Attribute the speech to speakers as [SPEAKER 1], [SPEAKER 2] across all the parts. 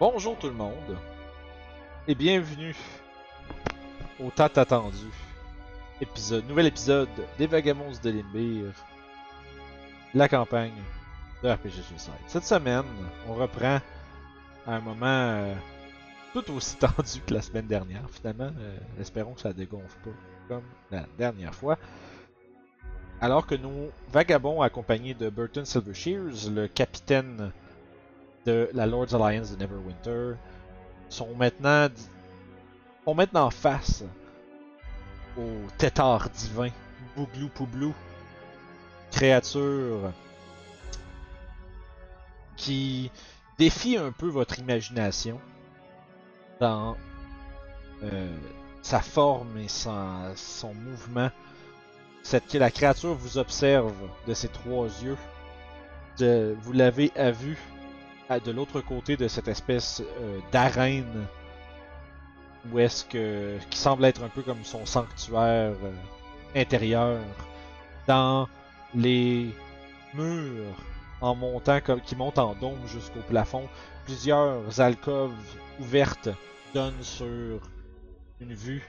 [SPEAKER 1] Bonjour tout le monde et bienvenue au tant attendu épisode, nouvel épisode des Vagabonds de Limbir, la campagne de RPG Suicide. Cette semaine, on reprend à un moment euh, tout aussi tendu que la semaine dernière finalement. euh, espérons que ça dégonfle pas comme la dernière fois. Alors que nos vagabonds accompagnés de Burton Silvershears, le capitaine de la Lord's Alliance de Neverwinter sont maintenant sont maintenant face au tétard divin Bouglou Poublou créature qui défie un peu votre imagination dans euh, sa forme et son, son mouvement cette la créature vous observe de ses trois yeux de, vous l'avez à vue à- de l'autre côté de cette espèce euh, d'arène où est-ce que qui semble être un peu comme son sanctuaire euh, intérieur dans les murs en montant comme qui montent en dôme jusqu'au plafond plusieurs alcôves ouvertes donnent sur une vue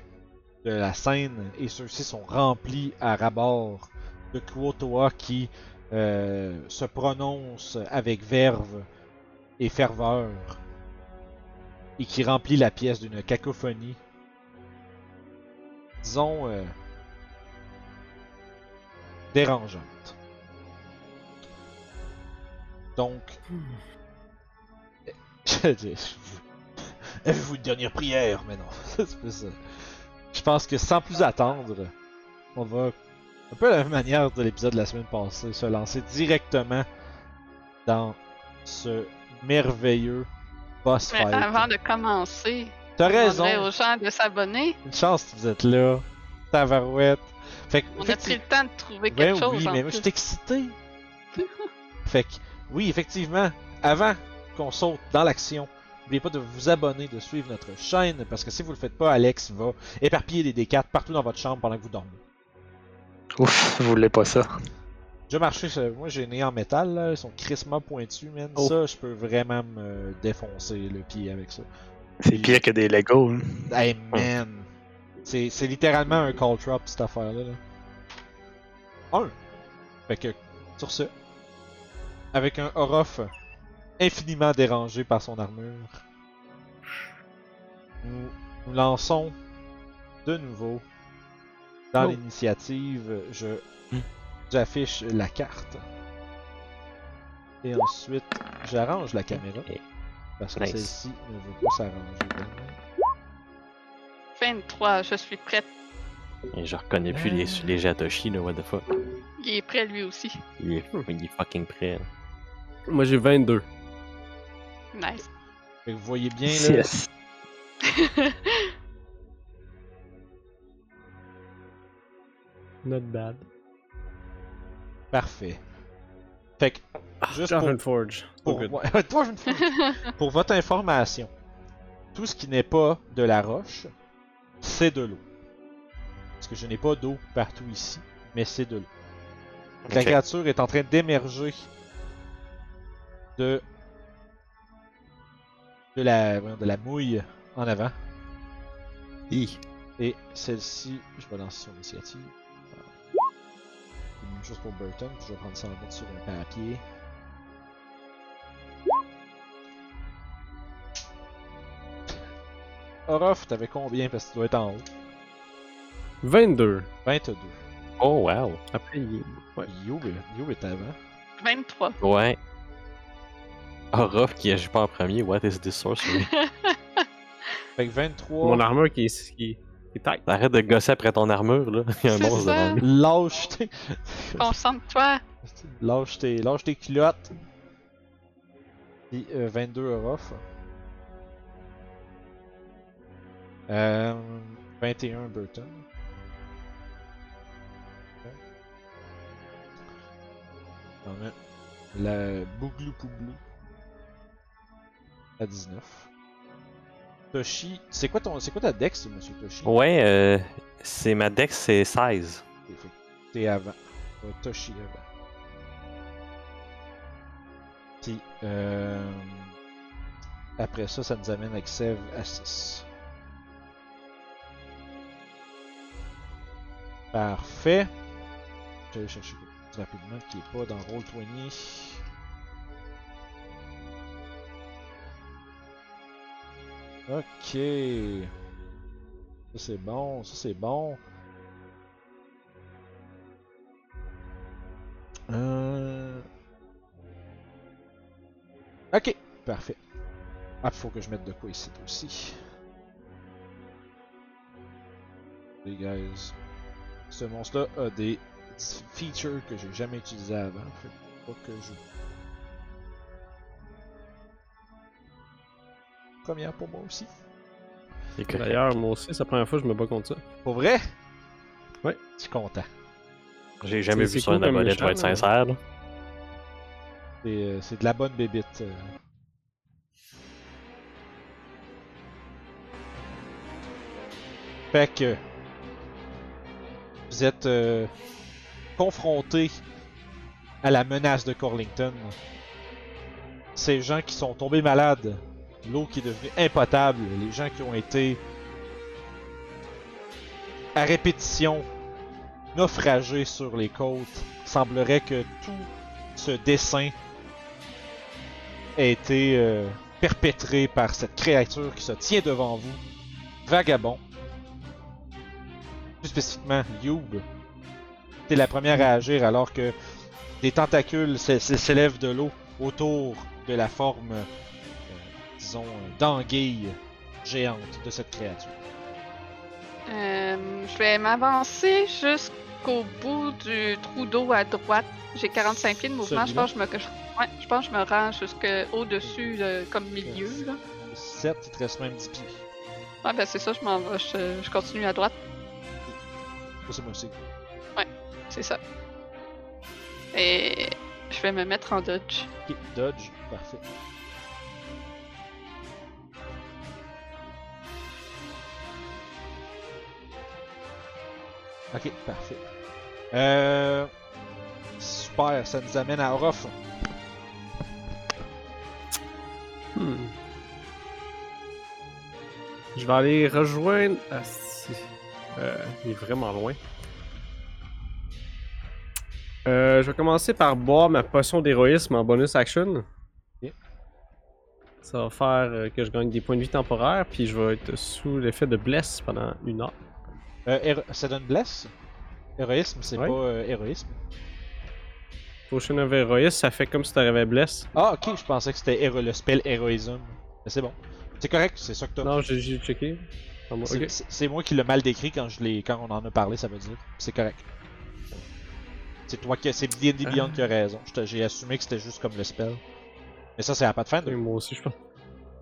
[SPEAKER 1] de la scène et ceux-ci sont remplis à rabord de Kuotoa qui euh, se prononce avec verve et ferveur, et qui remplit la pièce d'une cacophonie, disons, euh, dérangeante. Donc, je dis, je- avez-vous une dernière prière? Mais non, c'est plus ça. Je pense que sans plus attendre, on va, un peu à la même manière de l'épisode de la semaine passée, se lancer directement dans ce merveilleux boss
[SPEAKER 2] Mais
[SPEAKER 1] fight.
[SPEAKER 2] avant de commencer,
[SPEAKER 1] T'as
[SPEAKER 2] on
[SPEAKER 1] raison,
[SPEAKER 2] dirait aux gens de s'abonner.
[SPEAKER 1] une chance que vous êtes là, tabarouette. Fait que,
[SPEAKER 2] On a pris le temps de trouver
[SPEAKER 1] Ouais,
[SPEAKER 2] quelque chose.
[SPEAKER 1] oui,
[SPEAKER 2] en
[SPEAKER 1] mais moi, je
[SPEAKER 2] plus.
[SPEAKER 1] suis excité. fait que, oui, effectivement, avant qu'on saute dans l'action, n'oubliez pas de vous abonner, de suivre notre chaîne, parce que si vous le faites pas, Alex va éparpiller des D4 partout dans votre chambre pendant que vous dormez.
[SPEAKER 3] Ouf, vous voulez pas ça.
[SPEAKER 1] Je marchais, ça- moi j'ai né en métal, là, ils sont crissement pointus, man.
[SPEAKER 3] Oh.
[SPEAKER 1] Ça, je peux vraiment me défoncer le pied avec ça.
[SPEAKER 3] C'est pire que des Lego. hein.
[SPEAKER 1] Hey man! C'est c'est littéralement un call drop cette affaire-là. là. Un! Fait que, sur ce, avec un Orof infiniment dérangé par son armure, nous, nous lançons de nouveau dans
[SPEAKER 3] Oh.
[SPEAKER 1] l'initiative. Je
[SPEAKER 3] Hmm.
[SPEAKER 1] j'affiche la carte. Et ensuite, j'arrange la caméra. Parce que
[SPEAKER 3] Eh, Nice.
[SPEAKER 1] celle-ci ne veut pas s'arranger. elle-même.
[SPEAKER 2] 23, je suis prête.
[SPEAKER 4] Et je reconnais plus les,
[SPEAKER 5] Euh.
[SPEAKER 1] Ah.
[SPEAKER 4] les Jatoshi, là, what the fuck.
[SPEAKER 2] Il est prêt lui aussi.
[SPEAKER 4] Il est,
[SPEAKER 5] Hmm.
[SPEAKER 4] il est fucking prêt. là.
[SPEAKER 5] Moi j'ai 22.
[SPEAKER 2] Nice.
[SPEAKER 1] Fait que vous voyez bien là,
[SPEAKER 3] Yes.
[SPEAKER 5] Not bad.
[SPEAKER 1] Parfait. Fait que, juste pour,
[SPEAKER 5] Jonathan Ah, Forge.
[SPEAKER 1] pour- ouais, toi, je me fous. Pour votre information, tout ce qui n'est pas de la roche, c'est de l'eau. Parce que je n'ai pas d'eau partout ici, mais c'est de l'eau. Donc, La
[SPEAKER 3] Ok.
[SPEAKER 1] créature est en train d'émerger de de la voyons, de la mouille en avant.
[SPEAKER 4] Hi.
[SPEAKER 1] Et celle-ci, je vais lancer son initiative. C'est la Même chose pour Burton, puis je vais prendre ça en note sur un papier. Orof, t'avais combien parce que tu dois être en haut
[SPEAKER 5] 22.
[SPEAKER 1] 22.
[SPEAKER 4] Oh, wow.
[SPEAKER 5] Après il... Ouais.
[SPEAKER 1] Youb est- Youb est avant.
[SPEAKER 2] 23.
[SPEAKER 4] Ouais. Orof qui agit pas en premier, what is this sorcery?
[SPEAKER 1] Fait que 23.
[SPEAKER 5] Mon armure qui est, qui, qui est tight.
[SPEAKER 4] Arrête de gosser après ton armure, là. Il y a un
[SPEAKER 2] C'est
[SPEAKER 4] monstre
[SPEAKER 2] ça.
[SPEAKER 4] devant nous.
[SPEAKER 1] Lâche tes.
[SPEAKER 2] Concentre-toi.
[SPEAKER 1] Lâche tes, lâche tes culottes. Puis euh, 22 Orof. Euh, 21 Burton. J'en mets La Bouglou Poublou. À 19. Toshi, c'est quoi ton, c'est quoi ta dex, monsieur Toshi?
[SPEAKER 4] Ouais, euh, c'est ma dex, c'est 16.
[SPEAKER 1] T'es- fait que T'es avant. Euh, Toshi avant. Puis, euh... Après ça, ça nous amène avec Sev à 6. Parfait. Je vais chercher quelque chose rapidement qui n'est pas dans Roll20. Ok. Ça c'est bon, ça c'est bon. Euh... Ok, parfait. Ah, faut que je mette de quoi ici aussi. Les guys. Ce monstre-là a des features que j'ai jamais utilisées avant. Fait que faut que je. Première pour moi aussi.
[SPEAKER 4] C'est correct.
[SPEAKER 5] D'ailleurs, moi aussi, c'est la première fois que je me bats contre ça.
[SPEAKER 1] Pour vrai?
[SPEAKER 5] Ouais.
[SPEAKER 1] Je suis content.
[SPEAKER 4] J'ai jamais
[SPEAKER 5] c'est
[SPEAKER 4] vu ça
[SPEAKER 5] cool
[SPEAKER 4] en
[SPEAKER 5] comme
[SPEAKER 4] abonnée, je vais être
[SPEAKER 5] méchant, là.
[SPEAKER 4] sincère. là.
[SPEAKER 1] C'est euh, c'est de la bonne bébite. euh. Fait que vous êtes euh, confronté à la menace de Corlington. Ces gens qui sont tombés malades, l'eau qui est devenue impotable, les gens qui ont été à répétition naufragés sur les côtes, semblerait que tout ce dessin a été euh, perpétré par cette créature qui se tient devant vous, Vagabond. Plus spécifiquement, Youb. T'es la première à agir alors que des tentacules s'é- s'é- s'élèvent de l'eau autour de la forme, euh, disons, euh, d'anguille géante de cette créature.
[SPEAKER 2] Euh, je vais m'avancer jusqu'au bout du trou d'eau à droite. J'ai 45 pieds de mouvement. Je
[SPEAKER 1] Celui-là?
[SPEAKER 2] pense que je me, que je- ouais, je pense que je me rends jusqu'au-dessus, comme milieu. Là.
[SPEAKER 1] 7, il te reste même 10 pieds.
[SPEAKER 2] Ouais, ben c'est ça, je m'en vais. Je, je continue à droite.
[SPEAKER 1] Ça, c'est moi aussi.
[SPEAKER 2] C'est ça. Et je vais me mettre en dodge.
[SPEAKER 1] Ok, dodge, parfait. Ok, parfait. Euh... Super, ça nous amène à Orof.
[SPEAKER 5] Hmm. Je vais aller rejoindre. Ah, si. Euh, il est vraiment loin. Euh, je vais commencer par boire ma potion d'héroïsme en bonus action.
[SPEAKER 1] Ok.
[SPEAKER 5] Ça va faire euh, que je gagne des points de vie temporaires, puis je vais être sous l'effet de bless pendant une heure.
[SPEAKER 1] Euh, héro- ça donne bless. Héroïsme, c'est
[SPEAKER 5] Ouais.
[SPEAKER 1] pas euh, héroïsme.
[SPEAKER 5] Potion of héroïsme, ça fait comme si t'avais bless.
[SPEAKER 1] Ah, ok, je pensais que c'était héro- le spell héroïsme. Mais c'est bon. C'est correct, c'est ça que t'as.
[SPEAKER 5] Non, j'ai j'ai checké. Ah, bon,
[SPEAKER 1] C'est
[SPEAKER 5] ok.
[SPEAKER 1] c'est- c'est moi qui l'ai mal décrit quand je l'ai quand on en a parlé, ça veut dire. C'est correct. C'est toi qui c'est
[SPEAKER 5] Ah.
[SPEAKER 1] D&D Beyond qui a raison. Je te- J'ai assumé que c'était juste comme le spell. Mais ça c'est à pas de fin.
[SPEAKER 5] Oui, moi aussi, je pense.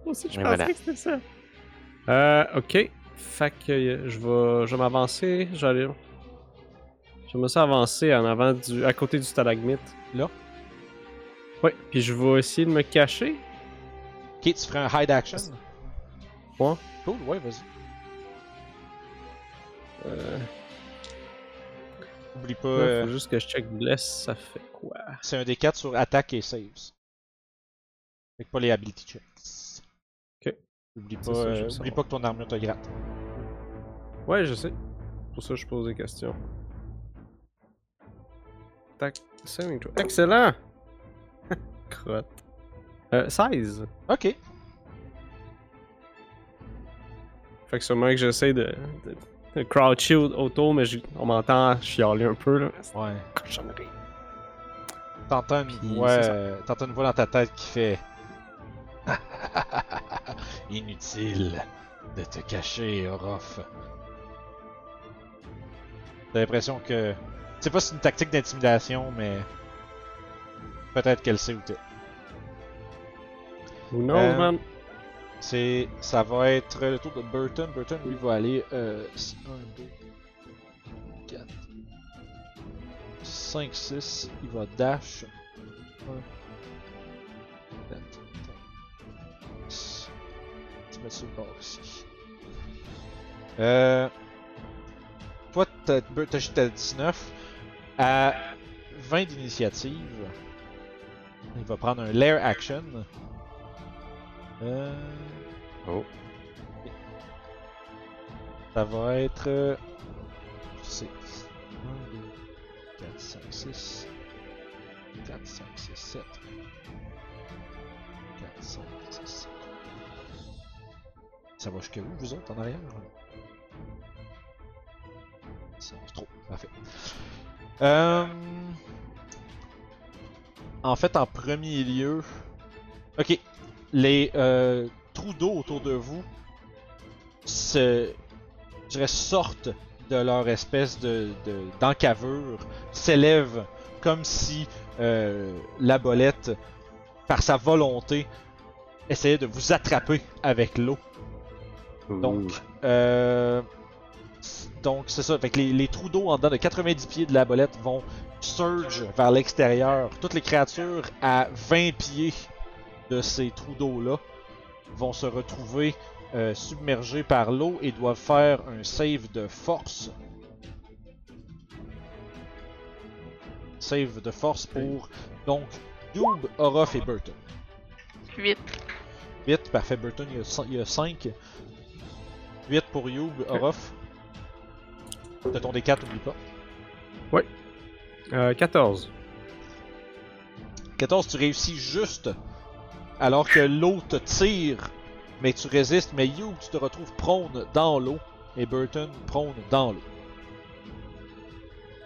[SPEAKER 5] Moi aussi, je
[SPEAKER 4] Et
[SPEAKER 5] pensais
[SPEAKER 4] voilà.
[SPEAKER 5] que c'était ça. Euh, ok. Fait que euh, je vais, je vais m'avancer. Je vais aller. Je vais me suis avancé en avant du, à côté du stalagmite.
[SPEAKER 1] Là?
[SPEAKER 5] Ouais, puis je vais essayer de me cacher.
[SPEAKER 1] Ok, tu ferais un hide action.
[SPEAKER 5] Ah, Ouais.
[SPEAKER 1] Cool, ouais, vas-y.
[SPEAKER 5] Euh,
[SPEAKER 1] Oublie pas,
[SPEAKER 5] là,
[SPEAKER 1] euh,
[SPEAKER 5] Faut juste que je check bless, ça fait quoi?
[SPEAKER 1] c'est un des 4 sur attaque et saves. Fait que pas les ability checks.
[SPEAKER 5] Ok.
[SPEAKER 1] Oublie
[SPEAKER 5] C'est
[SPEAKER 1] pas,
[SPEAKER 5] ça, je
[SPEAKER 1] euh,
[SPEAKER 5] veux
[SPEAKER 1] oublie
[SPEAKER 5] savoir.
[SPEAKER 1] pas que ton armure te gratte.
[SPEAKER 5] Ouais, je sais. Pour ça, je pose des questions. Tac, saving throw. Excellent! Crotte. Euh, 16.
[SPEAKER 1] Ok.
[SPEAKER 5] Fait que sûrement que j'essaie de, de, de croucher au- autour, mais je- on m'entend chialer un peu là. C'est
[SPEAKER 1] Ouais.
[SPEAKER 5] une cochonnerie.
[SPEAKER 1] T'entends une
[SPEAKER 5] Puis,
[SPEAKER 1] voix,
[SPEAKER 5] c'est ça.
[SPEAKER 1] euh, t'entends une voix dans ta tête qui fait Inutile de te cacher, Orof. T'as l'impression que. Je sais pas si c'est une tactique d'intimidation, mais. Peut-être qu'elle sait où t'es.
[SPEAKER 5] Who knows,
[SPEAKER 1] Euh,
[SPEAKER 5] man?
[SPEAKER 1] C'est. Ça va être le tour de Burton. Burton, lui, va aller. Euh, 1, 2, 4, 5, 6. Il va dash. 1, 4, 5, 6. Tu mets sur le bord ici. Euh. Toi, t'as Bur- t'as juste à 19. À 20 d'initiative, il va prendre un lair action. Euh,
[SPEAKER 4] Oh.
[SPEAKER 1] ça va être. euh, C'est. 1, 2, 4, 5, 6. 4, 5, 6, 7. 4, 5, 6, 7. Ça va jusqu'à où, vous autres, en arrière C'est c'est trop. Parfait. Euh... En fait, en premier lieu. Ok. Les euh, trous d'eau autour de vous se. Je dirais, sortent de leur espèce de, de- d'encavure, s'élèvent comme si euh, la bolette, par sa volonté, essayait de vous attraper avec l'eau. Donc, euh, c- donc c'est ça. Fait que les, les trous d'eau en dedans de 90 pieds de la bolette vont surge vers l'extérieur. Toutes les créatures à 20 pieds de ces trous d'eau-là vont se retrouver euh, submergées par l'eau et doivent faire un save de force. Save de force pour donc Doob, Orof et Burton.
[SPEAKER 2] 8.
[SPEAKER 1] 8, parfait. Burton, il y a cin- il y a 5. 8 pour Youb, Orof. T'as ton D4, oublie pas.
[SPEAKER 5] Euh, 14.
[SPEAKER 1] 14, tu réussis juste. Alors que l'eau te tire, mais tu résistes. Mais Youb, tu te retrouves prône dans l'eau. Et Burton, prône dans l'eau.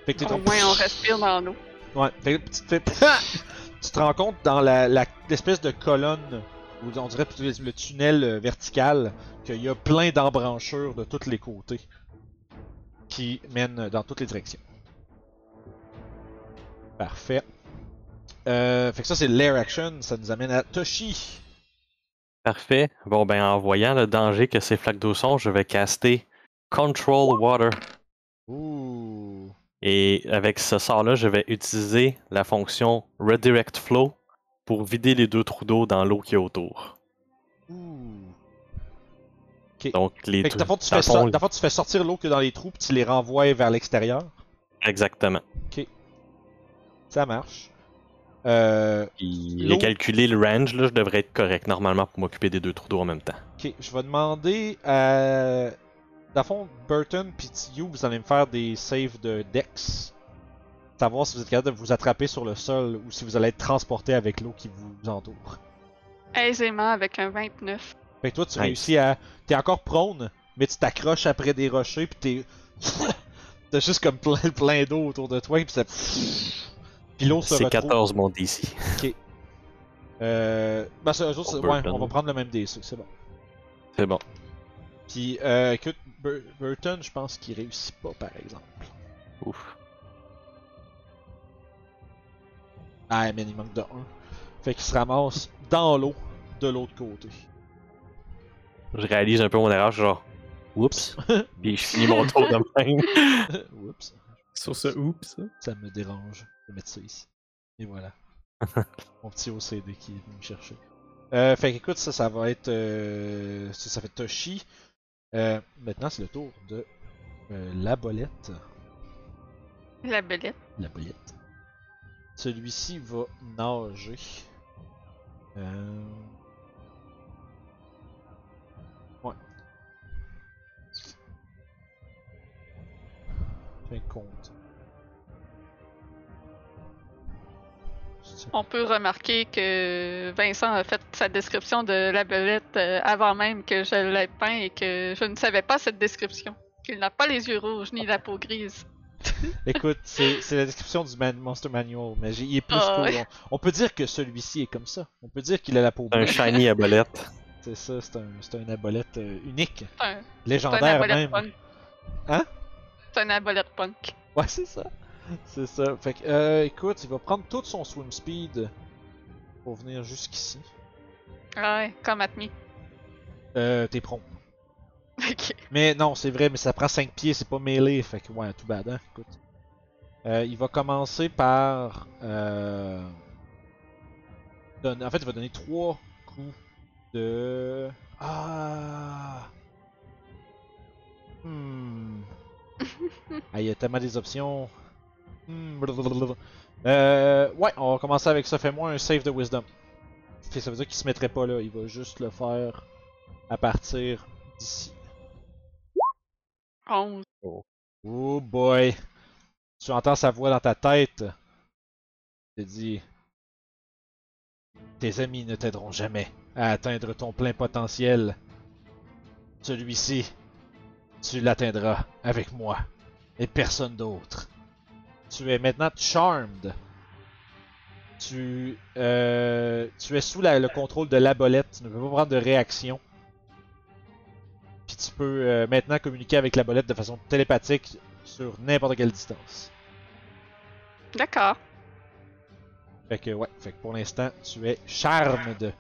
[SPEAKER 1] Fait que t'es
[SPEAKER 2] Au
[SPEAKER 1] comme-
[SPEAKER 2] moins, on respire dans l'eau.
[SPEAKER 1] Ouais, fait que tu te fais- tu te rends compte dans la, la- l'espèce de colonne, ou on dirait plutôt le tunnel euh, vertical, qu'il y a plein d'embranchures de tous les côtés qui mènent dans toutes les directions. Parfait. Euh, fait que ça, c'est l'air action. Ça nous amène à Toshi.
[SPEAKER 4] Parfait. Bon, ben, en voyant le danger que ces flaques d'eau sont, je vais caster Control Water.
[SPEAKER 1] Ouh.
[SPEAKER 4] Et avec ce sort-là, je vais utiliser la fonction Redirect Flow pour vider les deux trous d'eau dans l'eau qui est autour.
[SPEAKER 1] Ouh.
[SPEAKER 4] Donc, les
[SPEAKER 1] Fait que
[SPEAKER 4] trous-
[SPEAKER 1] dans le fond, tu
[SPEAKER 4] dans
[SPEAKER 1] fais,
[SPEAKER 4] le
[SPEAKER 1] sor-
[SPEAKER 4] fond,
[SPEAKER 1] dans le fond, tu fais sortir l'eau que dans les trous, puis tu les renvoies vers l'extérieur.
[SPEAKER 4] Exactement.
[SPEAKER 1] Ça marche. Euh,
[SPEAKER 4] Il
[SPEAKER 1] L'eau-
[SPEAKER 4] a calculé le range, là, je devrais être correct normalement pour m'occuper des deux trous d'eau en même temps.
[SPEAKER 1] Ok, je vais demander à. Dans le fond, Burton puis Tiyu, vous allez me faire des saves de Dex. Savoir si vous êtes capable de vous attraper sur le sol ou si vous allez être transporté avec l'eau qui vous entoure.
[SPEAKER 2] Aisément avec un 29.
[SPEAKER 1] Fait que toi, tu
[SPEAKER 4] Nice.
[SPEAKER 1] réussis à. T'es encore prône, mais tu t'accroches après des rochers puis t'es. T'as juste comme plein, plein d'eau autour de toi puis ça. Puis l'eau se
[SPEAKER 4] C'est
[SPEAKER 1] retrouve.
[SPEAKER 4] 14 mon DC.
[SPEAKER 1] Euh. Ben, c'est- eux autres, c'est-
[SPEAKER 4] Pour
[SPEAKER 1] ouais,
[SPEAKER 4] Burton.
[SPEAKER 1] on va prendre le même DC, c'est bon.
[SPEAKER 4] C'est bon.
[SPEAKER 1] Puis, euh, écoute, Bur- Burton, je pense qu'il réussit pas par exemple.
[SPEAKER 4] Ouf.
[SPEAKER 1] Ah, mais il manque de 1. Fait qu'il se ramasse dans l'eau de l'autre côté.
[SPEAKER 4] Je réalise un peu mon erreur, je suis genre. Oups. Puis je finis mon tour de même.
[SPEAKER 1] Oups,
[SPEAKER 5] Sur ce oups.
[SPEAKER 1] ça me dérange. Je vais mettre ça ici. Et voilà. Mon petit OCD qui est venu me chercher. Euh, fait qu'écoute, ça, ça va être. euh, ça, ça fait Toshi. Euh, maintenant, c'est le tour de euh, la bolette.
[SPEAKER 2] La belette.
[SPEAKER 1] La bolette. Celui-ci va nager. Euh... Ouais. Fais compte. C'est-
[SPEAKER 2] On peut remarquer que Vincent a fait sa description de la belette euh, avant même que je l'aie peint et que je ne savais pas cette description. Qu'il n'a pas les yeux rouges ni la peau grise.
[SPEAKER 1] Écoute, c'est c'est la description du man- Monster Manual, mais j'ai- il est plus
[SPEAKER 2] Ah
[SPEAKER 1] cool.
[SPEAKER 2] ouais.
[SPEAKER 1] On, on peut dire que celui-ci est comme ça. On peut dire qu'il a la peau
[SPEAKER 4] Un
[SPEAKER 1] bleue.
[SPEAKER 4] shiny à bolette.
[SPEAKER 1] C'est ça, c'est un, c'est un abolette euh, unique,
[SPEAKER 2] C'est un- c'est un
[SPEAKER 1] légendaire
[SPEAKER 2] abolette
[SPEAKER 1] même.
[SPEAKER 2] punk.
[SPEAKER 1] Hein?
[SPEAKER 2] C'est un abolette punk.
[SPEAKER 1] Ouais, c'est ça. C'est ça. Fait que, euh, écoute, il va prendre tout son swim speed pour venir jusqu'ici.
[SPEAKER 2] Ouais, comme Atmi.
[SPEAKER 1] Euh, t'es prompt.
[SPEAKER 2] Ok.
[SPEAKER 1] Mais non, c'est vrai, mais ça prend 5 pieds, c'est pas mêlé. Fait que, ouais, tout bad, hein, écoute. Euh, il va commencer par. Euh... donner- En fait, il va donner 3 coups de. Ah! Hmm. ah, il y a tellement des options. Hmm, blablabla. Euh, ouais, on va commencer avec ça. Fais-moi un save de wisdom. Fait que ça veut dire qu'il se mettrait pas là, il va juste le faire à partir d'ici.
[SPEAKER 2] 11.
[SPEAKER 1] Oh boy! Tu entends sa voix dans ta tête. Il te dit Tes amis ne t'aideront jamais à atteindre ton plein potentiel. Celui-ci, tu l'atteindras avec moi et personne d'autre. Tu es maintenant charmed. Tu, euh, tu es sous la- le contrôle de l'abolette. Tu ne peux pas prendre de réaction. Puis tu peux euh, maintenant communiquer avec l'abolette de façon télépathique sur n'importe quelle distance.
[SPEAKER 2] D'accord.
[SPEAKER 1] Fait que ouais, fait que pour l'instant, tu es charme de.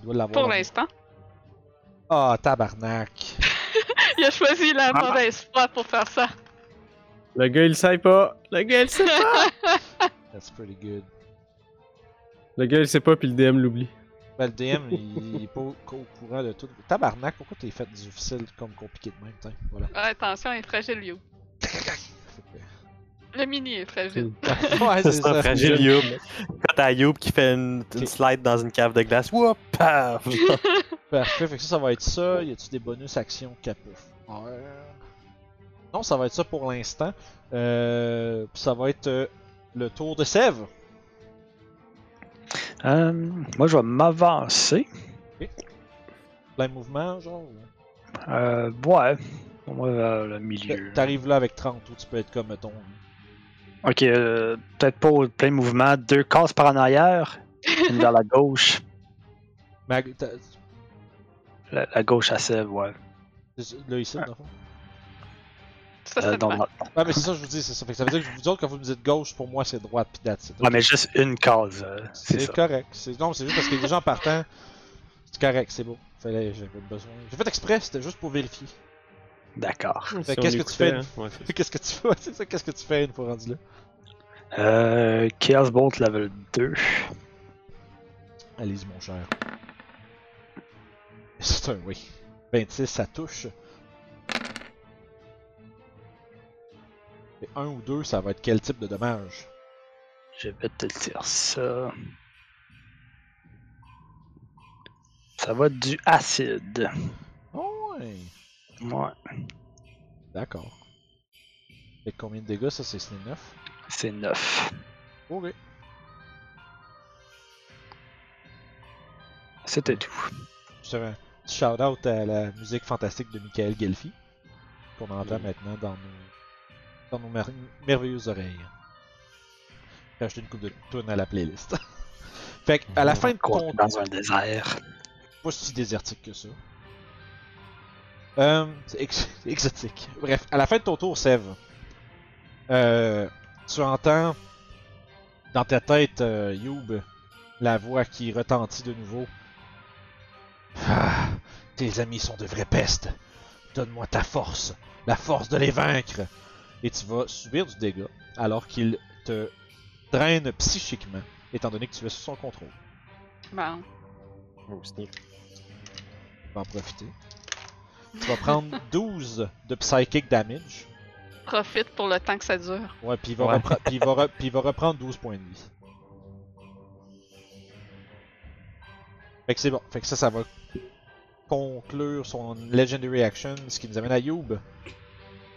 [SPEAKER 1] Tu dois l'avoir.
[SPEAKER 2] Pour
[SPEAKER 1] dans-
[SPEAKER 2] l'instant.
[SPEAKER 1] Ah, tabarnak.
[SPEAKER 2] Il a choisi la
[SPEAKER 3] Ah.
[SPEAKER 2] mauvaise foi pour faire ça.
[SPEAKER 5] Le gars, il le sait pas. Le gars, il le sait pas.
[SPEAKER 1] That's pretty good.
[SPEAKER 5] le gars, il le sait pas, puis le DM l'oublie.
[SPEAKER 1] Ben, le DM, il, il est pas au, au courant de tout. Tabarnak, pourquoi t'es fait difficile comme compliqué de même, tiens, voilà.
[SPEAKER 2] Ah, attention, il est fragile, Lio.
[SPEAKER 1] Fait que-
[SPEAKER 2] Le mini est fragile.
[SPEAKER 1] Ouais,
[SPEAKER 4] C'est ça, fragile Youb. Quand t'as Youb qui fait une, une
[SPEAKER 1] Ok.
[SPEAKER 4] slide dans une cave de glace, whoop, paf!
[SPEAKER 1] Parfait, fait que ça, ça va être ça. Y a-tu des bonus actions qu'elle peut faire? Non, ça va être ça pour l'instant. Euh, puis ça va être euh, le tour de Sèvres.
[SPEAKER 3] Euh, moi, je vais m'avancer.
[SPEAKER 1] Plein mouvement, genre. ou-
[SPEAKER 3] Euh, ouais. Moi, vers le milieu.
[SPEAKER 1] T'arrives là avec 30 ou tu peux être comme, mettons.
[SPEAKER 3] Ok, euh, peut-être pas au plein mouvement. Deux cases par en arrière. Une vers la gauche.
[SPEAKER 1] Mag- t'as-
[SPEAKER 3] La, la gauche à Sèvres, ouais.
[SPEAKER 1] Là, ici, dans le fond.
[SPEAKER 2] Ça,
[SPEAKER 3] Euh,
[SPEAKER 2] c'est
[SPEAKER 3] non,
[SPEAKER 2] mal.
[SPEAKER 3] non.
[SPEAKER 1] Ah, mais c'est ça, je vous dis, c'est ça. Fait que ça veut dire que vous autres, quand vous me dites gauche, pour moi, c'est droite, pis date, c'est tout.
[SPEAKER 3] Ouais, mais juste une case. euh, c'est
[SPEAKER 1] C'est
[SPEAKER 3] ça.
[SPEAKER 1] correct. C'est- Non, c'est juste parce que les gens partant, c'est correct, c'est beau. Fallait, j'avais besoin. J'ai fait exprès, c'était juste pour vérifier.
[SPEAKER 3] D'accord.
[SPEAKER 5] Si on
[SPEAKER 1] qu'est-ce que tu fais,
[SPEAKER 5] l'écoutait, hein. Ouais, c'est ça.
[SPEAKER 1] Qu'est-ce que tu fais C'est ça, qu'est-ce que tu fais une fois rendu là
[SPEAKER 3] Euh, Chaos Bolt level 2.
[SPEAKER 1] Allez-y, mon cher. C'est un oui. 26, ça touche. Et un ou deux, ça va être quel type de dommage
[SPEAKER 3] Je vais te dire ça. Ça va être du acide.
[SPEAKER 1] Ah Ouais.
[SPEAKER 3] Ouais.
[SPEAKER 1] D'accord. Fait que combien de dégâts ça c'est 9
[SPEAKER 3] C'est 9.
[SPEAKER 1] Ok.
[SPEAKER 3] C'était tout.
[SPEAKER 1] Juste un petit shout-out à la musique fantastique de Michael Gelfi, qu'on entend
[SPEAKER 5] Mhm.
[SPEAKER 1] maintenant dans nos, dans nos mer- merveilleuses oreilles. J'ai acheté une coupe de tonnes à la playlist. fait que, à la fin de
[SPEAKER 3] Qu'on
[SPEAKER 1] ton
[SPEAKER 3] est dans un désert.
[SPEAKER 1] pas si désertique que ça. Euh, c'est ex- c'est exotique. Bref, à la fin de ton tour, Sève, euh, tu entends dans ta tête, euh, Youb, la voix qui retentit de nouveau. Ah, tes amis sont de vraies pestes. Donne-moi ta force, la force de les vaincre. Et tu vas subir du dégât alors qu'il te draine psychiquement, étant donné que tu es sous son contrôle.
[SPEAKER 2] Bon.
[SPEAKER 4] Oh, sneak.
[SPEAKER 1] Tu vas en profiter. Tu vas prendre 12 de psychic damage.
[SPEAKER 2] Profite pour le temps que ça dure.
[SPEAKER 1] Ouais, puis il, va
[SPEAKER 4] Ouais.
[SPEAKER 1] repre- puis il va re- puis il va reprendre 12 points de vie. Fait que c'est bon. Fait que ça, ça va conclure son Legendary Action, ce qui nous amène à Youb.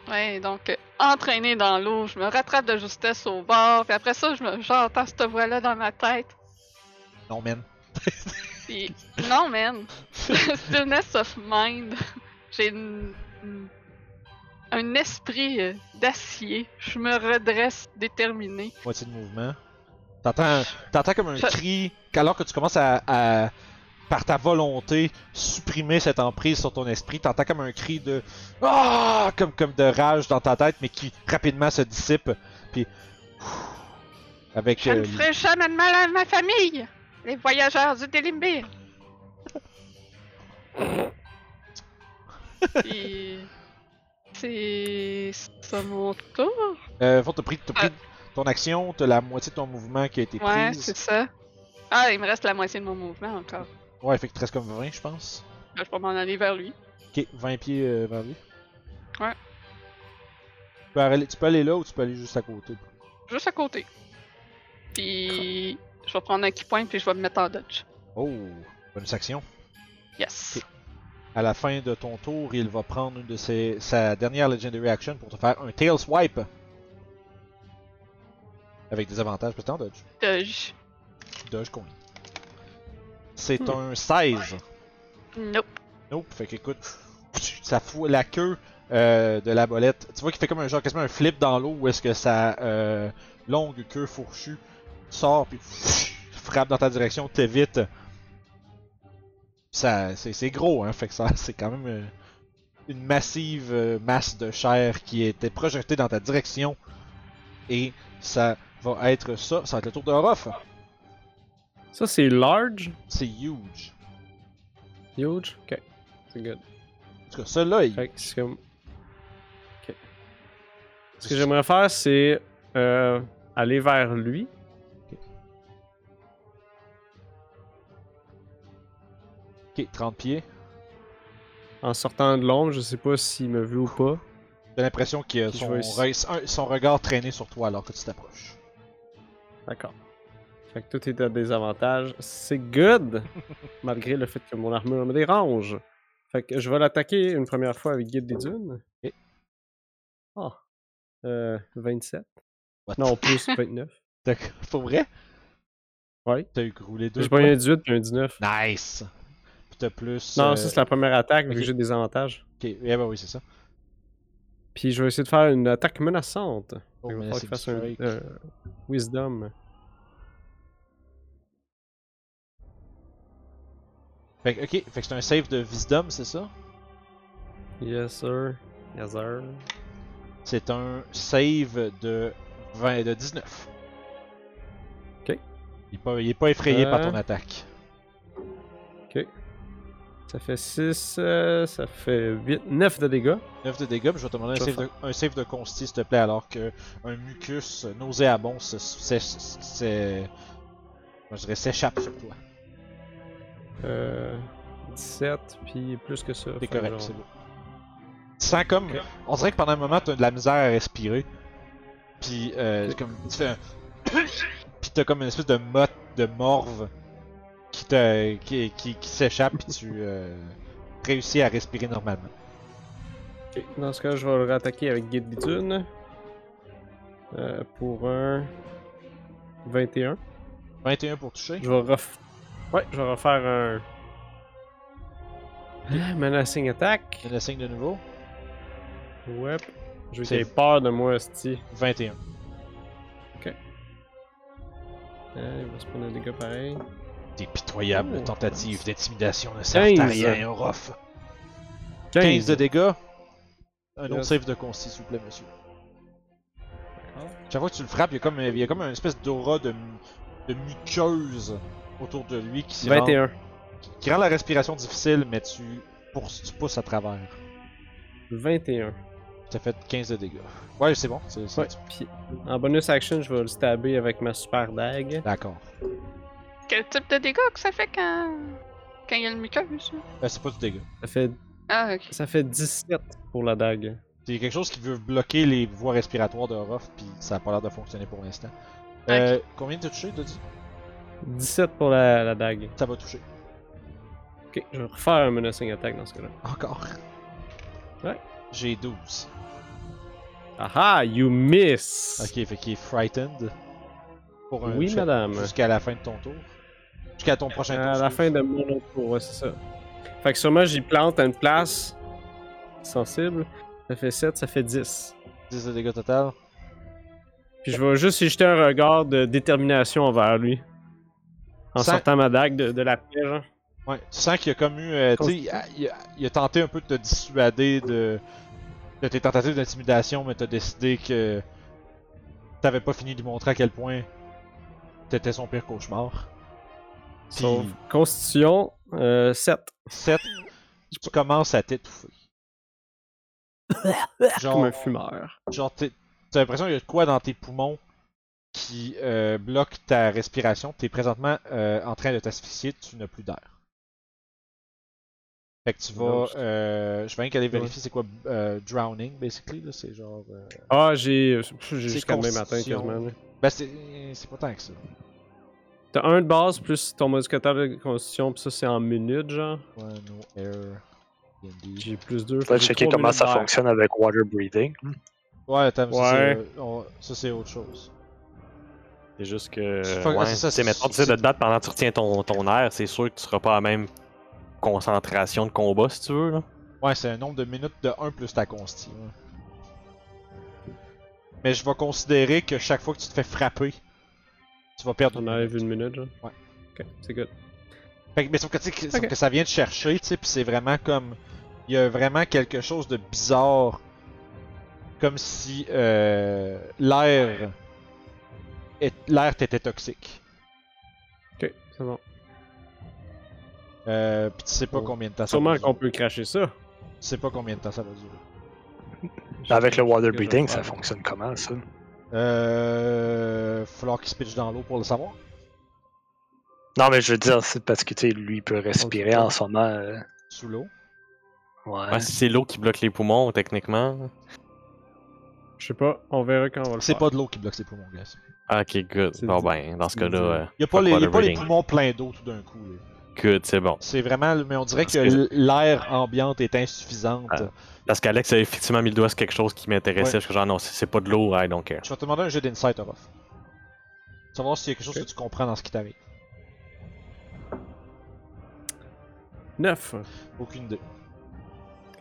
[SPEAKER 2] Ouais, donc euh, entraîné dans l'eau, je me rattrape de justesse au bord, puis après ça, je me j'entends cette voix-là dans ma tête.
[SPEAKER 1] Non, man.
[SPEAKER 2] Puis non, man, stillness of mind. J'ai une- une- un esprit euh, d'acier. Je me redresse déterminé.
[SPEAKER 1] Moitié de mouvement. T'entends, t'entends comme un
[SPEAKER 2] Je-
[SPEAKER 1] cri, qu'alors que tu commences à, à- par ta volonté, supprimer cette emprise sur ton esprit, t'entends comme un cri de ah comme, comme de rage dans ta tête, mais qui rapidement se dissipe, puis avec
[SPEAKER 2] Je
[SPEAKER 1] euh,
[SPEAKER 2] ne ferai jamais de mal à ma famille. Les voyageurs du Délimbé. Puis c'est ça mon tour.
[SPEAKER 1] euh, faut te pris, t'as pris ton action, t'as la moitié de ton mouvement qui a été
[SPEAKER 2] Euh. Ouais,
[SPEAKER 1] prise.
[SPEAKER 2] c'est ça. Ah, il me reste la moitié de mon mouvement encore.
[SPEAKER 1] Ouais, fait que tu restes comme 20, je pense.
[SPEAKER 2] Là, je peux m'en aller vers lui.
[SPEAKER 1] Ok, 20 pieds euh, vers lui.
[SPEAKER 2] Ouais.
[SPEAKER 1] Tu peux, aller, tu peux aller là ou tu peux aller juste à côté.
[SPEAKER 2] Juste à côté. Puis je vais prendre un key point puis je vais me mettre en dodge.
[SPEAKER 1] Oh, bonus action.
[SPEAKER 2] Yes.
[SPEAKER 1] À la fin de ton tour, il va prendre une de ses, sa dernière Legendary Action pour te faire un Tail Swipe. Avec des avantages, peut-être en dodge.
[SPEAKER 2] Dodge.
[SPEAKER 1] Dogecoin. C'est un 16.
[SPEAKER 2] Nope.
[SPEAKER 1] Nope. Fait qu'écoute, ça fout la queue euh, de la bolette. Tu vois qu'il fait comme un genre, quasiment un flip dans l'eau où est-ce que sa euh, longue queue fourchue sort puis frappe dans ta direction, t'évites. Ça, c'est, c'est gros, hein. Fait que ça, c'est quand même euh, une massive euh, masse de chair qui était projetée dans ta direction. Et ça va être ça. Ça va être le tour de Ruff.
[SPEAKER 5] Ça, c'est large.
[SPEAKER 1] C'est huge.
[SPEAKER 5] Huge. Ok. C'est good.
[SPEAKER 1] En tout cas, celui-là, il-
[SPEAKER 5] Fait que c'est comme. Ok. Ce que j'aimerais faire, c'est euh, aller vers lui.
[SPEAKER 1] Ok, 30 pieds.
[SPEAKER 5] En sortant de l'ombre, je sais pas s'il me veut ou pas.
[SPEAKER 1] J'ai l'impression que
[SPEAKER 5] Puis je
[SPEAKER 1] son,
[SPEAKER 5] vais
[SPEAKER 1] re- son- son regard traînait sur toi alors que tu t'approches.
[SPEAKER 5] D'accord. Fait que tout est à désavantage. C'est good! Malgré le fait que mon armure me dérange. Fait que je vais l'attaquer une première fois avec Guide des Dunes.
[SPEAKER 1] Ok.
[SPEAKER 5] Ah. Euh, 27.
[SPEAKER 1] What?
[SPEAKER 5] Non, plus 29.
[SPEAKER 1] D'accord. Pour vrai?
[SPEAKER 5] Ouais.
[SPEAKER 1] T'as eu roulé deux.
[SPEAKER 5] J'ai pas eu
[SPEAKER 1] points.
[SPEAKER 5] un 18 puis un 19.
[SPEAKER 1] Nice! Puis t'as plus.
[SPEAKER 5] Non,
[SPEAKER 1] euh,
[SPEAKER 5] ça c'est la première attaque vu
[SPEAKER 1] ok.
[SPEAKER 5] que j'ai des avantages.
[SPEAKER 1] ok, eh ben oui, c'est ça.
[SPEAKER 5] Puis je vais essayer de faire une attaque menaçante.
[SPEAKER 1] Oh,
[SPEAKER 5] Fait qu'il va
[SPEAKER 1] mais
[SPEAKER 5] falloir
[SPEAKER 1] c'est
[SPEAKER 5] qu'il fasse un
[SPEAKER 1] strike.
[SPEAKER 5] euh, Wisdom.
[SPEAKER 1] Fait que, ok, fait que c'est un save de Wisdom, c'est ça?
[SPEAKER 5] Yes, sir. Yes, sir.
[SPEAKER 1] C'est un save de 20, de 19.
[SPEAKER 5] Ok.
[SPEAKER 1] Il est pas, il est pas effrayé par
[SPEAKER 5] Euh.
[SPEAKER 1] ton attaque.
[SPEAKER 5] Ça fait 6, ça fait 8, 9 de dégâts.
[SPEAKER 1] 9 de dégâts, puis je vais te demander un
[SPEAKER 5] Ça
[SPEAKER 1] save,
[SPEAKER 5] fait.
[SPEAKER 1] de, un save de consti, s'il te plaît, alors que un mucus nauséabond se- se- se- se- moi, je dirais s'échappe sur toi.
[SPEAKER 5] Euh, 17, puis plus que ça.
[SPEAKER 1] T'es
[SPEAKER 5] fait
[SPEAKER 1] correct,
[SPEAKER 5] genre-
[SPEAKER 1] c'est bon. Tu sens comme.
[SPEAKER 5] Ok.
[SPEAKER 1] On dirait que pendant un moment, t'as de la misère à respirer. Puis, euh,
[SPEAKER 5] Ok.
[SPEAKER 1] c'est comme. Tu fais un. puis t'as comme une espèce de motte de morve qui te. qui, qui, qui s'échappe, puis tu euh, réussis à respirer normalement.
[SPEAKER 5] Ok, Dans ce cas, je vais le réattaquer avec Guide Bidune. Euh, pour un 21.
[SPEAKER 1] 21 pour toucher.
[SPEAKER 5] Je vais ref... Ouais, je vais refaire un... Ah, Menacing Attack.
[SPEAKER 1] Le signe de nouveau.
[SPEAKER 5] Ouais. Je veux
[SPEAKER 1] C'est-
[SPEAKER 5] qu'il ait peur de moi, Sty.
[SPEAKER 1] 21.
[SPEAKER 5] Euh, il va se prendre un dégât pareil.
[SPEAKER 1] Des pitoyables
[SPEAKER 5] Oh.
[SPEAKER 1] tentatives d'intimidation d'un certain
[SPEAKER 5] mais, euh,
[SPEAKER 1] Zayorov. 15 de dégâts. Un autre
[SPEAKER 5] Yes.
[SPEAKER 1] save de consti, s'il vous plaît, monsieur. Chaque fois que tu le frappes, il y a comme, il y a comme une espèce d'aura de, mu- de muqueuse autour de lui qui, s'y rend,
[SPEAKER 5] 21.
[SPEAKER 1] qui rend la respiration difficile, mais tu, pour- tu pousses à travers.
[SPEAKER 5] 21.
[SPEAKER 1] Ça fait 15 de dégâts. Ouais, c'est bon. c'est- c'est-
[SPEAKER 5] Ouais. Puis, en bonus action, je vais le stabber avec ma super dague.
[SPEAKER 1] D'accord.
[SPEAKER 2] Quel type de dégâts que ça fait quand. quand il y a le muqueuse? là?
[SPEAKER 1] Euh, c'est pas du dégât.
[SPEAKER 5] Ça fait,
[SPEAKER 2] Ah, ok.
[SPEAKER 5] ça fait 17 pour la dague.
[SPEAKER 1] C'est quelque chose qui veut bloquer les voies respiratoires de Orof, puis ça a pas l'air de fonctionner pour l'instant. Euh, Combien de toucher, t'as dit
[SPEAKER 5] 17 pour la, la dague.
[SPEAKER 1] Ça va toucher.
[SPEAKER 5] Ok, je vais refaire un menacing attack dans ce cas-là.
[SPEAKER 1] Encore.
[SPEAKER 5] Ouais.
[SPEAKER 1] J'ai 12.
[SPEAKER 5] Aha, Ah you miss!
[SPEAKER 1] Ok, fait qu'il est frightened. Pour un
[SPEAKER 5] Oui,
[SPEAKER 1] jusqu'à-
[SPEAKER 5] madame.
[SPEAKER 1] Jusqu'à la fin de ton tour. Jusqu'à ton prochain tour.
[SPEAKER 5] À la
[SPEAKER 1] je-
[SPEAKER 5] fin de mon autre tour, ouais, c'est ça. Fait que sûrement j'y plante à une place sensible. Ça fait 7, ça fait 10.
[SPEAKER 1] 10 de dégâts total.
[SPEAKER 5] Puis je vais juste y jeter un regard de détermination envers lui. En
[SPEAKER 1] Ça-
[SPEAKER 5] sortant ma dague de, de la plaie, genre.
[SPEAKER 1] Ouais, tu sens qu'il a comme eu. euh, tu sais, il a- il a, il a tenté un peu de te dissuader de, de tes tentatives d'intimidation, mais t'as décidé que t'avais pas fini de lui montrer à quel point t'étais son pire cauchemar. Puis,
[SPEAKER 5] Sauf Constitution euh, 7.
[SPEAKER 1] 7, tu commences à t'étouffer.
[SPEAKER 5] Comme
[SPEAKER 1] genre,
[SPEAKER 5] un fumeur.
[SPEAKER 1] genre t'es- t'as l'impression qu'il y a de quoi dans tes poumons qui euh, bloque ta respiration. T'es présentement euh, en train de t'asphyxier, tu n'as plus d'air. Fait que tu vas.
[SPEAKER 5] Lost.
[SPEAKER 1] euh, je vais rien qu'aller
[SPEAKER 5] Ouais.
[SPEAKER 1] vérifier c'est quoi euh, drowning, basically. là, C'est genre. euh,
[SPEAKER 5] Ah, j'ai. pff, J'ai jusqu'à demain matin
[SPEAKER 1] constitution.
[SPEAKER 5] quasiment. là.
[SPEAKER 1] Ben, c'est c'est pas tant que ça.
[SPEAKER 5] T'as un de base plus ton modificateur de constitution, pis ça c'est en minutes, genre.
[SPEAKER 1] Ouais, no air. D&D.
[SPEAKER 5] J'ai plus deux.
[SPEAKER 3] Je
[SPEAKER 5] fait
[SPEAKER 3] vais
[SPEAKER 5] que j'ai
[SPEAKER 3] checker
[SPEAKER 5] trois
[SPEAKER 3] comment ça
[SPEAKER 5] minutes d'air.
[SPEAKER 3] fonctionne avec water breathing.
[SPEAKER 5] Hmm.
[SPEAKER 1] Ouais, attends, mais ça,
[SPEAKER 5] Ouais.
[SPEAKER 1] c'est, euh, on- ça, c'est autre chose.
[SPEAKER 4] C'est juste que.
[SPEAKER 1] C'est pas-
[SPEAKER 4] ouais,
[SPEAKER 1] c'est ça,
[SPEAKER 4] tu
[SPEAKER 1] c'est-
[SPEAKER 4] sais, mettons, tu sais, de te battre pendant que tu retiens ton, ton air, c'est sûr que tu seras pas à la même concentration de combat si tu veux. Là.
[SPEAKER 1] Ouais, c'est un nombre de minutes de 1 plus ta consti. ouais. Mais je vais considérer que chaque fois que tu te fais frapper, tu vas perdre
[SPEAKER 5] On
[SPEAKER 1] une
[SPEAKER 5] enlève
[SPEAKER 1] minute.
[SPEAKER 5] une minute, genre.
[SPEAKER 1] Ouais.
[SPEAKER 5] Ok, c'est good.
[SPEAKER 1] Fait que, mais sauf que, tu sais, que- sauf
[SPEAKER 5] Ok.
[SPEAKER 1] que ça vient de chercher, tu sais, pis c'est vraiment comme. Il y a vraiment quelque chose de bizarre. Comme si euh, l'air. est- L'air t'était toxique.
[SPEAKER 5] Ok, c'est bon.
[SPEAKER 1] Euh, pis tu sais pas
[SPEAKER 5] Oh.
[SPEAKER 1] combien de temps ça va
[SPEAKER 5] Sûrement
[SPEAKER 1] durer.
[SPEAKER 5] qu'on peut cracher ça.
[SPEAKER 1] Tu sais pas combien de temps ça va durer.
[SPEAKER 3] Avec le water
[SPEAKER 5] que je vais
[SPEAKER 3] breathing,
[SPEAKER 5] faire.
[SPEAKER 3] ça fonctionne comment ça
[SPEAKER 1] Euh. Falloir qu'il se pitche dans l'eau pour le savoir.
[SPEAKER 3] Non, mais je veux dire, c'est parce que tu sais, lui il peut respirer en ce moment. euh,
[SPEAKER 1] Sous l'eau.
[SPEAKER 3] ouais.
[SPEAKER 4] Ouais, si c'est l'eau qui bloque les poumons, techniquement.
[SPEAKER 5] Je sais pas, on verra quand on va le
[SPEAKER 1] C'est
[SPEAKER 5] faire.
[SPEAKER 1] pas de l'eau qui bloque ses poumons, guys.
[SPEAKER 4] Ah, ok, good.
[SPEAKER 5] C'est
[SPEAKER 4] Bon,
[SPEAKER 5] dit.
[SPEAKER 4] ben, dans ce
[SPEAKER 5] C'est
[SPEAKER 4] cas-là,
[SPEAKER 5] dit.
[SPEAKER 4] euh,
[SPEAKER 1] Y a pas, les, y a pas les
[SPEAKER 4] Waterboarding.
[SPEAKER 1] poumons pleins d'eau tout d'un coup, là.
[SPEAKER 4] good, c'est bon.
[SPEAKER 1] C'est vraiment. Mais on dirait
[SPEAKER 4] Parce
[SPEAKER 1] que
[SPEAKER 4] que-
[SPEAKER 1] l'air ambiante est insuffisante.
[SPEAKER 4] Ah. Parce qu'Alex a effectivement mis le doigt sur quelque chose qui m'intéressait.
[SPEAKER 1] Ouais.
[SPEAKER 4] Parce que, genre, non, c'est c'est pas de l'eau, I don't care.
[SPEAKER 1] Je vais te demander un jeu d'insight, Orof. Savoir s'il y a quelque chose
[SPEAKER 5] Ok.
[SPEAKER 1] que tu comprends dans ce qui t'arrive.
[SPEAKER 5] 9.
[SPEAKER 1] Aucune idée.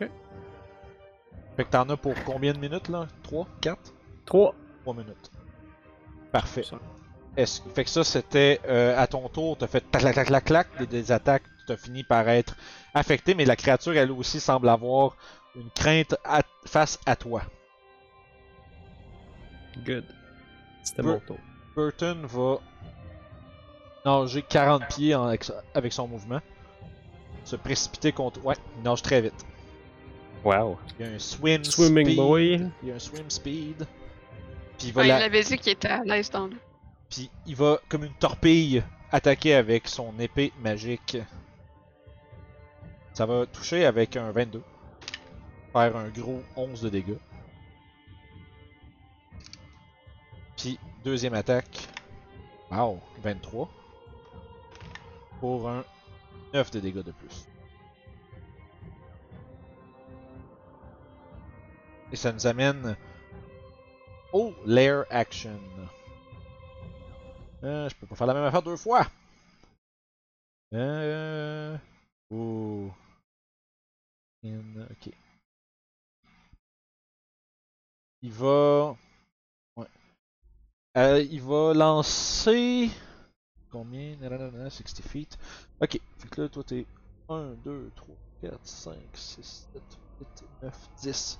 [SPEAKER 5] Ok.
[SPEAKER 1] Fait que t'en as pour combien de minutes là 3 4
[SPEAKER 5] 3.
[SPEAKER 1] 3 minutes. Parfait.
[SPEAKER 5] Ça.
[SPEAKER 1] Est-ce- Fait que ça, c'était euh, à ton tour, t'as fait clac clac clac clac clac, des, des attaques, t'as fini par être affecté, mais la créature, elle aussi, semble avoir une crainte à- face à toi.
[SPEAKER 5] Good. C'était
[SPEAKER 1] Peu-
[SPEAKER 5] mon tour.
[SPEAKER 1] Burton va nager 40 pieds en- avec- avec son mouvement. Se précipiter contre. Ouais, il nage très vite.
[SPEAKER 4] Wow.
[SPEAKER 1] Il y a un swim
[SPEAKER 5] Swimming
[SPEAKER 1] speed.
[SPEAKER 5] boy.
[SPEAKER 1] Il y a un swim speed. Puis il va,
[SPEAKER 2] Ouais,
[SPEAKER 1] la-
[SPEAKER 2] Il avait dit qu'il était à l'aise dans l'eau.
[SPEAKER 1] puis il va comme une torpille attaquer avec son épée magique. Ça va toucher avec un 22. Faire un gros 11 de dégâts. Puis deuxième attaque. Wow, 23. Pour un 9 de dégâts de plus. Et ça nous amène au lair action. Euh, je peux pas faire la même affaire deux fois. Euh... Ouh. In- Ok. Il va... Ouais. Euh, il va lancer... Combien? Nanana, 60 feet. Ok. Fait que là, toi, t'es 1, 2, 3, 4, 5, 6, 7, 8, 9, 10.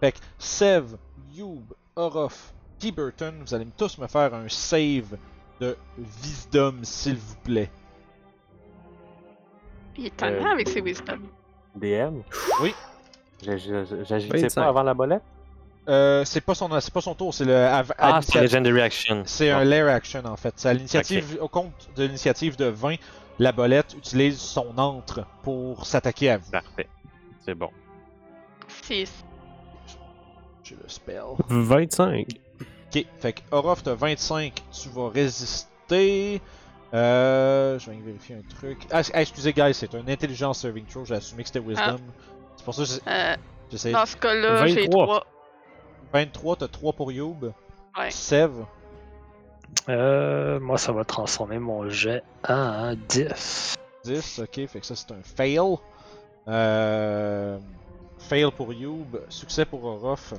[SPEAKER 1] Fait que Sev, Youb, Orof, Tiburton, vous allez tous me faire un save de Wisdom, s'il vous plaît.
[SPEAKER 2] Il est tannant
[SPEAKER 4] Euh,
[SPEAKER 2] avec ses wisdom.
[SPEAKER 4] DM
[SPEAKER 1] Oui.
[SPEAKER 4] J'agitais
[SPEAKER 5] 25.
[SPEAKER 4] pas avant la bolette
[SPEAKER 1] Euh, c'est pas son, c'est pas son tour, c'est le. av-
[SPEAKER 4] Ah,
[SPEAKER 1] à
[SPEAKER 4] c'est
[SPEAKER 1] l'initiative-
[SPEAKER 4] Legendary Action.
[SPEAKER 1] c'est un lair action en fait. C'est à l'initiative, au compte de l'initiative de 20, la bolette utilise son antre pour s'attaquer à vous.
[SPEAKER 4] Parfait. C'est bon.
[SPEAKER 2] C'est
[SPEAKER 1] J'ai le spell.
[SPEAKER 5] 25.
[SPEAKER 1] Ok, fait que Orof, t'as 25, tu vas résister. Euh, je vais vérifier un truc. Ah, c- ah, excusez, guys, c'est un intelligence serving throw, j'ai assumé que c'était wisdom. C'est pour ça que j'ai-
[SPEAKER 2] Euh,
[SPEAKER 1] j'essayais.
[SPEAKER 2] dans ce cas-là, j'ai
[SPEAKER 5] 23.
[SPEAKER 2] 3.
[SPEAKER 1] 23, t'as 3 pour Youb.
[SPEAKER 2] Ouais.
[SPEAKER 1] Sev,
[SPEAKER 3] Euh, moi, ça va transformer mon jet en 10.
[SPEAKER 1] 10, ok, fait que ça c'est un fail. Euh, fail pour Youb, succès pour Orof.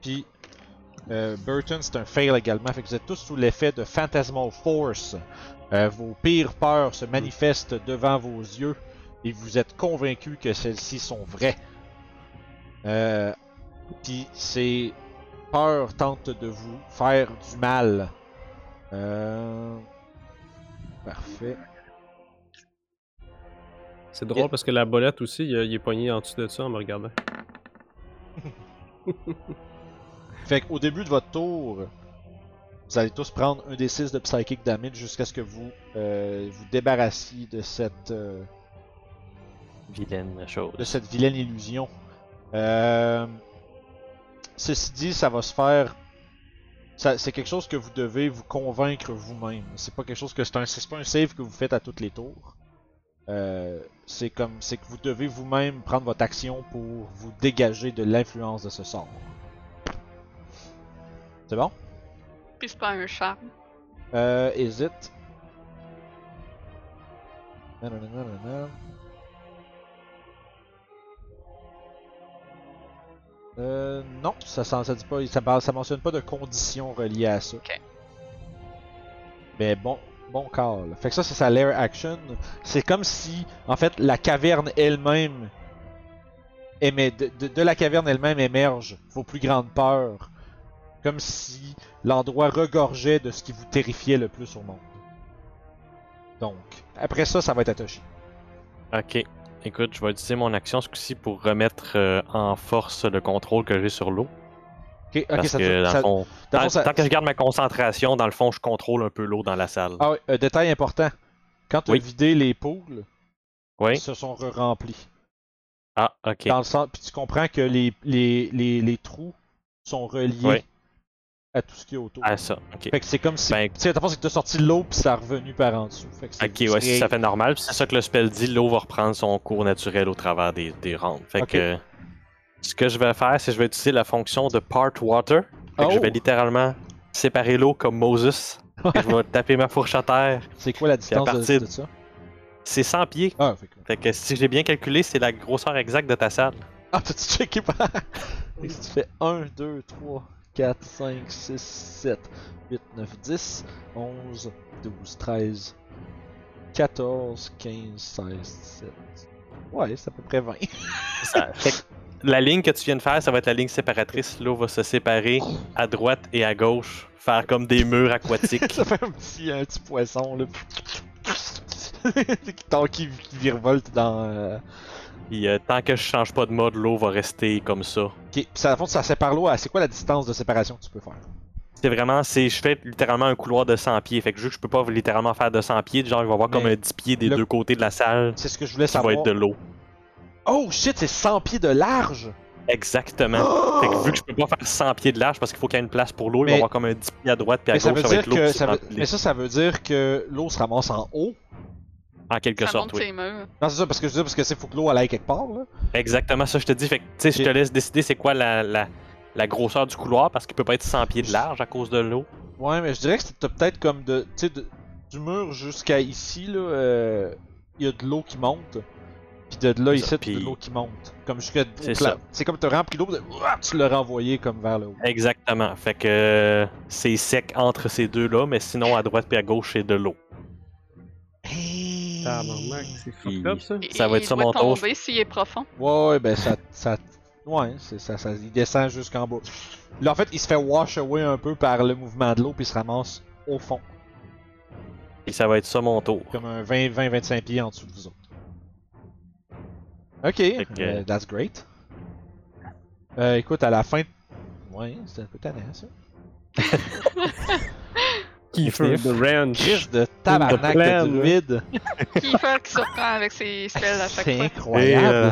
[SPEAKER 1] Puis euh, Burton c'est un fail également, fait que vous êtes tous sous l'effet de Phantasmal Force. Euh, vos pires peurs se manifestent devant vos yeux et vous êtes convaincus que celles-ci sont vraies. Euh, puis ces peurs tentent de vous faire du mal. Euh, Parfait.
[SPEAKER 5] C'est drôle parce que la bolette aussi, il, il est poigné en dessous de ça en me regardant.
[SPEAKER 1] Fait qu'au début de votre tour, vous allez tous prendre un des 6 de Psychic Damage jusqu'à ce que vous euh, vous débarrassiez de cette, euh,
[SPEAKER 4] Vilaine
[SPEAKER 1] de
[SPEAKER 4] chose.
[SPEAKER 1] cette vilaine illusion. Euh, ceci dit, ça va se faire ça- c'est quelque chose que vous devez vous convaincre vous-même. C'est pas quelque chose que c'est un, c'est pas un save que vous faites à tous les tours. Euh, c'est comme, c'est que vous devez vous-même prendre votre action pour vous dégager de l'influence de ce sort. C'est bon?
[SPEAKER 2] Puis c'est pas un charme.
[SPEAKER 1] Euh, hésite. Nanananana. Euh, non, ça, s'en- ça, dit pas, ça, par- ça mentionne pas de conditions reliées à ça.
[SPEAKER 2] Ok.
[SPEAKER 1] Mais bon, bon call. Fait que ça, c'est sa lair action. C'est comme si, en fait, la caverne elle-même, émet- de, de- de la caverne elle-même émerge vos plus grandes peurs. Comme si, l'endroit regorgeait de ce qui vous terrifiait le plus au monde. Donc, après ça, ça va être Atoshi.
[SPEAKER 4] Ok. Écoute, je vais utiliser mon action ce coup-ci pour remettre euh, en force le contrôle que j'ai sur l'eau.
[SPEAKER 1] Ok, ok,
[SPEAKER 4] parce
[SPEAKER 1] ça,
[SPEAKER 4] que, dans
[SPEAKER 1] ça-
[SPEAKER 4] le
[SPEAKER 1] dans
[SPEAKER 4] fond,
[SPEAKER 1] le
[SPEAKER 4] tant,
[SPEAKER 1] fond, ça-
[SPEAKER 4] tant que je garde ma concentration, dans le fond, je contrôle un peu l'eau dans la salle.
[SPEAKER 1] Ah oui, euh, détail important. Quand tu as
[SPEAKER 4] Oui.
[SPEAKER 1] vidé les poules,
[SPEAKER 4] oui?
[SPEAKER 1] elles se sont re-remplies.
[SPEAKER 4] Ah, ok.
[SPEAKER 1] Dans le sens, puis tu comprends que les, les, les, les trous sont reliés
[SPEAKER 4] Oui.
[SPEAKER 1] à tout ce qui est autour.
[SPEAKER 4] Ah, ça. Ok.
[SPEAKER 1] Fait que c'est comme si.
[SPEAKER 4] Ben-
[SPEAKER 1] Tu sais, dans le fond, c'est que t'as sorti l'eau puis ça a revenu par en dessous. Fait que c'est-
[SPEAKER 4] Ok, ouais,
[SPEAKER 1] c'est-
[SPEAKER 4] si ça fait normal. puis C'est ça que le spell dit, l'eau va reprendre son cours naturel au travers des, des rondes. Fait
[SPEAKER 1] Ok.
[SPEAKER 4] que ce que je vais faire, c'est que je vais utiliser la fonction de part water. Fait que je
[SPEAKER 1] Oh!
[SPEAKER 4] vais littéralement séparer l'eau comme Moses. et je vais taper ma fourche à terre.
[SPEAKER 1] C'est quoi la distance de-
[SPEAKER 4] partir
[SPEAKER 1] de, ça
[SPEAKER 4] C'est 100 pieds.
[SPEAKER 1] Ah, fait que.
[SPEAKER 4] Fait que si j'ai bien calculé, c'est la grosseur exacte de ta salle.
[SPEAKER 1] Ah, t'as-tu checké pas Fait que si tu fais 1, 2, 3, 4, 5, 6, 7, 8, 9, 10, 11, 12, 13, 14, 15, 16, 17. Ouais, c'est à peu près 20.
[SPEAKER 4] Ça- fait que la ligne que tu viens de faire, ça va être la ligne séparatrice. L'eau va se séparer à droite et à gauche, faire comme des murs aquatiques.
[SPEAKER 1] ça fait un petit, un petit poisson, là. qui, tombe- qui, qui virevolte dans. euh,
[SPEAKER 4] Puis euh, tant que je change pas de mode, l'eau va rester comme ça.
[SPEAKER 1] Ok, Puis ça, à fond, ça sépare l'eau. à- C'est quoi la distance de séparation que tu peux faire
[SPEAKER 4] C'est vraiment, c'est, je fais littéralement un couloir de 100 pieds. Fait que vu que je peux pas littéralement faire de 100 pieds, genre il va y avoir comme
[SPEAKER 1] Mais
[SPEAKER 4] un 10 pieds des
[SPEAKER 1] le-
[SPEAKER 4] deux côtés de la salle
[SPEAKER 1] C'est ce que je voulais
[SPEAKER 4] qui va
[SPEAKER 1] savoir.
[SPEAKER 4] être de l'eau.
[SPEAKER 1] Oh shit, c'est 100 pieds de large Oh!
[SPEAKER 4] Exactement. Hein? Fait que vu que je peux pas faire 100 pieds de large parce qu'il faut qu'il y ait une place pour l'eau, il va
[SPEAKER 1] Mais-
[SPEAKER 4] y avoir comme un 10 pieds à droite puis à
[SPEAKER 1] Mais ça
[SPEAKER 4] gauche,
[SPEAKER 1] veut
[SPEAKER 4] ça
[SPEAKER 1] dire
[SPEAKER 4] va être l'eau.
[SPEAKER 1] que.
[SPEAKER 4] qui
[SPEAKER 1] ça veut-
[SPEAKER 4] s'en-
[SPEAKER 1] Mais ça, ça veut dire que l'eau se ramasse en haut.
[SPEAKER 4] En quelque
[SPEAKER 2] ça
[SPEAKER 4] sorte,
[SPEAKER 2] monte
[SPEAKER 4] oui.
[SPEAKER 2] ses murs.
[SPEAKER 1] Non, c'est ça, parce que je dis, parce que c'est faut que l'eau elle aille quelque part, là.
[SPEAKER 4] Exactement ça, je te dis. Fait que, tu sais, je te laisse décider c'est quoi la, la, la grosseur du couloir parce qu'il peut pas être 100 pieds de large à cause de l'eau.
[SPEAKER 1] Ouais, mais je dirais que c'est t'as peut-être comme de. Tu sais, de- du mur jusqu'à ici, là, euh, il y a de l'eau qui monte. Puis de, de là,
[SPEAKER 4] C'est
[SPEAKER 1] ici,
[SPEAKER 4] ça,
[SPEAKER 1] t'as de
[SPEAKER 4] puis-
[SPEAKER 1] l'eau qui monte. Comme jusqu'à.
[SPEAKER 4] C'est
[SPEAKER 1] au
[SPEAKER 4] ça.
[SPEAKER 1] cla- C'est comme t'as rempli l'eau, de- ouah, tu l'as renvoyé comme vers le haut.
[SPEAKER 4] Exactement. Fait que euh, c'est sec entre ces deux-là, mais sinon à droite puis à gauche, c'est de l'eau.
[SPEAKER 5] Tabarnak, c'est fucked up ça.
[SPEAKER 2] Et
[SPEAKER 4] Ça va être
[SPEAKER 2] il
[SPEAKER 4] ça,
[SPEAKER 2] doit
[SPEAKER 4] mon tour.
[SPEAKER 2] tomber s'il est profond.
[SPEAKER 1] Ouais, ouais, ben ça. ça... Ouais, c'est ça, ça, il descend jusqu'en bas. Là, en fait, il se fait wash away un peu par le mouvement de l'eau, puis il se ramasse au fond,
[SPEAKER 4] Et ça va être ça mon tour.
[SPEAKER 1] comme un 20-25 pieds en dessous de vous autres. Ok,
[SPEAKER 4] que-
[SPEAKER 1] euh, that's great. Euh, écoute, à la fin. Ouais, c'est un peu tannant ça.
[SPEAKER 5] Kiefer
[SPEAKER 4] Sniff.
[SPEAKER 5] the Ranch.
[SPEAKER 1] Crise de tabarnak de
[SPEAKER 5] plan,
[SPEAKER 1] druide.
[SPEAKER 2] Qui fait qui surprend avec ses spells à chaque
[SPEAKER 1] C'est
[SPEAKER 2] fois.
[SPEAKER 1] incroyable.
[SPEAKER 4] euh,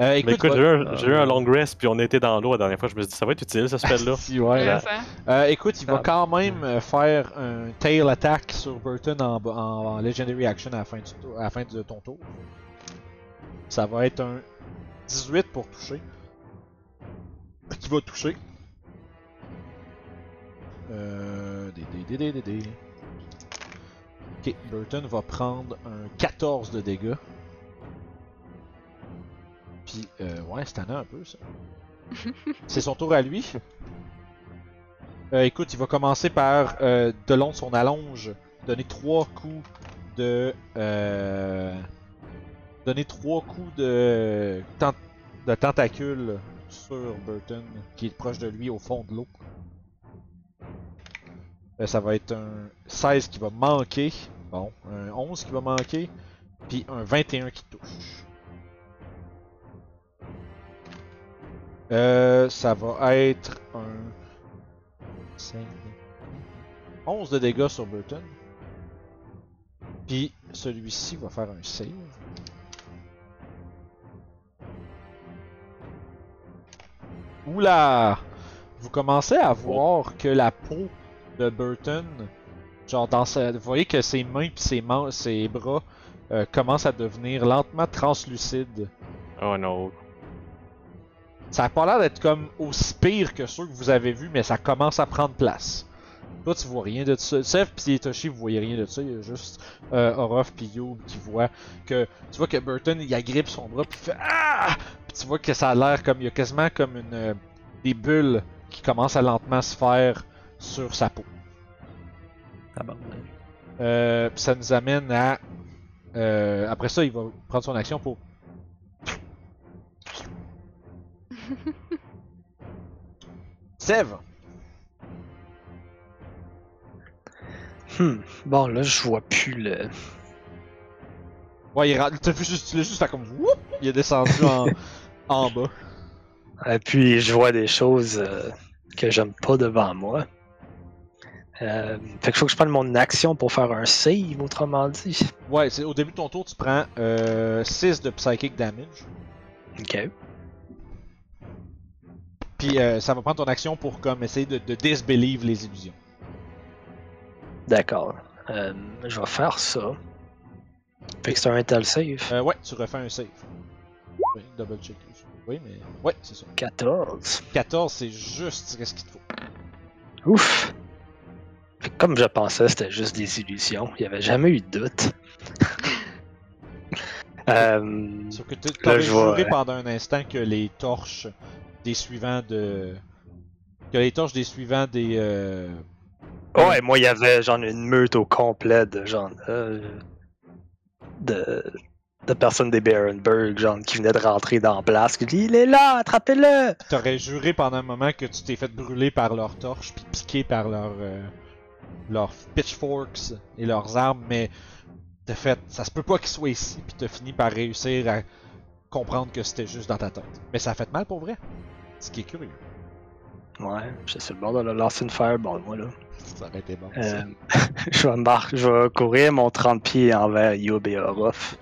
[SPEAKER 1] Euh,
[SPEAKER 4] Mais écoute, Ah. j'ai eu,
[SPEAKER 1] va-
[SPEAKER 4] un- j'ai eu un long rest puis on était dans l'eau la dernière fois. Je me suis dit, ça va être utile ce spell-là.
[SPEAKER 1] Si, ouais.
[SPEAKER 2] Ouais, ça.
[SPEAKER 1] Euh, écoute, il va quand même euh, faire un tail attack sur Burton en, en- en Legendary Action à la, fin du tour- à la fin de ton tour. Ça va être un 18 pour toucher. Qui va toucher. Euh, des, des, des, des, des, des. Ok, Burton va prendre un 14 de dégâts. Puis, euh, ouais, c'est tannant un peu ça. C'est son tour à lui. Euh, écoute, il va commencer par, euh, de long de son allonge, donner trois coups de. euh, donner trois coups de, tent- de tentacule sur Burton, qui est proche de lui au fond de l'eau. Euh, ça va être un 16 qui va manquer. Bon, un 11 qui va manquer. Puis un 21 qui touche. Euh, ça va être un 5, 11 de dégâts sur Burton. Puis celui-ci va faire un save. Oula! vous commencez à voir que la peau de Burton, genre dans sa, vous voyez que ses mains puis ses, man- ses bras euh, commencent à devenir lentement translucides.
[SPEAKER 4] Oh non.
[SPEAKER 1] Ça a pas l'air d'être comme aussi pire que ceux que vous avez vus, mais ça commence à prendre place. Toi, tu vois rien de ça. Seth pis Itoshi, vous voyez rien de ça. Il y a juste euh, Orof pis Youb qui voient que. Tu vois que Burton, il agrippe son bras pis il fait Ah! Pis tu vois que ça a l'air comme. Il y a quasiment comme une. euh, des bulles qui commencent à lentement se faire sur sa peau.
[SPEAKER 3] Tabarnak.
[SPEAKER 1] Euh, pis ça nous amène à. euh, après ça, il va prendre son action pour. Sève!
[SPEAKER 3] Hmm. Bon, là, je vois plus le.
[SPEAKER 1] Ouais, il rentre. T'as vu juste, tu l'as juste fait comme whoop, il est descendu en, en bas.
[SPEAKER 3] Et puis, je vois des choses euh, que j'aime pas devant moi. Euh, fait que faut que je prenne mon action pour faire un save, autrement dit.
[SPEAKER 1] Ouais, c'est au début de ton tour, tu prends 6 de psychic damage.
[SPEAKER 3] Ok.
[SPEAKER 1] Puis euh, ça va prendre ton action pour comme essayer de, de disbelieve les illusions.
[SPEAKER 3] D'accord. Euh, je vais faire ça. Fait que c'est un intel save.
[SPEAKER 1] Euh, ouais, tu refais un save. Oui, double check. Oui, mais. Ouais, c'est ça.
[SPEAKER 3] 14.
[SPEAKER 1] 14, c'est juste qu'est-ce qu'il te faut.
[SPEAKER 3] Ouf! Fait que comme je pensais, c'était juste des illusions. Il n'y avait jamais eu de doute. Euh,
[SPEAKER 1] Sauf que tu t'avais
[SPEAKER 3] je vois,
[SPEAKER 1] juré
[SPEAKER 3] ouais.
[SPEAKER 1] pendant un instant que les torches des suivants de. Que les torches des suivants des. euh,
[SPEAKER 3] Ouais, moi, il y avait genre une meute au complet de genre. euh, de, de personnes des Barenberg, genre, qui venaient de rentrer dans la place. Qui dit Il est là, attrapez-le
[SPEAKER 1] T'aurais juré pendant un moment que tu t'es fait brûler par leurs torches puis piqué par leurs euh, leurs pitchforks et leurs armes, mais t'as fait ça se peut pas qu'ils soient ici puis t'as fini par réussir à comprendre que c'était juste dans ta tête. Mais ça a fait mal pour vrai. Ce qui est curieux.
[SPEAKER 3] Ouais, je suis le bord de le lancer une fireball, moi, là.
[SPEAKER 1] Ça aurait été bon. ça.
[SPEAKER 3] Euh, je, vais mar- je vais courir mon 30 pieds envers Yob et Orof.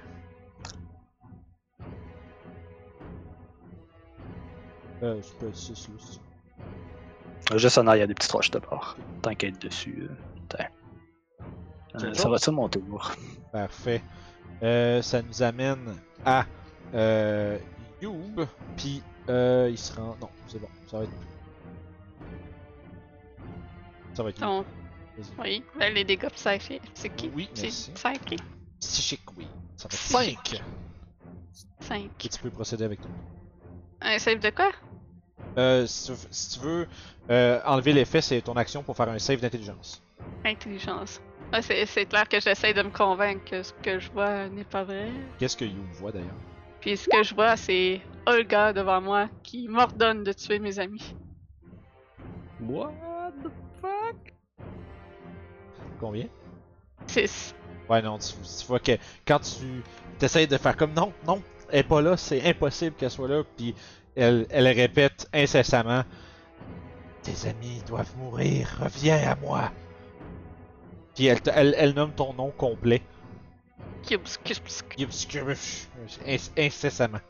[SPEAKER 1] Euh, je peux c'est- c'est- c'est-
[SPEAKER 3] Juste en arrière des petites roches de bord. T'inquiète dessus. euh, putain.
[SPEAKER 1] C'est
[SPEAKER 3] Euh,
[SPEAKER 1] bon.
[SPEAKER 3] ça va ça mon tour.
[SPEAKER 1] Parfait. Euh, ça nous amène à euh, Youb, puis euh, il se rend. Non, c'est bon, ça va être. Ça va être. Youb,
[SPEAKER 2] Donc,
[SPEAKER 1] vas-y.
[SPEAKER 2] oui, ben, les dégâts psychiques. C'est qui
[SPEAKER 1] Oui,
[SPEAKER 2] C'est
[SPEAKER 1] merci.
[SPEAKER 2] psychique
[SPEAKER 1] Psychique, oui. Ça fait
[SPEAKER 2] Psychique.
[SPEAKER 1] 5 que
[SPEAKER 2] 5.
[SPEAKER 1] tu peux procéder avec toi.
[SPEAKER 2] Un save de quoi
[SPEAKER 1] Euh, si, tu, si tu veux euh, enlever l'effet, c'est ton action pour faire un save d'intelligence.
[SPEAKER 2] Intelligence. Ah, c'est c'est clair que j'essaie de me convaincre que ce que je vois n'est pas vrai.
[SPEAKER 1] Qu'est-ce que Youb voit d'ailleurs
[SPEAKER 2] Puis ce que je vois, c'est Olga devant moi qui m'ordonne de tuer mes amis.
[SPEAKER 5] What the fuck?
[SPEAKER 1] Combien
[SPEAKER 2] 6.
[SPEAKER 1] Ouais, non, tu, tu vois que quand tu t'essayes de faire comme non, non, elle est pas là, c'est impossible qu'elle soit là, puis elle, elle répète incessamment Tes amis doivent mourir, reviens à moi. Puis elle, te- elle, elle nomme ton nom complet, Yubskuruf, inc- incessamment.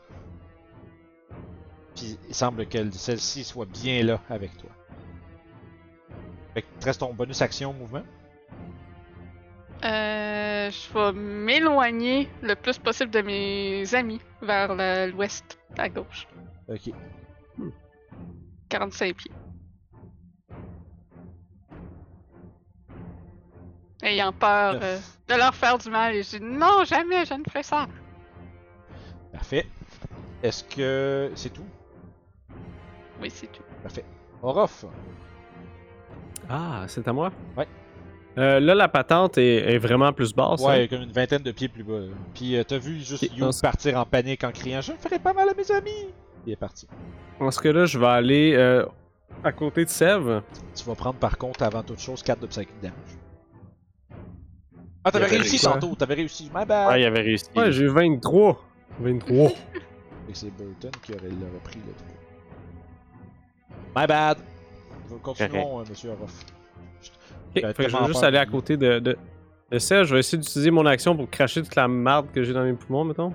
[SPEAKER 1] Puis il semble que celle-ci soit bien là avec toi. Fait que te reste ton bonus action mouvement.
[SPEAKER 2] Euh, je vais m'éloigner le plus possible de mes amis vers le- l'ouest, à gauche.
[SPEAKER 1] Ok.
[SPEAKER 2] 45 pieds. Ayant peur euh, de leur faire du mal, et je dis non, jamais, je ne ferai ça.
[SPEAKER 1] Parfait. Est-ce que c'est tout?
[SPEAKER 2] Oui, c'est tout.
[SPEAKER 1] Orof,
[SPEAKER 5] Ah, c'est à moi?
[SPEAKER 1] Ouais.
[SPEAKER 5] Euh, là, la patente est, est vraiment plus basse.
[SPEAKER 1] ouais,
[SPEAKER 5] hein.
[SPEAKER 1] comme une vingtaine de pieds plus bas. là. Puis euh, t'as vu juste
[SPEAKER 5] Ok,
[SPEAKER 1] You
[SPEAKER 5] on s-
[SPEAKER 1] partir en panique en criant Je ferai pas mal à mes amis Il est parti.
[SPEAKER 5] Parce que là, je vais aller euh, à côté de Sève.
[SPEAKER 1] Tu vas prendre par contre avant toute chose 4 de psychic damage. Ah, t'avais
[SPEAKER 3] Il avait
[SPEAKER 1] réussi
[SPEAKER 5] réussi.
[SPEAKER 1] tantôt, t'avais réussi. My bad
[SPEAKER 4] Ouais, il avait réussi.
[SPEAKER 5] Ouais, j'ai 23. 23.
[SPEAKER 1] Et c'est Burton qui aurait le repris le trou. My bad Continuons, euh, monsieur Orof.
[SPEAKER 5] Ok,
[SPEAKER 1] T'as
[SPEAKER 5] fait que je
[SPEAKER 1] tellement
[SPEAKER 5] vais juste
[SPEAKER 1] peur.
[SPEAKER 5] aller à côté de, de, de Sève. Je vais essayer d'utiliser mon action pour cracher toute la marde que j'ai dans mes poumons, mettons.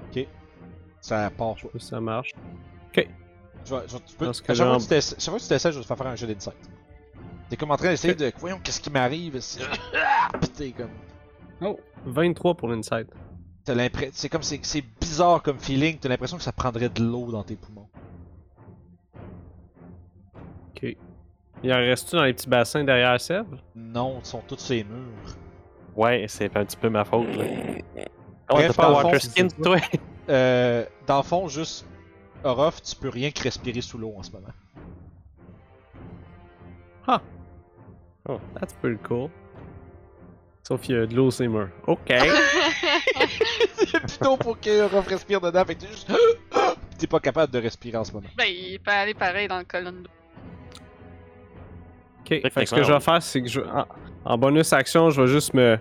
[SPEAKER 1] Ça part
[SPEAKER 5] Je sais pas si ça marche. Ok.
[SPEAKER 1] Je vais- je vais- tu peux-
[SPEAKER 5] Parce que
[SPEAKER 1] à chaque,
[SPEAKER 5] là,
[SPEAKER 1] fois que tu t'essa- chaque fois que tu t'essaies, je vais te faire faire un jeu d'insight. T'es comme en train d'essayer de. Voyons, qu'est-ce qui m'arrive ici? Pis t'es comme.
[SPEAKER 5] Oh, 23 pour l'inside.
[SPEAKER 1] T'as l'impression. C'est comme. C'est c'est bizarre comme feeling. T'as l'impression que ça prendrait de l'eau dans tes poumons.
[SPEAKER 5] Ok. Il en reste-tu dans les petits bassins derrière Seb?
[SPEAKER 1] Non, ils sont tous ces murs.
[SPEAKER 4] Ouais, c'est un petit peu ma faute. Là. Ah
[SPEAKER 1] Bref,
[SPEAKER 4] ouais, t'as pas
[SPEAKER 1] dans le fond,
[SPEAKER 4] water skin,
[SPEAKER 5] c'est ça.
[SPEAKER 4] toi?
[SPEAKER 1] Euh, dans le fond, juste. Orof, tu peux rien que respirer sous l'eau en ce moment.
[SPEAKER 5] Oh, that's pretty cool. Sauf qu'il y a de l'eau, c'est murs. Ok.
[SPEAKER 1] C'est plutôt pour que Orof respire dedans, fait que t'es juste. t'es pas capable de respirer en ce moment.
[SPEAKER 2] Ben, il peut aller pareil dans le colonne.
[SPEAKER 5] Ok, fait que ce que
[SPEAKER 4] Techniquement,
[SPEAKER 5] je vais
[SPEAKER 4] oui.
[SPEAKER 5] faire, c'est que je. En, en bonus action, je vais juste me.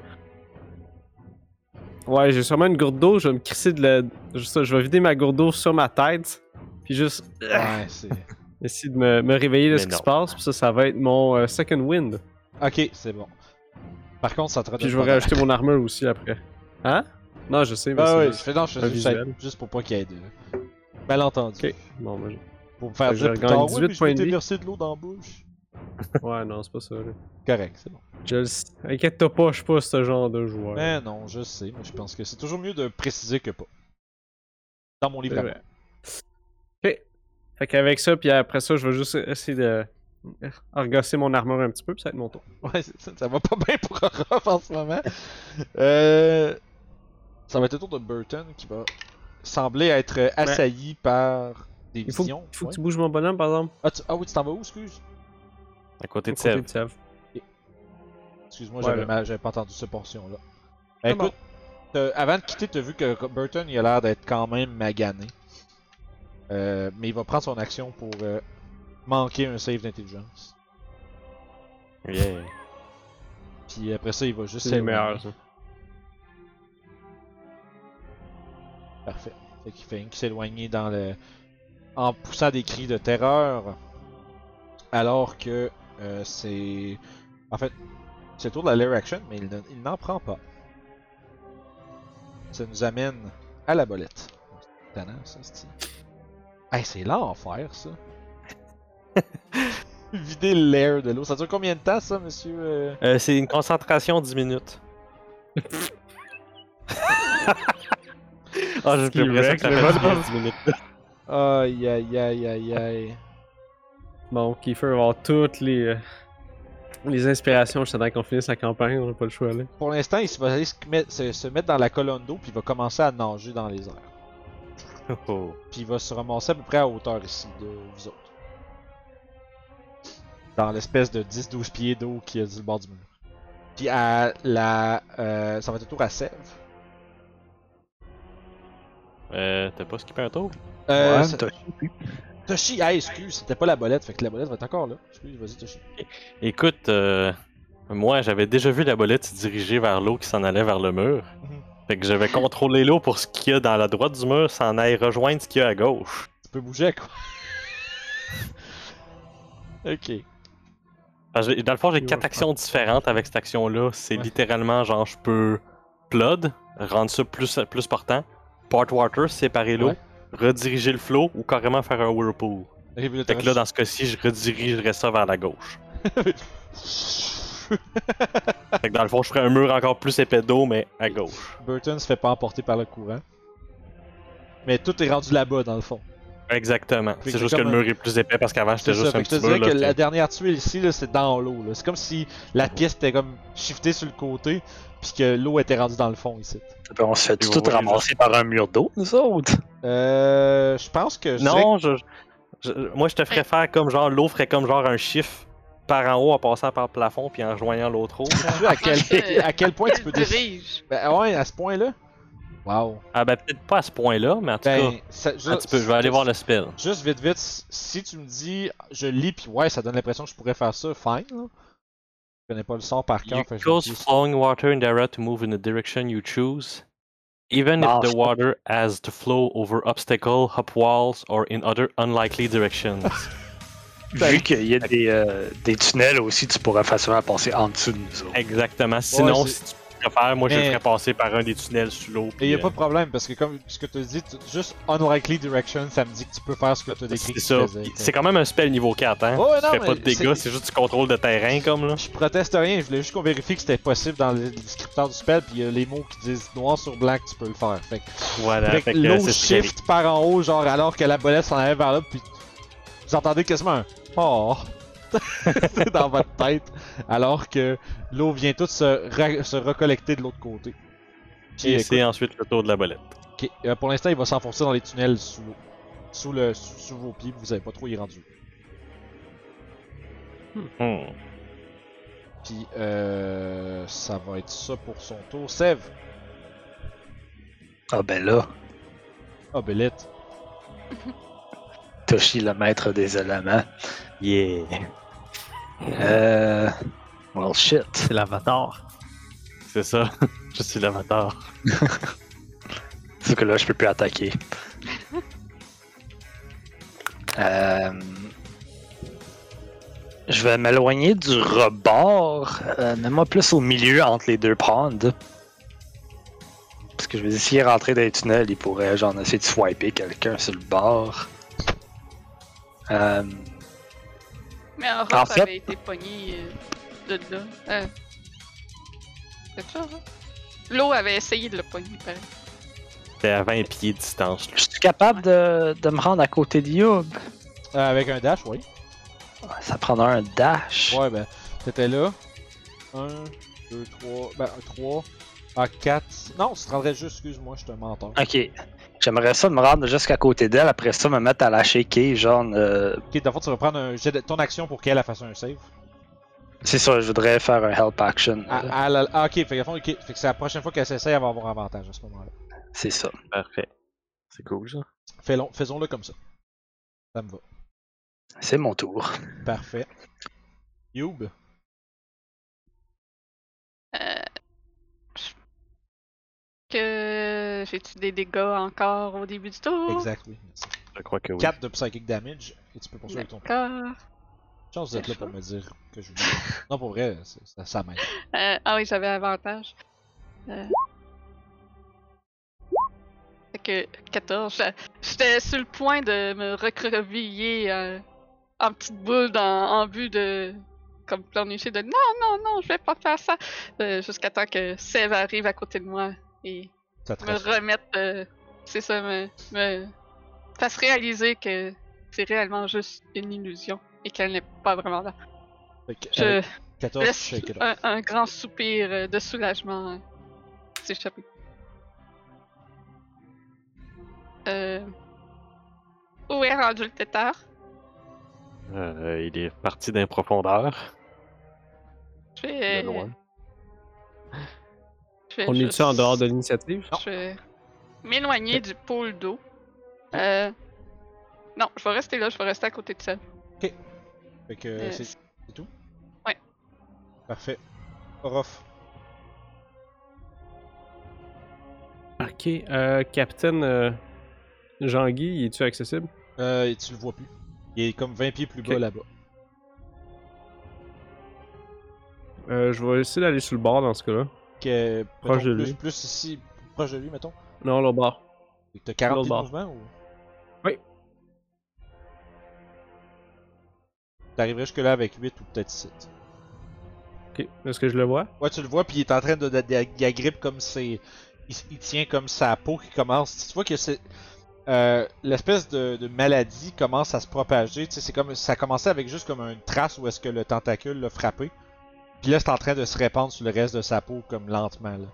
[SPEAKER 5] Ouais, j'ai sûrement une gourde d'eau, je vais me crisser de la. Juste ça, je vais vider ma gourde d'eau sur ma tête, puis juste
[SPEAKER 1] Ouais, c'est.
[SPEAKER 5] essayer de me, me réveiller de
[SPEAKER 4] Mais
[SPEAKER 5] ce qui
[SPEAKER 4] non.
[SPEAKER 5] se passe, puis ça, ça va être mon euh, second wind.
[SPEAKER 1] Ok, c'est bon. Par contre, ça te
[SPEAKER 5] Puis
[SPEAKER 1] redonne
[SPEAKER 5] je vais
[SPEAKER 1] pas
[SPEAKER 5] rajouter mon armure aussi après. Hein? Non, je sais, mais
[SPEAKER 1] Ah
[SPEAKER 5] c'est.
[SPEAKER 1] ouais, je fais, non, je fais
[SPEAKER 5] un
[SPEAKER 1] juste, ça-
[SPEAKER 5] visuel.
[SPEAKER 1] juste pour pas qu'il y ait de. Malentendu.
[SPEAKER 5] Ok. Bon, moi, j'ai-
[SPEAKER 1] Pour me faire
[SPEAKER 5] Fait que
[SPEAKER 1] dire
[SPEAKER 5] je
[SPEAKER 1] plus
[SPEAKER 5] regagne
[SPEAKER 1] tard, ouais,
[SPEAKER 5] 18
[SPEAKER 1] mais je
[SPEAKER 5] points
[SPEAKER 1] vais
[SPEAKER 5] de
[SPEAKER 1] te
[SPEAKER 5] vie.
[SPEAKER 1] verser de l'eau dans la bouche.
[SPEAKER 5] Ouais, non, c'est pas ça, là.
[SPEAKER 1] Correct, c'est bon.
[SPEAKER 5] Je le sais. Inquiète-toi pas, je suis pas ce genre de joueur.
[SPEAKER 1] Mais Ben non, je sais, mais je pense que c'est toujours mieux de préciser que pas. Dans mon livre.
[SPEAKER 5] C'est
[SPEAKER 1] à moi.
[SPEAKER 5] vrai. Ok. Fait qu'avec ça, puis après ça, je vais juste essayer de argosser mon armure un petit peu, puis ça va être mon tour.
[SPEAKER 1] Ouais, c'est ça, ça va pas bien pour Orof en ce moment. Euh, Ça va être le tour de Burton qui va sembler être assailli par des
[SPEAKER 5] Il faut,
[SPEAKER 1] visions.
[SPEAKER 5] faut
[SPEAKER 1] ouais.
[SPEAKER 5] que tu bouges mon bonhomme, par exemple.
[SPEAKER 1] ah, tu- ah oui, tu t'en vas où, excuse
[SPEAKER 4] À côté
[SPEAKER 5] Au
[SPEAKER 4] de
[SPEAKER 5] côté
[SPEAKER 4] Seb.
[SPEAKER 5] de Sèvres.
[SPEAKER 1] Excuse-moi,
[SPEAKER 5] Ouais,
[SPEAKER 1] j'avais
[SPEAKER 5] là.
[SPEAKER 1] mal- j'avais pas entendu cette portion-là. Ben,
[SPEAKER 5] C'est bon.
[SPEAKER 1] écoute, t'as- avant de quitter, t'as vu que Burton, il a l'air d'être quand même magané. Euh, mais il va prendre son action pour euh, manquer un save d'intelligence.
[SPEAKER 4] Yeah.
[SPEAKER 1] Puis après ça, il va juste
[SPEAKER 5] C'est le
[SPEAKER 1] s'éloigner.
[SPEAKER 5] meilleur, ça.
[SPEAKER 1] Parfait. Fait qu'il fait une qui s'éloigner dans le. en poussant des cris de terreur. Alors que euh, c'est. En fait, c'est le tour de la lair action, mais il ne- il n'en prend pas. Ça nous amène à la bolette. C'est tannant, ça, c'est. Hey, c'est l'enfer, ça! Vider le l'air de l'eau. Ça dure combien de temps, ça, monsieur? euh?
[SPEAKER 4] Euh, c'est une concentration 10 minutes. Ah, je
[SPEAKER 5] Ski
[SPEAKER 4] peux presque que
[SPEAKER 5] wreck,
[SPEAKER 4] ça
[SPEAKER 5] le
[SPEAKER 4] fasse bien
[SPEAKER 5] bonhomme.
[SPEAKER 4] 10 minutes.
[SPEAKER 1] Aïe, aïe, aïe, aïe, aïe.
[SPEAKER 5] Bon, Kiefer va avoir toutes les, euh, les inspirations juste avant qu'on finisse la campagne, on n'a pas le choix, là.
[SPEAKER 1] Pour l'instant, il se- va aller se mettre, se- se mettre dans la colonne d'eau, puis il va commencer à nager dans les airs.
[SPEAKER 4] Oh.
[SPEAKER 1] Puis il va se ramasser à peu près à hauteur ici de vous autres. Dans l'espèce de 10-12 pieds d'eau qui est du bord du mur. Puis à la. euh, ça va être au tour à Sèvres.
[SPEAKER 4] Euh, t'as pas skippé un tour?
[SPEAKER 1] Euh,
[SPEAKER 3] Ouais,
[SPEAKER 1] c'est-
[SPEAKER 3] t'as-
[SPEAKER 1] Toshi, ah, excuse, c'était pas la bolette, fait que la bolette va être encore là. Excuse, vas-y, Toshi.
[SPEAKER 4] Écoute, euh, moi j'avais déjà vu la bolette se diriger vers l'eau qui s'en allait vers le mur.
[SPEAKER 1] Mhm.
[SPEAKER 4] Fait que j'avais contrôlé l'eau pour ce qu'il y a dans la droite du mur s'en aille rejoindre ce qu'il y a à gauche.
[SPEAKER 1] Tu peux bouger, quoi. ok.
[SPEAKER 4] Parce que j'ai- dans le fond, j'ai
[SPEAKER 5] Ouais,
[SPEAKER 4] quatre
[SPEAKER 5] je
[SPEAKER 4] actions différentes avec cette action-là. C'est
[SPEAKER 1] Ouais.
[SPEAKER 4] littéralement genre je peux plod, rendre ça plus, plus portant, part water, séparer l'eau,
[SPEAKER 1] Ouais.
[SPEAKER 4] rediriger le flot ou carrément faire un whirlpool.
[SPEAKER 1] J'ai vu le
[SPEAKER 4] Fait que là, dans ce cas-ci, je redirigerais ça vers la gauche. Fait que dans le fond, je ferais un mur encore plus épais d'eau, mais à gauche.
[SPEAKER 1] Burton se fait pas emporter par le courant. Mais tout est rendu là-bas, dans le fond.
[SPEAKER 4] Exactement.
[SPEAKER 1] Fait que
[SPEAKER 4] C'est
[SPEAKER 1] c'est
[SPEAKER 4] juste que le
[SPEAKER 1] comme
[SPEAKER 4] mur est plus épais parce qu'avant,
[SPEAKER 1] C'est
[SPEAKER 4] j'étais
[SPEAKER 1] ça,
[SPEAKER 4] Ah, juste un
[SPEAKER 1] fait que je
[SPEAKER 4] petit
[SPEAKER 1] te dirais
[SPEAKER 4] mur. là,
[SPEAKER 1] que
[SPEAKER 4] t'sais.
[SPEAKER 1] la dernière tuile ici, là, c'est dans l'eau. là. C'est comme si la
[SPEAKER 4] Mhm.
[SPEAKER 1] pièce était comme shiftée sur le côté, puis que l'eau était rendue dans le fond ici.
[SPEAKER 3] On se fait
[SPEAKER 4] Et
[SPEAKER 3] tout, tout
[SPEAKER 4] vous voyez,
[SPEAKER 3] ramasser par un mur d'eau, nous autres.
[SPEAKER 1] Euh, je pense que je dirais
[SPEAKER 4] Non, je, je- moi je te ferais faire comme genre l'eau ferait comme genre un chiffre par en haut en passant par le plafond puis en rejoignant l'autre eau.
[SPEAKER 1] que- à quel, à quel point tu peux
[SPEAKER 2] Ah, euh, Il se
[SPEAKER 1] décider.
[SPEAKER 2] dirige.
[SPEAKER 1] Ben, ouais, à ce point-là. Wow.
[SPEAKER 4] ah ben peut-être pas à ce point-là, mais en tout
[SPEAKER 1] Ben,
[SPEAKER 4] cas,
[SPEAKER 1] ça- je,
[SPEAKER 4] un petit peu, je vais aller voir le spell.
[SPEAKER 1] Juste vite, vite, si tu me dis, je lis, puis ouais, ça donne l'impression que je pourrais faire ça, fine. là. Je connais pas le sort par cœur.
[SPEAKER 4] You
[SPEAKER 1] fait que je
[SPEAKER 4] cause
[SPEAKER 1] me dis-
[SPEAKER 4] flowing water in the area to move in the direction you choose. Even
[SPEAKER 3] Ah,
[SPEAKER 4] if the
[SPEAKER 3] je-
[SPEAKER 4] water has to flow over obstacles, up walls, or in other unlikely directions.
[SPEAKER 1] Ben-
[SPEAKER 3] Vu qu'il y a des, euh, des tunnels aussi, tu pourrais facilement passer en dessous de nous autres.
[SPEAKER 4] Exactement. Sinon,
[SPEAKER 1] c'est-
[SPEAKER 4] si tu le faire, moi je
[SPEAKER 1] Mais-
[SPEAKER 4] le ferais passer par un des tunnels sous l'eau.
[SPEAKER 1] Et
[SPEAKER 4] puis,
[SPEAKER 1] y a
[SPEAKER 4] euh,
[SPEAKER 1] pas de problème parce que comme ce que tu dis, tu- juste unlikely direction, ça me dit que tu peux faire ce que tu as décrit.
[SPEAKER 4] C'est
[SPEAKER 1] que tu
[SPEAKER 4] ça.
[SPEAKER 1] faisais,
[SPEAKER 4] C'est quand même un spell niveau 4, hein.
[SPEAKER 1] Ouais, ouais,
[SPEAKER 4] tu
[SPEAKER 1] non,
[SPEAKER 4] fais
[SPEAKER 1] mais
[SPEAKER 4] pas de dégâts,
[SPEAKER 1] c'est-
[SPEAKER 4] c'est juste du contrôle de terrain comme là.
[SPEAKER 1] Je proteste rien, je voulais juste qu'on vérifie que c'était possible dans le descripteur du spell, puis il y a les mots qui disent noir sur blanc que tu peux le faire. Fait que,
[SPEAKER 4] Voilà,
[SPEAKER 1] fait que
[SPEAKER 4] fait que
[SPEAKER 1] l'eau
[SPEAKER 4] c'est ce qu'il y avait.
[SPEAKER 1] shift par en haut, genre alors que la bolette s'en allait vers là, puis vous entendez quasiment un Oh C'est dans votre tête, alors que l'eau vient toute se, ra- se recollecter de l'autre côté. Puis,
[SPEAKER 4] Et
[SPEAKER 1] écoute,
[SPEAKER 4] c'est ensuite le tour de la bolette.
[SPEAKER 1] ok, euh, pour l'instant, il va s'enfoncer dans les tunnels sous l'eau. Sous, le, sous, sous vos pieds, vous savez pas trop y rendu.
[SPEAKER 4] Hmm.
[SPEAKER 1] Puis euh, ça va être ça pour son tour. Sève,
[SPEAKER 3] Ah ben là,
[SPEAKER 1] ah belette.
[SPEAKER 3] Toshi le maître des éléments.
[SPEAKER 4] Yeah.
[SPEAKER 3] Euh. Well shit.
[SPEAKER 6] C'est l'avatar.
[SPEAKER 4] C'est ça. je suis l'avatar.
[SPEAKER 3] Sauf que là, je peux plus attaquer. Euh, Je vais m'éloigner du rebord, euh, mais moi plus au milieu entre les deux ponds. Parce que je vais essayer de rentrer dans les tunnels, il pourrait genre essayer de swiper quelqu'un sur le bord. Euh,
[SPEAKER 2] Mais en
[SPEAKER 3] En
[SPEAKER 2] fait,
[SPEAKER 3] fait-
[SPEAKER 2] avait été pogné euh, de là. Euh, C'est ça, hein? L'eau avait essayé de le pogner, pareil.
[SPEAKER 4] T'es à 20 pieds de distance. là.
[SPEAKER 3] je suis capable de, de me rendre à côté de Youb.
[SPEAKER 1] Euh, avec un dash, oui.
[SPEAKER 3] Ça prendra un dash.
[SPEAKER 1] Ouais, ben, t'étais là. 1, 2, 3, ben 3, ah 4. Non, tu te rendrais juste, excuse-moi, je te menteur.
[SPEAKER 3] Ok. J'aimerais ça me rendre jusqu'à côté d'elle, après ça me mettre à la shaker, genre euh,
[SPEAKER 1] Ok, d'abord, tu vas prendre un jet de- ton action pour qu'elle elle fasse un save.
[SPEAKER 3] C'est ça, je voudrais faire un help action.
[SPEAKER 1] Ah,
[SPEAKER 3] là.
[SPEAKER 1] ah, là, ah, ok, fait, que, ok, fait que c'est la prochaine fois qu'elle s'essaye, elle va avoir avantage à ce moment-là.
[SPEAKER 3] C'est ça.
[SPEAKER 4] Parfait. C'est cool ça.
[SPEAKER 1] Fais long- Faisons-le comme ça. Ça me va.
[SPEAKER 3] C'est mon tour.
[SPEAKER 1] Parfait. Youb,
[SPEAKER 2] Euh, je- Que j'ai-tu des dégâts encore au début du tour?
[SPEAKER 1] exact, oui. Merci.
[SPEAKER 4] Je crois que oui.
[SPEAKER 1] 4 de psychic damage, et tu peux poursuivre avec ton plan.
[SPEAKER 2] D'accord.
[SPEAKER 1] Chance d'être là pour me dire que je vous dis. Non, pour vrai, c'est- ça, ça m'aide.
[SPEAKER 2] Euh, ah oui, j'avais avantage. Euh. Fait que 14. j'a- J'étais sur le point de me recreviller euh, en petite boule dans- en but de. Comme pleurnicher de non, non, non, je vais pas faire ça. Euh, Jusqu'à temps que Sève arrive à côté de moi et
[SPEAKER 1] Ça te
[SPEAKER 2] me
[SPEAKER 1] reste-
[SPEAKER 2] remettre. euh, c'est ça, me, me fasse réaliser que c'est réellement juste une illusion et qu'elle n'est pas vraiment là.
[SPEAKER 1] Fait que,
[SPEAKER 2] Je.
[SPEAKER 1] euh, 14,
[SPEAKER 2] Laisse
[SPEAKER 1] shake it off.
[SPEAKER 2] un, un grand soupir euh, de soulagement euh, s'échapper. Euh... Où est rendu le tétard?
[SPEAKER 4] Euh, il est parti d'un profondeur.
[SPEAKER 2] Je vais...
[SPEAKER 4] De loin.
[SPEAKER 2] je vais
[SPEAKER 5] On est
[SPEAKER 2] juste-
[SPEAKER 5] tu en dehors de l'initiative?
[SPEAKER 2] Je vais m'éloigner du pôle d'eau. Euh... Non, je vais rester là, je vais rester à côté de ça.
[SPEAKER 1] Fait que
[SPEAKER 2] Euh,
[SPEAKER 1] c'est c'est tout?
[SPEAKER 2] Ouais.
[SPEAKER 1] Parfait. Orof.
[SPEAKER 5] Ok, euh, Captain euh, Jean-Guy, es-tu accessible?
[SPEAKER 1] Euh, et tu le vois plus. Il est comme 20 pieds plus bas
[SPEAKER 5] Ok.
[SPEAKER 1] là-bas.
[SPEAKER 5] Euh, je vais essayer d'aller sur le bord dans ce cas-là.
[SPEAKER 1] Que, euh,
[SPEAKER 5] Proche
[SPEAKER 1] mettons,
[SPEAKER 5] de
[SPEAKER 1] plus,
[SPEAKER 5] lui.
[SPEAKER 1] Plus ici, proche de lui, mettons.
[SPEAKER 5] Non, le bord.
[SPEAKER 1] Fait que T'as 40
[SPEAKER 5] L'autre
[SPEAKER 1] pieds de
[SPEAKER 5] bord.
[SPEAKER 1] mouvement ou?
[SPEAKER 5] Oui.
[SPEAKER 1] T'arriverais jusque-là avec 8 ou peut-être 7.
[SPEAKER 5] Ok, est-ce que je le vois?
[SPEAKER 1] Ouais, tu le vois, puis il est en train de. de- de- il agrippe comme c'est. Il, il tient comme sa peau qui commence. Tu vois que c'est. euh, L'espèce de, de maladie commence à se propager. Tu sais, c'est comme. Ça commençait avec juste comme une trace où est-ce que le tentacule l'a frappé. Puis là, c'est en train de se répandre sur le reste de sa peau, comme lentement, là.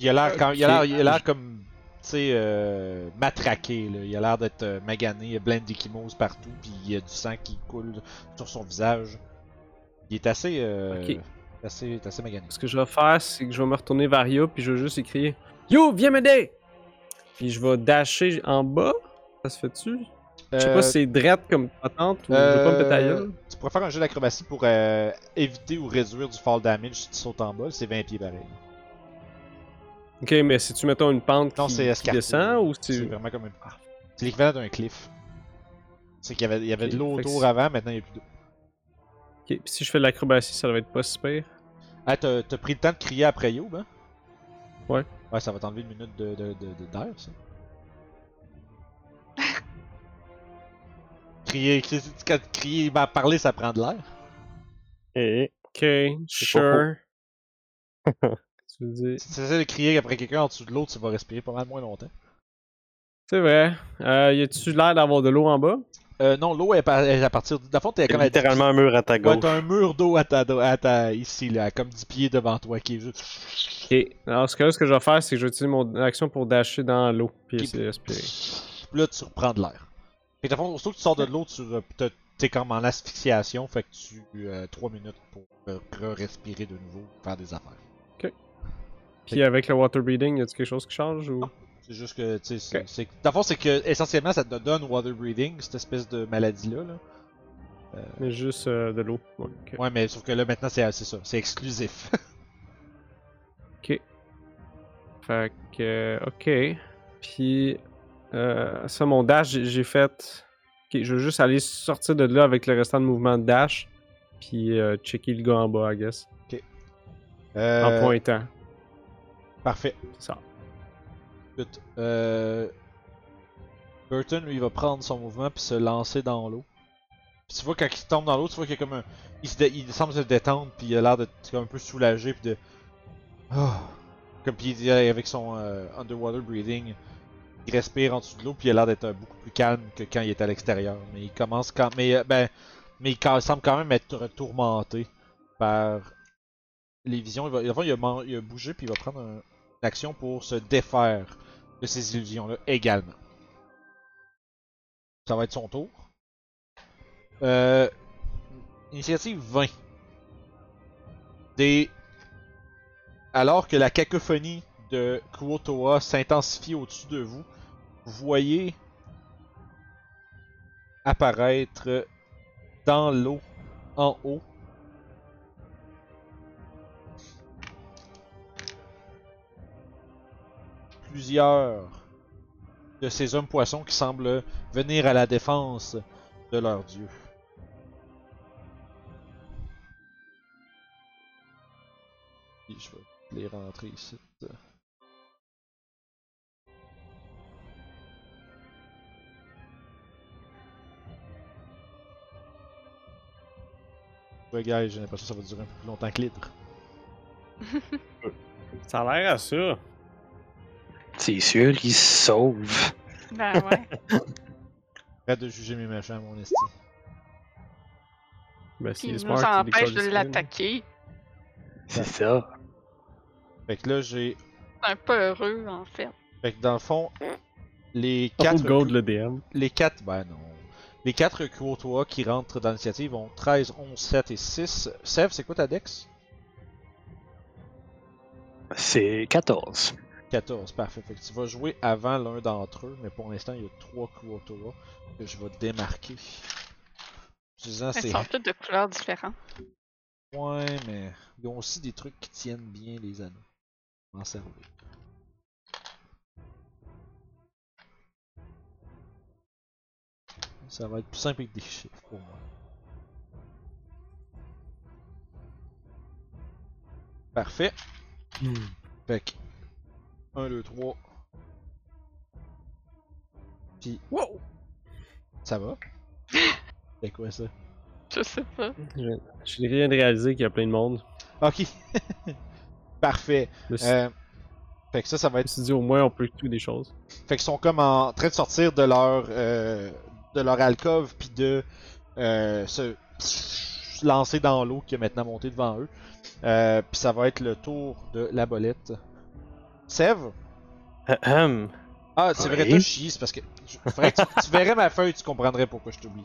[SPEAKER 1] Il a l'air quand- il a l'air- il a l'air comme. Tu sais, euh, matraqué, là. Il a l'air d'être euh, magané, il y a plein d'échymoses partout, puis il y a du sang qui coule sur son visage. Il est assez. Euh,
[SPEAKER 5] Ok.
[SPEAKER 1] assez, assez magané.
[SPEAKER 5] Ce que je vais faire, c'est que je vais me retourner vers Yo, puis je vais juste écrire Yo, viens m'aider! Puis je vais dasher en bas. Ça se fait-tu? Je sais pas
[SPEAKER 1] Euh,
[SPEAKER 5] si c'est drette comme patente ou je vais pas me péter la gueule.
[SPEAKER 1] Tu pourrais faire un jeu d'acrobatie pour euh, éviter ou réduire du fall damage si tu sautes en bas, c'est 20 pieds pareil.
[SPEAKER 5] Ok, mais si tu mettons une pente
[SPEAKER 1] Non,
[SPEAKER 5] qui,
[SPEAKER 1] c'est
[SPEAKER 5] qui
[SPEAKER 1] escarpé.
[SPEAKER 5] descend ou
[SPEAKER 1] C'est
[SPEAKER 5] c'est.
[SPEAKER 1] vraiment comme une. C'est l'équivalent d'un cliff. C'est qu'il y avait, il y avait
[SPEAKER 5] Ok,
[SPEAKER 1] de l'eau
[SPEAKER 5] fait que
[SPEAKER 1] autour
[SPEAKER 5] c'est-
[SPEAKER 1] avant, maintenant il n'y a plus d'eau.
[SPEAKER 5] puis si je fais de l'acrobatie, ça va être pas si pire.
[SPEAKER 1] Ah, t'as t'as pris le temps de crier après Youb, hein?
[SPEAKER 5] Ouais.
[SPEAKER 1] Ouais, ça va t'enlever une minute de, de, de- de- d'air, ça. crier, crier, quand crier, bah, parler, ça prend de l'air.
[SPEAKER 4] Et
[SPEAKER 5] Ok, sure. tu le dis.
[SPEAKER 1] Si tu essaies de crier après quelqu'un en dessous de l'autre, tu vas respirer pas mal moins longtemps.
[SPEAKER 5] C'est vrai. Euh, y a-tu l'air d'avoir de l'eau en bas?
[SPEAKER 1] Euh, non, l'eau est, par- est à partir. du- Dans le fond, t'es comme à dix-
[SPEAKER 4] littéralement un mur à ta
[SPEAKER 1] Ouais,
[SPEAKER 4] gauche.
[SPEAKER 1] t'as un mur d'eau à ta, à ta. ici, là, comme 10 pieds devant toi qui est juste.
[SPEAKER 5] Ok. Alors, ce que là, ce que je vais faire, c'est que je vais utiliser mon action pour dasher dans l'eau, puis
[SPEAKER 1] Ok.
[SPEAKER 5] essayer de respirer.
[SPEAKER 1] Puis Là, tu reprends de l'air. Et fond, aussitôt que tu sors de l'eau, tu re- t'as- t'es comme en asphyxiation, fait que tu. 3 minutes pour euh, re-respirer de nouveau, faire des affaires.
[SPEAKER 5] Puis avec le water breathing, y a-tu quelque chose qui change ou?
[SPEAKER 1] C'est juste que, tu sais, c'est-
[SPEAKER 5] Ok.
[SPEAKER 1] c'est. Dans le fond, c'est que, essentiellement, ça te donne water breathing, cette espèce de maladie-là. Là.
[SPEAKER 5] Mais juste euh, de l'eau. Ouais, ok.
[SPEAKER 1] Ouais, mais sauf que là, maintenant, c'est c'est ça. C'est exclusif.
[SPEAKER 5] Fait que, euh, ok. Puis, euh, ça, mon dash, j'ai- j'ai fait. Ok, je veux juste aller sortir de là avec le restant de mouvement de dash. Puis, euh, checker le gars en bas, I guess. En
[SPEAKER 1] Euh,
[SPEAKER 5] pointant.
[SPEAKER 1] Parfait.
[SPEAKER 5] C'est ça.
[SPEAKER 1] Écoute, euh, Burton, lui, va prendre son mouvement puis se lancer dans l'eau. Puis tu vois, quand il tombe dans l'eau, tu vois qu'il y a comme un. Il, se dé- il semble se détendre, puis il a l'air de comme un peu soulagé, puis de. Ah. Comme puis il dit euh, avec son euh, underwater breathing, il respire en dessous de l'eau, puis il a l'air d'être euh, beaucoup plus calme que quand il était à l'extérieur. Mais il commence quand. Mais, euh, ben, mais il ca- semble quand même être tourmenté par les visions. Il va, avant, il a, man- il a bougé, puis il va prendre un- une action pour se défaire de ces illusions-là également. Ça va être son tour. Euh, initiative 20. Des... Alors que la cacophonie de Kuotoa s'intensifie au-dessus de vous, vous voyez apparaître dans l'eau, en haut, plusieurs de ces hommes poissons qui semblent venir à la défense de leur dieu. Et je vais les rentrer ici. Ouais, guys, j'ai l'impression que ça va durer un peu plus longtemps que l'hydre.
[SPEAKER 5] Ça a l'air à ça.
[SPEAKER 3] C'est sûr qu'il se sauve.
[SPEAKER 2] Ben ouais.
[SPEAKER 1] Arrête de juger mes machins, mon esti.
[SPEAKER 5] Ben,
[SPEAKER 2] Qui
[SPEAKER 5] s'il est
[SPEAKER 2] nous
[SPEAKER 5] smart, il
[SPEAKER 2] empêche
[SPEAKER 5] décolle
[SPEAKER 2] de
[SPEAKER 5] ici,
[SPEAKER 2] l'attaquer.
[SPEAKER 3] C'est ça.
[SPEAKER 1] Fait que là, j'ai
[SPEAKER 2] C'est un peu heureux, en fait.
[SPEAKER 1] Fait que dans le fond, les
[SPEAKER 5] là.
[SPEAKER 1] quatre,
[SPEAKER 5] Oh, gold le DM.
[SPEAKER 1] les quatre, ben non. Les quatre Kuotoa qui rentrent dans l'initiative ont 13, 11, 7 et 6. Sev, c'est quoi ta dex?
[SPEAKER 3] C'est 14.
[SPEAKER 1] 14, parfait. Fait que tu vas jouer avant l'un d'entre eux, mais pour l'instant, il y a trois Kuotoa que je vais démarquer. Utilisant
[SPEAKER 2] Ils
[SPEAKER 1] ces
[SPEAKER 2] sont tous de couleurs différentes.
[SPEAKER 1] points, mais ils ont aussi des trucs qui tiennent bien les anneaux. M'en servir. Ça va être plus simple avec des chiffres pour moi. Parfait. Fait que 1, 2, 3. Puis. Wow! Ça va? C'est quoi ça?
[SPEAKER 2] Je sais pas.
[SPEAKER 5] Je viens de réaliser qu'il y a plein de monde.
[SPEAKER 1] Ok. Parfait.
[SPEAKER 5] Je me suis-
[SPEAKER 1] Euh, fait que ça, ça va
[SPEAKER 5] je me
[SPEAKER 1] être.
[SPEAKER 5] suis dit, au moins, on peut tout des choses.
[SPEAKER 1] Fait qu'ils sont comme en train de sortir de leur euh, de leur alcôve puis de euh, se se lancer dans l'eau qui est maintenant montée devant eux. Euh, puis ça va être le tour de la bolette. Sève.
[SPEAKER 4] Ahem.
[SPEAKER 1] Ah, c'est vrai,
[SPEAKER 3] Oui.
[SPEAKER 1] t'as chié, c'est parce que. je- faudrait que tu, tu verrais ma feuille, tu comprendrais pourquoi je t'oublie.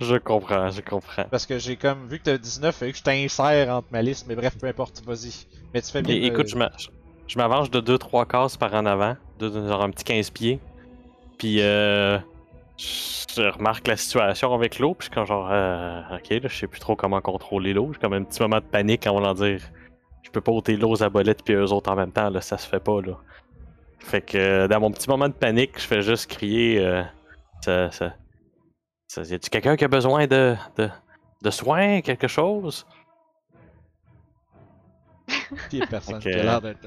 [SPEAKER 4] Je comprends, je comprends.
[SPEAKER 1] Parce que j'ai comme. Vu que t'as 19, et que je t'insère entre ma liste, mais bref, peu importe, vas-y. Mais tu fais bien. euh,
[SPEAKER 4] Et
[SPEAKER 1] de-
[SPEAKER 4] écoute, je m'a- je m'avance de 2-3 cases par en avant, de, de- genre un petit 15 pieds. Puis euh, je remarque la situation avec l'eau, puis quand genre, euh, ok, là, je sais plus trop comment contrôler l'eau. J'ai comme un petit moment de panique avant d'en dire, je peux pas ôter l'eau aux abolettes puis eux autres en même temps, là, ça se fait pas, là. Fait que euh, dans mon petit moment de panique, je fais juste crier, euh, ça, ça, ça- y a-tu quelqu'un qui a besoin de, de, de soins, quelque chose?
[SPEAKER 1] Puis il y a personne
[SPEAKER 4] Ok.
[SPEAKER 1] qui a l'air d'être.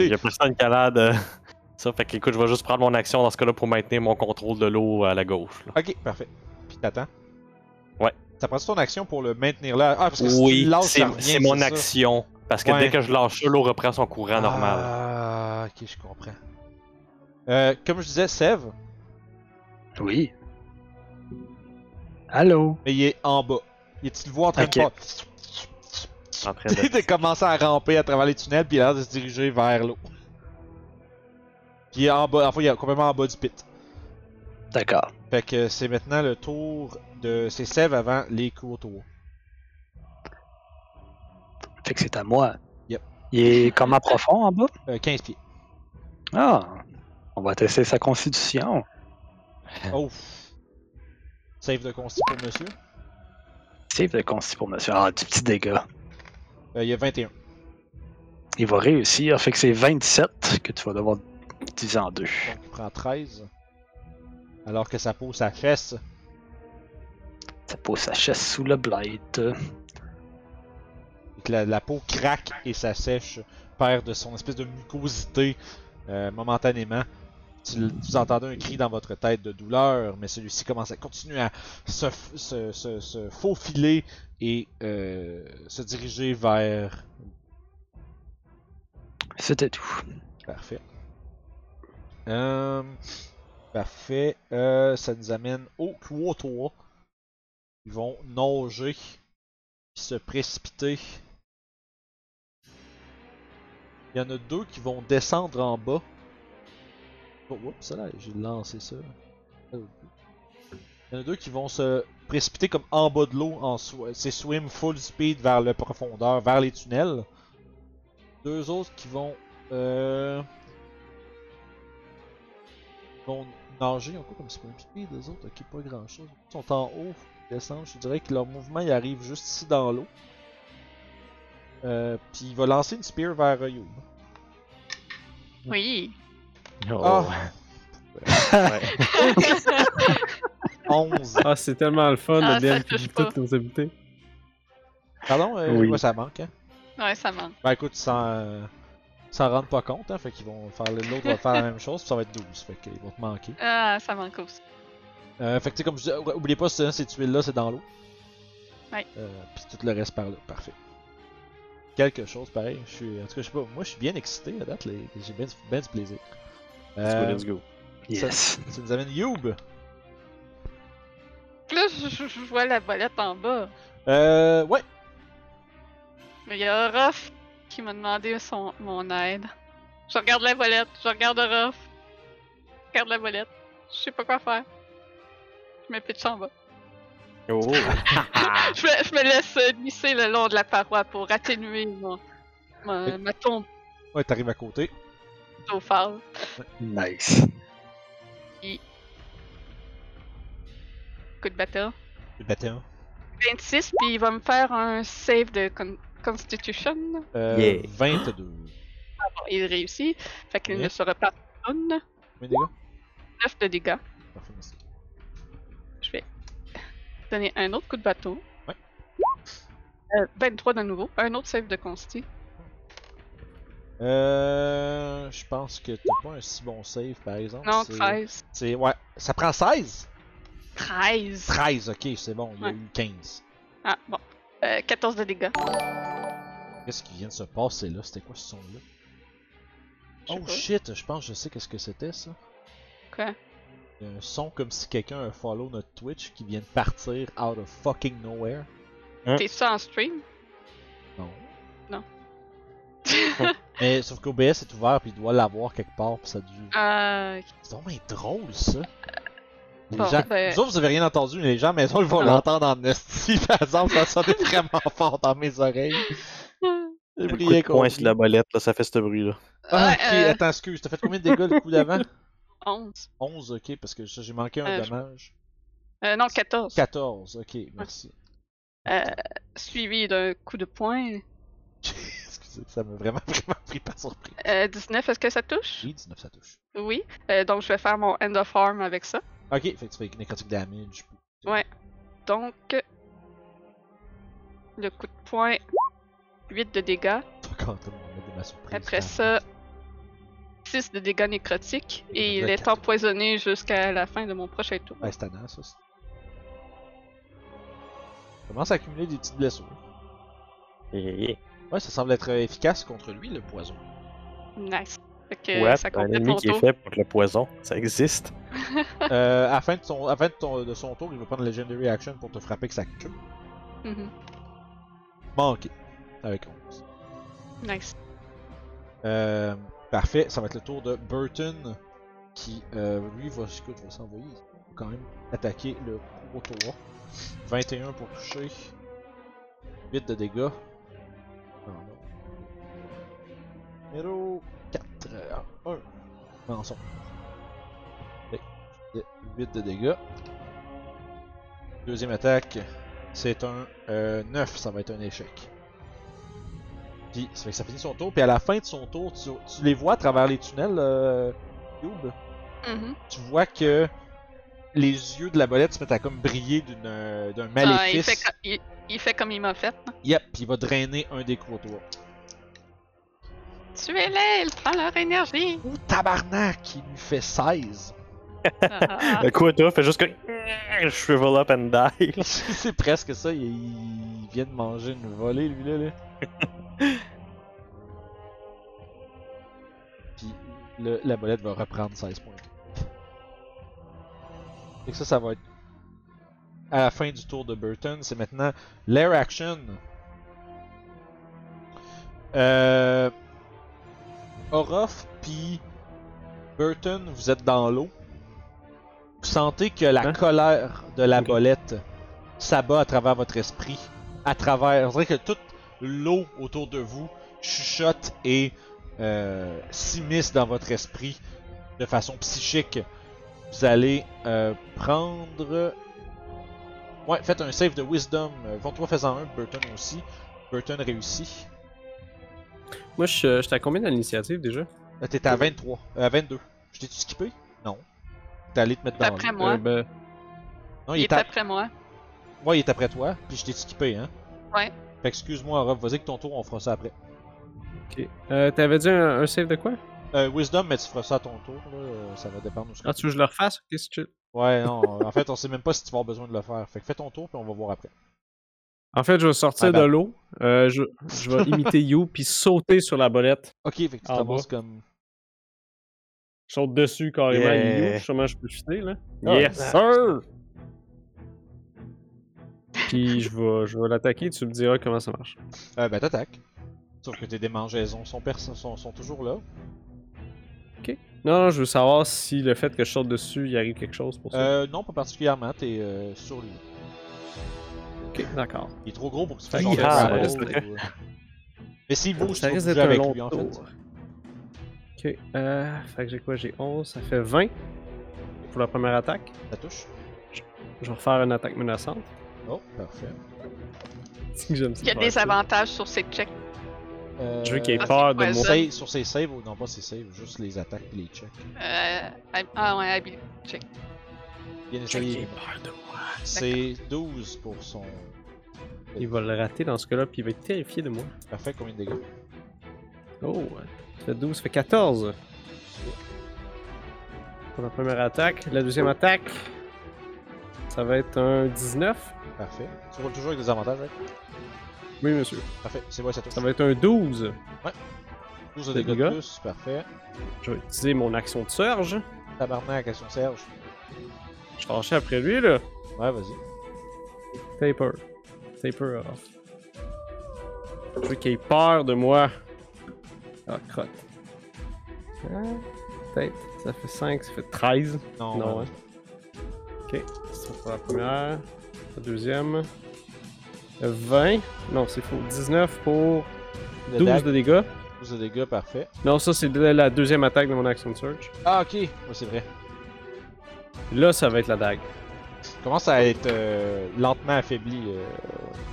[SPEAKER 4] Il y a personne qui a l'air de- euh, Ça fait que, écoute, je vais juste prendre mon action dans ce cas-là pour maintenir mon contrôle de l'eau à la gauche. là.
[SPEAKER 1] Ok, parfait. Puis t'attends.
[SPEAKER 4] Ouais.
[SPEAKER 1] Ça prend ton action pour le maintenir là. Ah, parce que si tu
[SPEAKER 4] Oui,
[SPEAKER 1] le lâches,
[SPEAKER 4] c'est
[SPEAKER 1] ça revient,
[SPEAKER 4] c'est mon
[SPEAKER 1] ça?
[SPEAKER 4] action. Parce que
[SPEAKER 1] Ouais.
[SPEAKER 4] dès que je lâche ça, l'eau reprend son courant normal.
[SPEAKER 1] Ah, ok, je comprends. Euh, comme je disais, Sève,
[SPEAKER 3] Oui. Allô?
[SPEAKER 1] mais il est en bas. Il est, tu le vois en train
[SPEAKER 3] Ok.
[SPEAKER 1] de
[SPEAKER 4] En train
[SPEAKER 1] Il
[SPEAKER 4] de...
[SPEAKER 1] a commencé à ramper à travers les tunnels, puis il a l'air de se diriger vers l'eau. Puis il est en bas, enfin, il est complètement en bas du pit.
[SPEAKER 3] D'accord.
[SPEAKER 1] Fait que c'est maintenant le tour de. C'est Sève avant les coups autour.
[SPEAKER 3] Fait que c'est à moi.
[SPEAKER 1] Yep.
[SPEAKER 3] Il est comment profond en bas?
[SPEAKER 1] Euh, 15 pieds.
[SPEAKER 3] Ah! On va tester sa constitution.
[SPEAKER 4] Ah.
[SPEAKER 1] Oh! Save de consti pour monsieur.
[SPEAKER 3] Save de consti pour monsieur. Ah, du petit dégât.
[SPEAKER 1] Euh, il y a 21.
[SPEAKER 3] Il va réussir. Fait que c'est 27 que tu vas devoir diviser en deux.
[SPEAKER 1] Donc il prend 13. Alors que sa peau, sa fesse.
[SPEAKER 3] Ça pose sa chaise sous le blade.
[SPEAKER 1] Fait que La, la peau craque et s'assèche, perd de son espèce de mucosité euh, momentanément. Tu l- vous entendez un cri dans votre tête de douleur, mais celui-ci commence à continuer à se, f- se, se- se faufiler et euh, se diriger vers.
[SPEAKER 3] C'était tout.
[SPEAKER 1] Parfait. Euh, parfait. Euh, ça nous amène au Quotoa. Ils vont nager, puis se précipiter. Il y en a deux qui vont descendre en bas. Oh, oups, ça là, j'ai lancé ça. Il y en a deux qui vont se précipiter comme en bas de l'eau. en sw- C'est swim full speed vers la profondeur, vers les tunnels. Deux autres qui vont euh... Ils vont nager, ils ont quoi comme spring speed, les autres? Ok, pas grand chose. Ils sont en haut, ils descendent. Je dirais que leur mouvement, il arrive juste ici dans l'eau. Euh, puis il va lancer une spear vers euh, Youb.
[SPEAKER 2] Oui.
[SPEAKER 3] Oh.
[SPEAKER 1] Ah! 11.
[SPEAKER 5] Ah, c'est tellement le fun,
[SPEAKER 2] Ah,
[SPEAKER 5] le DM
[SPEAKER 2] ça
[SPEAKER 5] qui dit
[SPEAKER 2] touche pas.
[SPEAKER 5] toutes nos habiletés.
[SPEAKER 1] Pardon, euh,
[SPEAKER 3] Oui.
[SPEAKER 1] ouais, ça manque, hein?
[SPEAKER 2] Ouais, ça manque.
[SPEAKER 1] Ben écoute, sans. euh, ils s'en rendent pas compte, hein, fait qu'ils vont faire l'autre va faire la même chose, puis ça va être 12, fait qu'ils vont te manquer.
[SPEAKER 2] Ah, ça manque aussi.
[SPEAKER 1] Euh, fait que tu sais, comme je disais, ou- oubliez pas, ce- ces tuiles-là, c'est dans l'eau.
[SPEAKER 2] Ouais.
[SPEAKER 1] Euh, Puis tout le reste par là, parfait. Quelque chose pareil, je suis, en tout cas, je sais pas, moi je suis bien excité à date, les- j'ai bien, du- bien du plaisir.
[SPEAKER 4] Let's go,
[SPEAKER 1] Euh,
[SPEAKER 4] let's go.
[SPEAKER 3] Yes.
[SPEAKER 1] ça nous amène Youb.
[SPEAKER 2] Là, je, je- je vois la bolette en bas.
[SPEAKER 1] Euh, ouais,
[SPEAKER 2] Mais il y a Orof qui m'a demandé son, mon aide. Je regarde la bolette, je regarde Orof. Je regarde la bolette. Je sais pas quoi faire. Je me pitche en bas.
[SPEAKER 4] Oh.
[SPEAKER 2] Je me, je me laisse euh, glisser le long de la paroi pour atténuer mon, ma, ma tombe
[SPEAKER 1] ouais, t'arrives à côté.
[SPEAKER 2] au phare.
[SPEAKER 3] Nice.
[SPEAKER 2] Coup de bâton.
[SPEAKER 1] Le bâton.
[SPEAKER 2] 26, puis il va me faire un save de con- Constitution. Bon,
[SPEAKER 1] Euh,
[SPEAKER 4] Yeah.
[SPEAKER 1] 22.
[SPEAKER 2] il réussit. Fait qu'il ne
[SPEAKER 1] Ouais.
[SPEAKER 2] se repart pas. 9
[SPEAKER 1] Mais les gars,
[SPEAKER 2] de dégâts.
[SPEAKER 1] parfait, merci.
[SPEAKER 2] donner un autre coup de bateau.
[SPEAKER 1] Ouais.
[SPEAKER 2] Euh, 23 de nouveau. Un autre save de consti.
[SPEAKER 1] Euh, je pense que t'as pas un si bon save par exemple.
[SPEAKER 2] Non,
[SPEAKER 1] c'est-
[SPEAKER 2] 13.
[SPEAKER 1] C'est, ouais, ça prend 16?
[SPEAKER 2] 13!
[SPEAKER 1] 13, ok, c'est bon, il y a
[SPEAKER 2] Ouais.
[SPEAKER 1] eu 15.
[SPEAKER 2] Ah, bon. Euh, 14 de dégâts.
[SPEAKER 1] Qu'est-ce qui vient de se passer là? C'était quoi ce son-là?
[SPEAKER 2] Je sais
[SPEAKER 1] Oh
[SPEAKER 2] pas.
[SPEAKER 1] shit, je pense que je sais qu'est-ce que c'était ça.
[SPEAKER 2] Quoi?
[SPEAKER 1] Il y a un son comme si quelqu'un a follow notre Twitch qui vient de partir out of fucking nowhere.
[SPEAKER 2] T'es ça en stream?
[SPEAKER 1] Non.
[SPEAKER 2] Non.
[SPEAKER 1] Mais sauf qu'OBS est ouvert puis il doit l'avoir quelque part puis ça a dû.
[SPEAKER 2] Euh,
[SPEAKER 1] C'est donc bien drôle ça. Les
[SPEAKER 2] Bon,
[SPEAKER 1] gens...
[SPEAKER 2] ben-
[SPEAKER 1] Vous autres, vous avez rien entendu, mais les gens à la maison ils vont
[SPEAKER 2] Non.
[SPEAKER 1] l'entendre en esti par exemple, ça sonnait vraiment fort dans mes oreilles. J'ai
[SPEAKER 4] Un coup
[SPEAKER 1] rien
[SPEAKER 4] de poing sur
[SPEAKER 1] compris.
[SPEAKER 4] la bolette, là, ça fait ce bruit-là.
[SPEAKER 1] Ah,
[SPEAKER 2] Ouais,
[SPEAKER 1] ok,
[SPEAKER 2] euh.
[SPEAKER 1] attends, excuse, t'as fait combien de dégâts le coup d'avant
[SPEAKER 2] 11.
[SPEAKER 1] 11, ok, parce que ça, j'ai manqué un
[SPEAKER 2] Euh, je-
[SPEAKER 1] dommage.
[SPEAKER 2] Euh, non, 14.
[SPEAKER 1] 14, ok, merci.
[SPEAKER 2] Euh, suivi d'un coup de poing.
[SPEAKER 1] Excusez, ça m'a vraiment, vraiment pris par surprise.
[SPEAKER 2] Euh, 19, est-ce que ça touche?
[SPEAKER 1] Oui, 19, ça touche.
[SPEAKER 2] Oui. Euh, donc, je vais faire mon end of arm avec ça.
[SPEAKER 1] Ok, fait que tu fais necrotic damage. puis-
[SPEAKER 2] Ouais. Donc, Le coup de poing, 8 de dégâts.
[SPEAKER 1] Fuck, on va mettre de ma surprise.
[SPEAKER 2] Après
[SPEAKER 1] dans-
[SPEAKER 2] ça, 6 de dégâts nécrotiques. Et il
[SPEAKER 1] Le
[SPEAKER 2] est
[SPEAKER 1] quatre.
[SPEAKER 2] empoisonné jusqu'à la fin de mon prochain tour.
[SPEAKER 1] Ouais, c'est tannant, ça. c'est- Commence à accumuler des petites blessures.
[SPEAKER 4] Yeah, yeah.
[SPEAKER 1] Ouais, ça semble être euh, efficace contre lui, le poison.
[SPEAKER 2] Nice. Fait que
[SPEAKER 4] Ouais,
[SPEAKER 2] Euh, ça
[SPEAKER 4] un
[SPEAKER 2] complète
[SPEAKER 4] ennemi
[SPEAKER 2] mon
[SPEAKER 4] qui est
[SPEAKER 2] tour.
[SPEAKER 4] fait contre le poison, ça existe.
[SPEAKER 1] Euh, à la fin, de son, à la fin de, ton- de son tour, il va prendre Legendary Action pour te frapper avec sa queue.
[SPEAKER 2] Mhm.
[SPEAKER 1] Manqué. Avec 11.
[SPEAKER 2] Nice.
[SPEAKER 1] Euh, parfait, ça va être le tour de Burton qui, euh, lui, va, écoute, va s'envoyer. Il va quand même attaquer le gros tour. 21 pour toucher. 8 de dégâts. Ah, Non, non. Numéro euh, 4. 1. Manson. 8 de dégâts. Deuxième attaque, c'est un euh, 9, ça va être un échec. Puis ça, fait que ça finit son tour. Puis à la fin de son tour, tu, tu les vois à travers les tunnels, euh, Cube.
[SPEAKER 2] Mhm.
[SPEAKER 1] Tu vois que les yeux de la bolette se mettent à comme briller d'une, euh, d'un
[SPEAKER 2] Ah, il,
[SPEAKER 1] maléfice.
[SPEAKER 2] fait co- il- il fait comme il m'a fait.
[SPEAKER 1] Yep, puis il va drainer un des coups autour.
[SPEAKER 2] Tuez-les, ils prennent leur énergie.
[SPEAKER 1] Ouh, Oh, tabarnak, il lui fait 16.
[SPEAKER 2] Ah.
[SPEAKER 4] Le coup Ben, toi fait juste que. Shrivel up and die.
[SPEAKER 1] C'est presque ça, il, il vient de manger une volée, lui là. là. Puis le- la bolette va reprendre 16 points. Et ça, ça va être à la fin du tour de Burton. C'est maintenant l'air action. Euh... Orof puis Burton, vous êtes dans l'eau. Vous sentez que la
[SPEAKER 5] Hein?
[SPEAKER 1] colère de la
[SPEAKER 5] Ok.
[SPEAKER 1] bolette s'abat à travers votre esprit, à travers. On dirait que toute l'eau autour de vous chuchote et euh, s'immisce dans votre esprit de façon psychique. Vous allez euh, prendre. Ouais, faites un save de wisdom. Euh, 23 faisant un, Burton aussi. Burton réussit.
[SPEAKER 5] Moi, je suis- euh, j'étais à combien dans l'initiative déjà
[SPEAKER 1] Là, t'étais à 23. euh, à 22. Je t'ai-tu skippé? Non. T'es allé te mettre dans
[SPEAKER 2] Après
[SPEAKER 1] l'eau.
[SPEAKER 2] Moi.
[SPEAKER 5] Euh, ben,
[SPEAKER 1] Non,
[SPEAKER 2] il
[SPEAKER 1] il
[SPEAKER 2] est
[SPEAKER 1] était,
[SPEAKER 2] après moi.
[SPEAKER 1] ouais, il est après toi, puis je t'ai skippé, hein.
[SPEAKER 2] Ouais.
[SPEAKER 1] Fait que excuse-moi, Rob, vas-y que ton tour, on fera ça après.
[SPEAKER 5] ok. Euh, T'avais dit un, un save de quoi
[SPEAKER 1] Euh, wisdom, mais tu feras ça à ton tour, là. euh, Ça va dépendre où ce
[SPEAKER 5] Ah, tu veux que je le refasse Ok, c'est chill.
[SPEAKER 1] Ouais, non, euh, en fait, on sait même pas si tu vas avoir besoin de le faire. Fait que fais ton tour, puis on va voir après.
[SPEAKER 5] En fait, je vais sortir
[SPEAKER 1] Ah, ben.
[SPEAKER 5] de l'eau. euh, je, je vais imiter You puis sauter sur la bolette.
[SPEAKER 1] Ok, fait que tu
[SPEAKER 5] En
[SPEAKER 1] t'avances comme.
[SPEAKER 5] Je saute dessus carrément à
[SPEAKER 4] Yeah.
[SPEAKER 5] You. Sûrement, je peux chuter là.
[SPEAKER 1] Ah,
[SPEAKER 5] yes, sir Puis je vais, je vais l'attaquer. Tu me diras comment ça marche.
[SPEAKER 1] Euh, ben, t'attaques. Sauf que tes démangeaisons sont, pers- sont, sont toujours là.
[SPEAKER 5] Non, non, je veux savoir si le fait que je saute dessus, il arrive quelque chose pour ça.
[SPEAKER 1] Euh, non, pas particulièrement, t'es euh, sur lui.
[SPEAKER 5] Ok, d'accord.
[SPEAKER 1] Il est trop gros pour que tu fasses
[SPEAKER 5] Oui,
[SPEAKER 1] genre
[SPEAKER 5] ah,
[SPEAKER 1] grapple
[SPEAKER 5] ça risque
[SPEAKER 1] ou, euh. Mais s'il bouge, tu
[SPEAKER 5] Ça
[SPEAKER 1] peux
[SPEAKER 5] risque
[SPEAKER 1] bouger
[SPEAKER 5] d'être un
[SPEAKER 1] avec
[SPEAKER 5] long
[SPEAKER 1] lui en fait.
[SPEAKER 5] tour. Ok, euh, fait que j'ai quoi J'ai 11, ça fait 20 pour la première attaque.
[SPEAKER 1] Ça touche.
[SPEAKER 5] Je vais refaire une attaque menaçante.
[SPEAKER 1] Oh, parfait.
[SPEAKER 5] C'est que j'aime ça
[SPEAKER 2] Il y a
[SPEAKER 5] faire
[SPEAKER 2] des
[SPEAKER 5] ça.
[SPEAKER 2] avantages sur ces checks.
[SPEAKER 1] Euh,
[SPEAKER 5] Je veux qu'il ait
[SPEAKER 2] Parce
[SPEAKER 5] peur
[SPEAKER 2] que
[SPEAKER 5] de
[SPEAKER 2] ouais,
[SPEAKER 5] mon.
[SPEAKER 2] ça-
[SPEAKER 1] save- sur ses saves, ou non pas ses saves, juste les attaques et les checks.
[SPEAKER 2] Euh, hab- ah ouais, habi-
[SPEAKER 1] Bien
[SPEAKER 5] Je veux qu'il
[SPEAKER 1] essayé.
[SPEAKER 5] ait peur de moi.
[SPEAKER 1] C'est 12 pour son.
[SPEAKER 5] Il va le rater dans ce cas-là, puis il va être terrifié de moi.
[SPEAKER 1] Parfait, combien de dégâts
[SPEAKER 5] Oh, ça fait 12, ça fait 14 pour la première attaque. La deuxième attaque, ça va être un 19.
[SPEAKER 1] Parfait. Tu roules toujours avec des avantages, ouais
[SPEAKER 5] Oui, monsieur.
[SPEAKER 1] Parfait, c'est bon, ça touche.
[SPEAKER 5] Ça va être un 12.
[SPEAKER 1] 12 de
[SPEAKER 5] des
[SPEAKER 1] dégâts de
[SPEAKER 5] dégâts.
[SPEAKER 1] plus, parfait.
[SPEAKER 5] Je vais utiliser mon action de surge.
[SPEAKER 1] Tabarnak, action Serge.
[SPEAKER 5] Je suis fâché après lui, là.
[SPEAKER 1] Ouais, vas-y.
[SPEAKER 5] Taper. Taper off. hein. Je veux qu'il ait peur de moi. Ah, crotte. Hein? Peut-être. Ça fait 5, ça fait 13.
[SPEAKER 1] Non, euh,
[SPEAKER 5] Non, hein.
[SPEAKER 1] ouais,
[SPEAKER 5] ouais. Ok, ça pour la première. La deuxième. Euh, 20. Non, c'est faux. 19 pour
[SPEAKER 1] vas-y. Le
[SPEAKER 5] 12
[SPEAKER 1] dague,
[SPEAKER 5] de dégâts.
[SPEAKER 1] 12 de dégâts, parfait.
[SPEAKER 5] Non, ça, c'est de la deuxième attaque de mon action search.
[SPEAKER 1] Ah, ok. Ouais, c'est vrai.
[SPEAKER 5] Là, ça va être la dague.
[SPEAKER 1] Commence à être euh, lentement affaibli. Euh,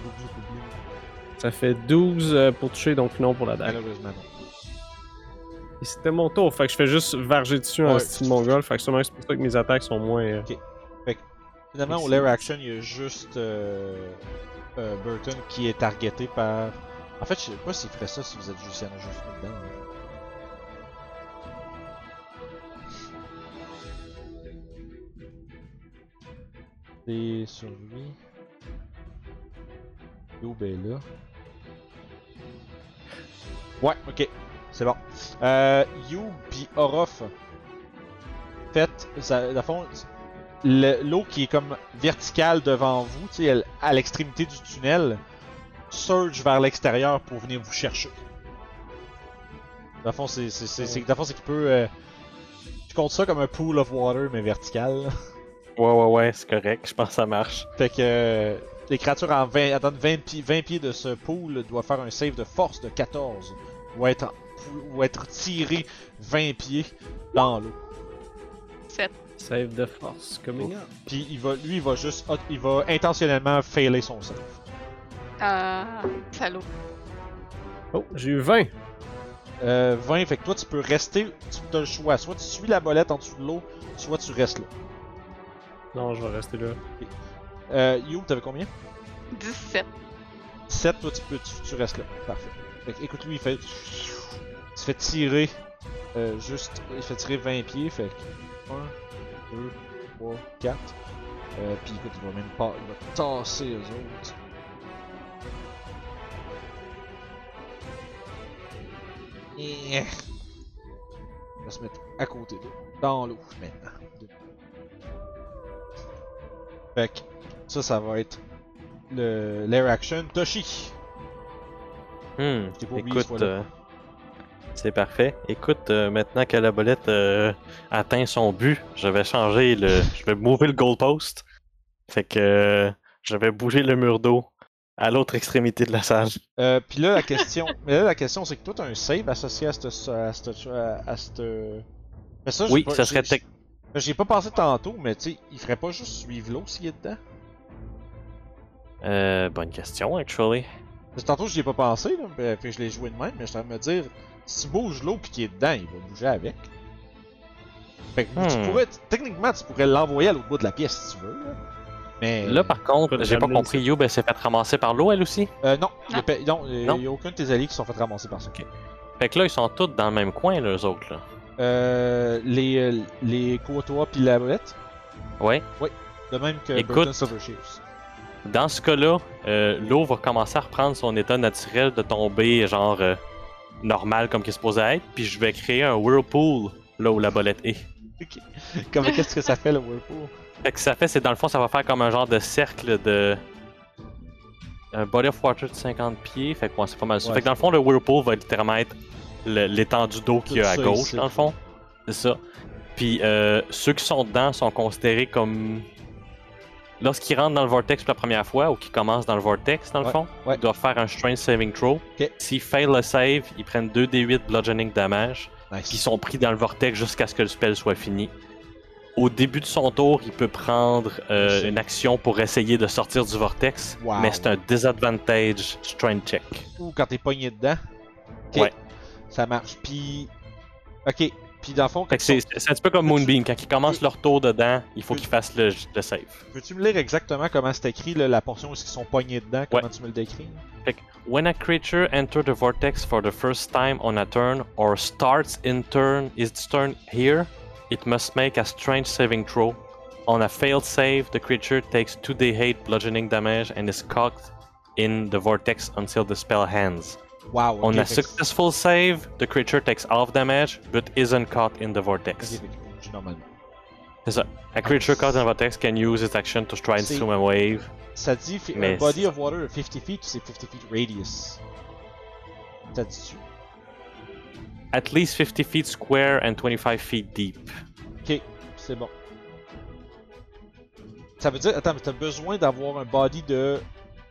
[SPEAKER 1] Boubou, boubou.
[SPEAKER 5] Ça fait 12 euh, pour toucher, donc non pour la dague.
[SPEAKER 1] Malheureusement, non.
[SPEAKER 5] Et c'était mon tour, fait que je fais juste varger dessus
[SPEAKER 1] Ouais.
[SPEAKER 5] en style mongol, fait que sûrement c'est pour ça que mes attaques sont moins. euh,
[SPEAKER 1] Finalement, au
[SPEAKER 5] Merci.
[SPEAKER 1] lair action, il y a juste euh, euh, Burton qui est targeté par. En fait, je sais pas s'il ferait ça si vous êtes juste, il y en a juste une dedans. hein. C'est sur lui. Youb est là. Ouais, ok. C'est bon. Euh, Youb pis Orof. Faites, ça, dans le fond, le- l'eau qui est comme verticale devant vous, tu sais, elle- à l'extrémité du tunnel, surge vers l'extérieur pour venir vous chercher. Dans le fond, c'est c'est- c'est- c'est- dans le fond, c'est qu'il peut. euh, je compte ça comme un pool of water, mais vertical. là.
[SPEAKER 4] Ouais, ouais, ouais, c'est correct. Je pense que ça marche.
[SPEAKER 1] Fait que euh, les créatures en 20, à 20, pi- 20 pieds de ce pool doivent faire un save de force de 14 ou être, en- ou être tirées 20 pieds dans l'eau.
[SPEAKER 5] Save de force,
[SPEAKER 1] Oh.
[SPEAKER 5] coming up.
[SPEAKER 1] Puis il va, lui, il va juste, il va intentionnellement failer son save.
[SPEAKER 2] Ah, salaud.
[SPEAKER 5] Oh, j'ai eu 20.
[SPEAKER 1] Euh, 20, fait que toi tu peux rester, tu as le choix, soit tu suis la bolette en dessous de l'eau, soit tu restes là.
[SPEAKER 5] Non, je vais rester là.
[SPEAKER 1] Euh, You, t'avais combien
[SPEAKER 2] 17.
[SPEAKER 1] 7, toi tu peux, tu, tu restes là. Parfait. Fait que, écoute, lui il fait. Il se fait tirer. euh, juste. Il fait tirer 20 pieds. Fait que. 1, 2, 3, 4. Euh, puis écoute, il va même pas. Il va tasser eux autres. Et... Il va se mettre à côté d'eux. Dans l'eau maintenant. Fait que. Ça, ça va être. Le, l'air action Toshi.
[SPEAKER 4] Hmm,
[SPEAKER 1] J'ai pas oublié ce
[SPEAKER 4] Écoute,
[SPEAKER 1] fois-là.
[SPEAKER 4] euh, c'est parfait. Écoute, euh, maintenant que la bolette euh, atteint son but, je vais changer le. Je vais mouver le goalpost. Fait que euh, je vais bouger le mur d'eau à l'autre extrémité de la salle.
[SPEAKER 1] Euh, puis là, la question, mais là, la question, c'est que toi, t'as un save associé à cette, à cette, à à cette... Mais ça, j'ai
[SPEAKER 4] Oui,
[SPEAKER 1] pas-
[SPEAKER 4] ça serait
[SPEAKER 1] j'ai-
[SPEAKER 4] tec-
[SPEAKER 1] J'y ai pas pensé tantôt, mais tu sais, il ferait pas juste suivre l'eau s'il est dedans.
[SPEAKER 4] Euh, bonne question, actually.
[SPEAKER 1] Parce que Tantôt, j'y ai pas pensé, là, mais- puis je l'ai joué de même, mais je train de me dire, si bouge l'eau puis qu'il est dedans, il va bouger avec. Fait que tu
[SPEAKER 4] Hmm.
[SPEAKER 1] pourrais, techniquement, tu pourrais l'envoyer à l'autre bout de la pièce si tu veux. Là. Mais
[SPEAKER 4] Là, par contre,
[SPEAKER 5] Écoute,
[SPEAKER 4] j'ai pas
[SPEAKER 5] ramener
[SPEAKER 4] compris. Youb, elle s'est fait ramasser par l'eau, elle aussi.
[SPEAKER 1] euh, non, il y a
[SPEAKER 2] Non.
[SPEAKER 1] pe- non, euh, il y a-
[SPEAKER 4] Non.
[SPEAKER 1] il y a aucun de tes alliés qui se sont fait ramasser par ça.
[SPEAKER 4] Fait que là, ils sont tous dans le même coin, là, eux autres, là.
[SPEAKER 1] Euh, les euh, les Kotoa puis la bolette,
[SPEAKER 4] Ouais.
[SPEAKER 1] de même que
[SPEAKER 4] Écoute.
[SPEAKER 1] Burton Silver Shears.
[SPEAKER 4] Dans ce cas-là, euh, l'eau va commencer à reprendre son état naturel de tomber, genre, euh, normal comme qu'il est supposé être, puis je vais créer un whirlpool là où la bolette est.
[SPEAKER 1] Comme qu'est-ce que ça fait le whirlpool
[SPEAKER 4] Fait que ça fait, c'est dans le fond, ça va faire comme un genre de cercle de. Un body of water de 50 pieds, fait que ouais, c'est pas mal ça.
[SPEAKER 1] Ouais,
[SPEAKER 4] fait que dans le fond, le whirlpool va littéralement être le- l'étendue d'eau qu'il y a à
[SPEAKER 1] Tout ça
[SPEAKER 4] gauche,
[SPEAKER 1] ici.
[SPEAKER 4] dans le fond. C'est ça. Puis euh, ceux qui sont dedans sont considérés comme. Lorsqu'ils rentrent dans le vortex pour la première fois ou qu'ils commencent dans le vortex, dans le
[SPEAKER 1] Ouais,
[SPEAKER 4] fond,
[SPEAKER 1] ouais.
[SPEAKER 4] ils doivent faire un strength saving throw.
[SPEAKER 1] Ok.
[SPEAKER 4] S'ils fail le save, ils prennent 2d8 bludgeoning damage
[SPEAKER 1] Nice.
[SPEAKER 4] qui sont pris dans le vortex jusqu'à ce que le spell soit fini. Au début de son tour, il peut prendre euh,
[SPEAKER 1] Essayer.
[SPEAKER 4] une action pour essayer de sortir du vortex,
[SPEAKER 1] Wow.
[SPEAKER 4] mais c'est un disadvantage strength check.
[SPEAKER 1] Ou quand t'es pogné dedans. Ok.
[SPEAKER 4] Ouais.
[SPEAKER 1] Ça marche. Puis. Ok. Puis dans le fond,
[SPEAKER 4] Fait que c'est c'est un petit peu comme Moonbeam, quand ils commencent leur tour dedans, il faut qu'ils fassent le, le save.
[SPEAKER 1] peux-tu me lire exactement comment c'est écrit là, la portion où ils sont pognés dedans Comment tu me le décris
[SPEAKER 4] When a creature enters the vortex for the first time on a turn or starts in turn its turn here, it must make a strange saving throw. On a failed save, the creature takes 2d8 bludgeoning damage and is caught in the vortex until the spell ends.
[SPEAKER 1] Wow.
[SPEAKER 4] on
[SPEAKER 1] ok,
[SPEAKER 4] a
[SPEAKER 1] fait que-
[SPEAKER 4] successful save, the creature takes half damage but isn't caught in the
[SPEAKER 1] Ok,
[SPEAKER 4] vortex.
[SPEAKER 1] fait qu'il bouge normalement.
[SPEAKER 4] A creature caught in the vortex can use its action to try and
[SPEAKER 1] See.
[SPEAKER 4] swim a wave.
[SPEAKER 1] Ça dit fi-
[SPEAKER 4] Mais
[SPEAKER 1] un body of water of 50 feet, c'est 50 feet radius. Ça dit-tu
[SPEAKER 4] At least 50 feet square and 25 feet deep.
[SPEAKER 1] Ok, c'est bon. Ça veut dire, attends, mais t'as besoin d'avoir un body de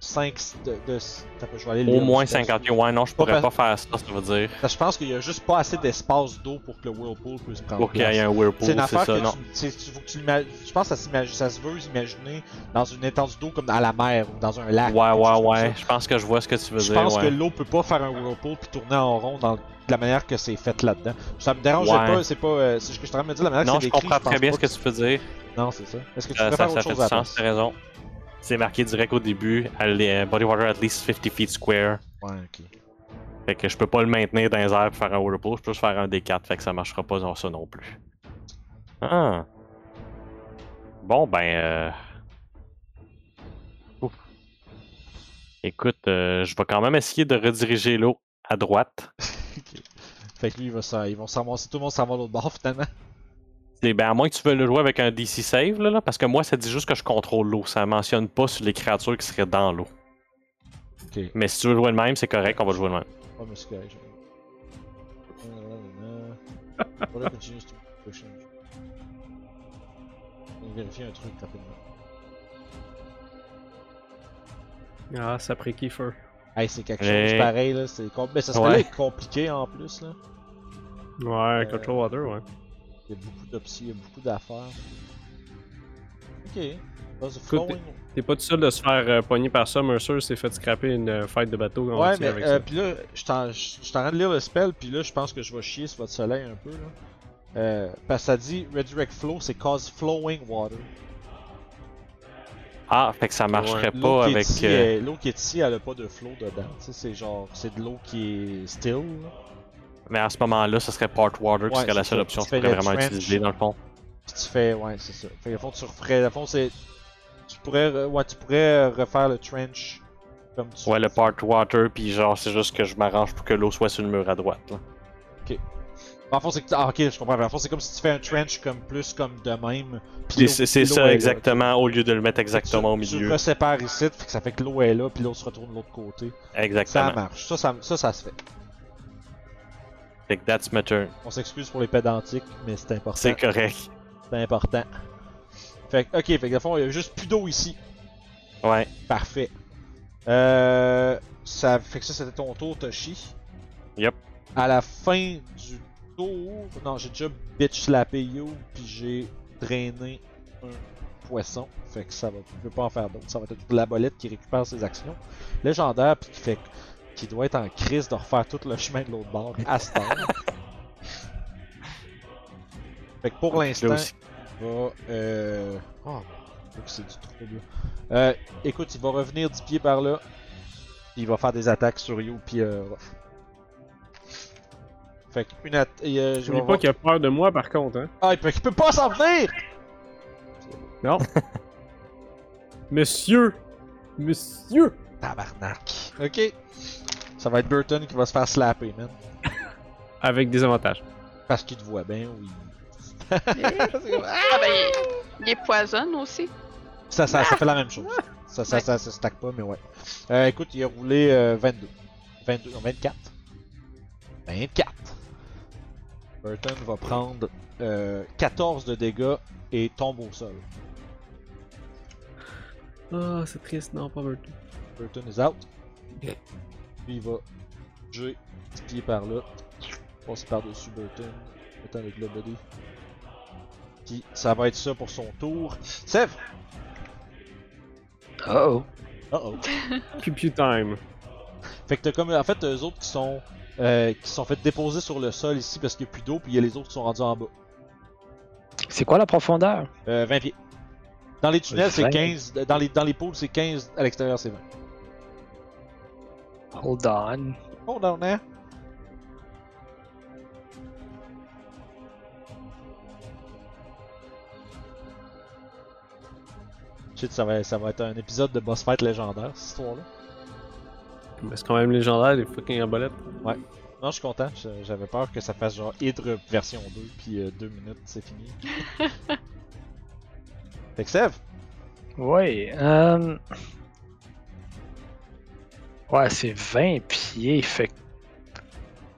[SPEAKER 1] 5. De, de, t'as pas- je vais aller
[SPEAKER 4] Au
[SPEAKER 1] lire
[SPEAKER 4] moins
[SPEAKER 1] le spell.
[SPEAKER 4] 50 Ouais, non, je
[SPEAKER 1] Pas
[SPEAKER 4] pourrais
[SPEAKER 1] par-
[SPEAKER 4] pas faire ça, ça veut dire.
[SPEAKER 1] Parce que je pense qu'il y a juste pas assez d'espace d'eau pour que le whirlpool puisse prendre
[SPEAKER 4] Pour qu'il y
[SPEAKER 1] place.
[SPEAKER 4] ait un whirlpool,
[SPEAKER 1] Ah, C'est
[SPEAKER 4] c'est
[SPEAKER 1] une affaire
[SPEAKER 4] ça,
[SPEAKER 1] que
[SPEAKER 4] non.
[SPEAKER 1] tu, c'est- tu- faut que tu l'ima- je pense que ça, s'imagine- ça se veut imaginer dans une étendue d'eau comme à la mer ou dans un lac.
[SPEAKER 4] Ouais,
[SPEAKER 1] quelque
[SPEAKER 4] ouais,
[SPEAKER 1] chose comme
[SPEAKER 4] ouais. Je pense que je vois ce que tu veux
[SPEAKER 1] ça. Je
[SPEAKER 4] dire.
[SPEAKER 1] pense
[SPEAKER 4] ouais.
[SPEAKER 1] que l'eau peut pas faire un whirlpool puis tourner en rond dans, de la manière que c'est fait là-dedans. Ça me dérange
[SPEAKER 4] Ouais.
[SPEAKER 1] pas, c'est pas. euh, c'est ce que je suis en train de me dire, la manière
[SPEAKER 4] non,
[SPEAKER 1] que
[SPEAKER 4] je
[SPEAKER 1] c'est décrit.
[SPEAKER 4] comprends
[SPEAKER 1] pense
[SPEAKER 4] très bien
[SPEAKER 1] pas
[SPEAKER 4] ce que tu veux dire.
[SPEAKER 1] Non, c'est ça. Est-ce que tu
[SPEAKER 4] Euh,
[SPEAKER 1] peux
[SPEAKER 4] ça
[SPEAKER 1] faire
[SPEAKER 4] ça
[SPEAKER 1] autre
[SPEAKER 4] fait
[SPEAKER 1] chose
[SPEAKER 4] du
[SPEAKER 1] à la
[SPEAKER 4] sens,
[SPEAKER 1] place?
[SPEAKER 4] t'as raison. C'est marqué direct au début. elle est- Body water at least 50 feet square.
[SPEAKER 1] Ouais, ok.
[SPEAKER 4] Fait que je peux pas le maintenir dans les airs pour faire un whirlpool, je peux juste faire un D4, fait que ça marchera pas dans ça non plus. Ah. Bon ben euh... Ouf. Écoute, euh, je vais quand même essayer de rediriger l'eau à droite.
[SPEAKER 1] Ok. Fait que lui, il va s'en- ils vont s'en ramasser- tout le monde s'en va de l'autre bord finalement.
[SPEAKER 4] C'est- ben, à moins que tu veuilles le jouer avec un DC save, là, là, parce que moi, ça dit juste que je contrôle l'eau. Ça mentionne pas sur les créatures qui seraient dans l'eau.
[SPEAKER 1] Ok.
[SPEAKER 4] Mais si tu veux jouer le même, c'est correct, on va jouer le même.
[SPEAKER 1] Oh, mais c'est correct. je- Euh, euh, euh, voilà, continues, c'est tout. Faut que Je je vais vérifier un truc rapidement.
[SPEAKER 5] Ah, ça pris Kiefer.
[SPEAKER 1] Hey, c'est quelque
[SPEAKER 4] Hey.
[SPEAKER 1] chose pareil là, c'est com- mais ça serait
[SPEAKER 4] Ouais.
[SPEAKER 1] compliqué en plus là. Euh.
[SPEAKER 5] Ouais, Control Water, ouais.
[SPEAKER 1] Il y a beaucoup d'options, il y a beaucoup d'affaires. Ok. Buzz of
[SPEAKER 5] Écoute,
[SPEAKER 1] flowing.
[SPEAKER 5] T'es pas tout seul de se faire euh, pogner par ça. Mercer s'est fait scraper une euh, fight de bateau en
[SPEAKER 1] Ouais,
[SPEAKER 5] entier
[SPEAKER 1] mais
[SPEAKER 5] avec
[SPEAKER 1] euh, puis là, je t'en- je je suis en train de lire le spell, puis là, je pense que je vais chier sur votre soleil un peu. Là. Euh, parce que ça dit Redirect Flow, c'est cause flowing water.
[SPEAKER 4] Ah, fait que ça marcherait
[SPEAKER 1] L'eau
[SPEAKER 4] pas
[SPEAKER 1] qui est
[SPEAKER 4] avec.
[SPEAKER 1] ici,
[SPEAKER 4] euh,
[SPEAKER 1] elle- L'eau qui est ici, elle a pas de flow dedans. Tu sais, c'est genre, c'est de l'eau qui est still. là.
[SPEAKER 4] Mais à ce moment-là, ce serait Part Water qui
[SPEAKER 1] Ouais,
[SPEAKER 4] serait la
[SPEAKER 1] c'est
[SPEAKER 4] seule
[SPEAKER 1] ça.
[SPEAKER 4] option que
[SPEAKER 1] Tu fais
[SPEAKER 4] je pourrais
[SPEAKER 1] le
[SPEAKER 4] vraiment
[SPEAKER 1] trench.
[SPEAKER 4] utiliser dans le fond.
[SPEAKER 1] Puis tu fais, ouais, c'est ça. Fait que, au fond, tu referais, le fond, c'est. Tu pourrais, re- ouais, tu pourrais euh, refaire le trench comme tu
[SPEAKER 4] Ouais, le Part Water, puis genre, c'est juste que je m'arrange pour que l'eau soit sur le mur à droite. Là.
[SPEAKER 1] En fond, c'est que tu- ah, ok, je comprends. En fond, c'est comme si tu fais un trench comme plus comme de même. puis l'eau-
[SPEAKER 4] C'est- C'est
[SPEAKER 1] puis
[SPEAKER 4] c'est
[SPEAKER 1] l'eau est
[SPEAKER 4] ça,
[SPEAKER 1] là.
[SPEAKER 4] exactement, au lieu de le mettre exactement au
[SPEAKER 1] Tu- Tu
[SPEAKER 4] milieu.
[SPEAKER 1] le sépares ici, fait que ça fait que l'eau est là, puis l'eau se retourne de l'autre côté. Ça
[SPEAKER 4] Exactement.
[SPEAKER 1] marche. Ça, ça, ça, ça se fait.
[SPEAKER 4] Fait que that's my turn.
[SPEAKER 1] On s'excuse pour les pédantiques, mais c'est important.
[SPEAKER 4] C'est correct.
[SPEAKER 1] C'est important. Fait que, ok, fait que, dans le fond, il y a juste plus d'eau ici.
[SPEAKER 4] Ouais.
[SPEAKER 1] Parfait. Euh, ça fait que ça, c'était ton tour, Toshi.
[SPEAKER 4] Yep.
[SPEAKER 1] À la fin du tour, non, j'ai déjà bitch slappé You, puis j'ai drainé un poisson. Fait que ça va, je peux pas en faire d'autres. Ça va être la bolette qui récupère ses actions légendaires, puis qui fait qui doit être en crise de refaire tout le chemin de l'autre bord à ce temps. fait que pour
[SPEAKER 4] Là
[SPEAKER 1] l'instant,
[SPEAKER 4] aussi.
[SPEAKER 1] va. Euh... Oh, faut que c'est du trouble. Euh, écoute, il va revenir 10 pieds par là. puis Il va faire des attaques sur You puis euh, Ruff. Fait que une euh, attaque.
[SPEAKER 5] Je J'oublie pas qu'il a peur de moi, par contre, hein.
[SPEAKER 1] Ah, il peut, il peut pas s'en venir!
[SPEAKER 5] Monsieur! Monsieur!
[SPEAKER 1] Tabarnak. Ok. Ça va être Burton qui va se faire slapper, man.
[SPEAKER 5] Avec des avantages.
[SPEAKER 1] Parce qu'il te voit bien, oui.
[SPEAKER 2] Ah ben, il- il est poisonne aussi.
[SPEAKER 1] Ça, ça, ça fait la même chose. Ça, ça,
[SPEAKER 2] Ouais.
[SPEAKER 1] ça, ça, se stack pas, mais ouais. Euh, écoute, il a roulé euh, 22. 22, non, 24. 24. Burton va prendre euh, 14 de dégâts et tombe au sol.
[SPEAKER 5] Ah, c'est triste, non, pas Burton.
[SPEAKER 1] Burton is out. Puis il va jouer petit pied par là. Passer par-dessus Burton. Autant avec le body. Puis ça va être ça pour son tour. Sev!
[SPEAKER 3] Oh,
[SPEAKER 1] Uh oh!
[SPEAKER 5] Pupu time.
[SPEAKER 1] Fait que t'as comme. En fait, t'as eux autres qui sont. euh, qui sont fait déposer sur le sol ici parce qu'il n'y a plus d'eau, puis il y a les autres qui sont rendus en bas.
[SPEAKER 3] c'est quoi la profondeur?
[SPEAKER 1] Euh, 20 pieds. Dans les tunnels, c'est
[SPEAKER 3] Ouais.
[SPEAKER 1] 15. Dans les, dans les pools, c'est 15. À l'extérieur, c'est 20.
[SPEAKER 3] Hold on.
[SPEAKER 1] Oh, down there. Shit, ça va, ça va être un épisode de boss fight légendaire, cette histoire-là.
[SPEAKER 5] Mais C'est quand même légendaire, les fucking arbalètes.
[SPEAKER 1] Non, je suis content. Je- J'avais peur que ça fasse genre Hydre version 2, puis 2 minutes, c'est fini. fait que Sev,
[SPEAKER 3] Ouais. Euh... Ouais, c'est 20 pieds. Fait que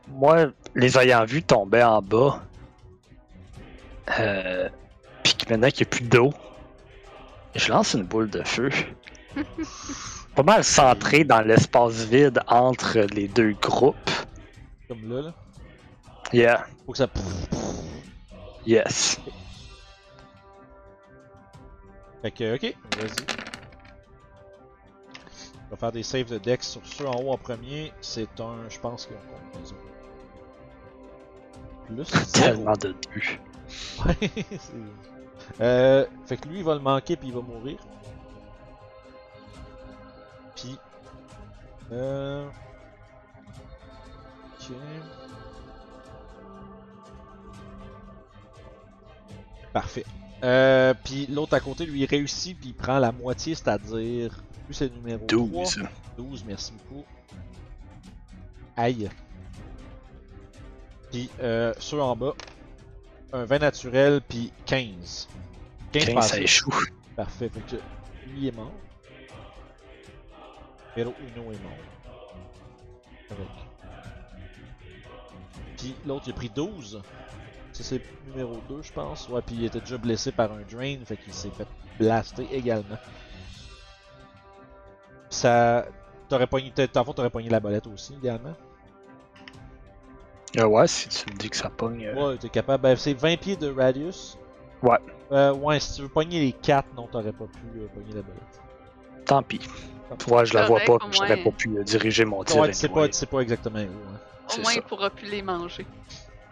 [SPEAKER 3] moi, les ayant vus tomber en bas, euh... puis que maintenant qu'il n'y a plus d'eau, je lance une boule de feu. Pas mal centrée dans l'espace vide entre les deux groupes.
[SPEAKER 1] comme là, là.
[SPEAKER 3] Yeah,
[SPEAKER 1] Faut que ça.
[SPEAKER 3] yes.
[SPEAKER 1] Fait que, ok, vas-y. On va faire des saves de Dex sur ceux en haut en premier. C'est un. Je pense qu'on compte les autres. Plus zéro.
[SPEAKER 3] Tellement de deux.
[SPEAKER 1] Ouais, c'est- euh, fait que lui, il va le manquer puis il va mourir. Puis. Euh. Ok. Parfait. Euh, puis l'autre à côté, lui, il réussit, puis il prend la moitié, c'est-à-dire. Lui, c'est le numéro 3.
[SPEAKER 3] 12.
[SPEAKER 1] 12, merci beaucoup. Aïe. Puis euh, ceux en bas, un 20 naturel, puis 15. 15,
[SPEAKER 3] 15, ça
[SPEAKER 1] passés.
[SPEAKER 3] échoue.
[SPEAKER 1] Parfait, fait que lui est mort. Pero Uno est mort. Avec. Puis l'autre il a pris 12. Ça c'est numéro 2 je pense. Ouais, puis il était déjà blessé par un drain, fait qu'il s'est fait blaster également. Ça. T'aurais pogné. t'as- Dans le fond, t'aurais pogné la bolette aussi également.
[SPEAKER 3] Ah ouais, si tu me dis que ça pogne. euh,
[SPEAKER 1] Ouais, t'es capable. Ben, c'est 20 pieds de radius.
[SPEAKER 3] Ouais.
[SPEAKER 1] Euh, ouais, si tu veux pogner les 4, non, t'aurais pas pu euh, pogner la bolette.
[SPEAKER 3] Tant pis. Ouais, je la vois
[SPEAKER 2] Correct,
[SPEAKER 3] pas,
[SPEAKER 2] au
[SPEAKER 3] puis j'aurais
[SPEAKER 2] moins.
[SPEAKER 3] pas pu euh, diriger mon tir.
[SPEAKER 1] Ouais, tu sais pas,
[SPEAKER 3] anyway.
[SPEAKER 1] tu sais pas exactement où. hein.
[SPEAKER 2] Au
[SPEAKER 3] C'est
[SPEAKER 2] moins,
[SPEAKER 3] ça.
[SPEAKER 2] il pourra plus les manger.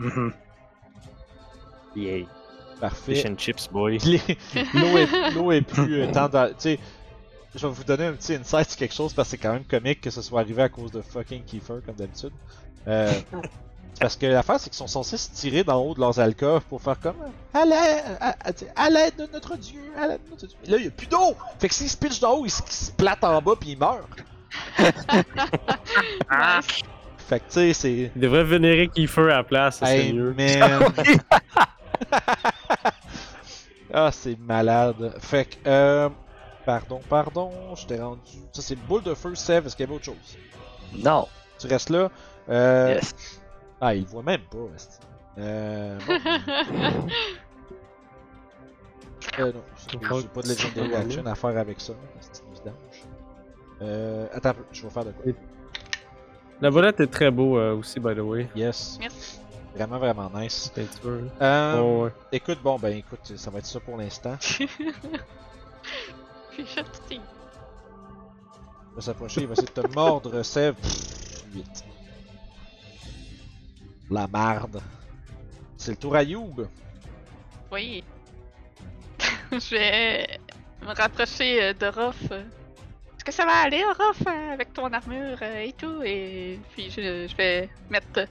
[SPEAKER 3] Mhm.
[SPEAKER 4] Yay. Fish
[SPEAKER 1] Parfait.
[SPEAKER 4] and chips, boy.
[SPEAKER 1] Puis les- L'eau est, l'eau est plus euh, tant dans. Tu sais, je vais vous donner un petit insight sur quelque chose parce que c'est quand même comique que ce soit arrivé à cause de fucking Kiefer comme d'habitude. Euh, c'est parce que l'affaire, c'est qu'ils sont censés se tirer d'en haut de leurs alcôves pour faire comme euh, à l'aide, à- à- tu sais, à l'aide de notre dieu, à l'aide de notre dieu. Mais là, il y a plus d'eau. Fait que s'ils se pitchent d'en haut, ils se, ils se plattent en bas puis ils meurent.
[SPEAKER 2] Nice.
[SPEAKER 1] Fait que tu sais, c'est
[SPEAKER 5] Il devrait vénérer Kiefer à la place, ça, c'est
[SPEAKER 1] Hey,
[SPEAKER 5] mieux.
[SPEAKER 1] man. ah, c'est malade. Fait que, euh, pardon, pardon, je t'ai rendu. Ça, c'est boule de feu, Sève. Est-ce qu'il y avait autre chose?
[SPEAKER 3] Non.
[SPEAKER 1] Tu restes là. Euh,
[SPEAKER 3] Yes.
[SPEAKER 1] Ah, il le voit même pas. esti. Euh, bon, euh, non, j'ai j'ai pas de Legendary Action à faire avec ça. C'est une vidange. Euh, attends, un peu, je vais faire de quoi.
[SPEAKER 5] La bolette est très beau euh, aussi, by the way.
[SPEAKER 1] Yes.
[SPEAKER 2] Merci.
[SPEAKER 1] Vraiment, vraiment nice.
[SPEAKER 5] Peinture.
[SPEAKER 1] Euh,
[SPEAKER 5] Oh, ouais.
[SPEAKER 1] Écoute, bon, ben écoute, ça va être ça pour l'instant.
[SPEAKER 2] Puis je te dis,
[SPEAKER 1] Il va s'approcher, il va essayer de te mordre, Sève. 8. La marde. C'est le tour à Youb.
[SPEAKER 2] Oui. je vais me rapprocher euh, de Rof. Est-ce que ça va aller, Rof, euh, avec ton armure euh, et tout? Et puis je, je vais mettre euh,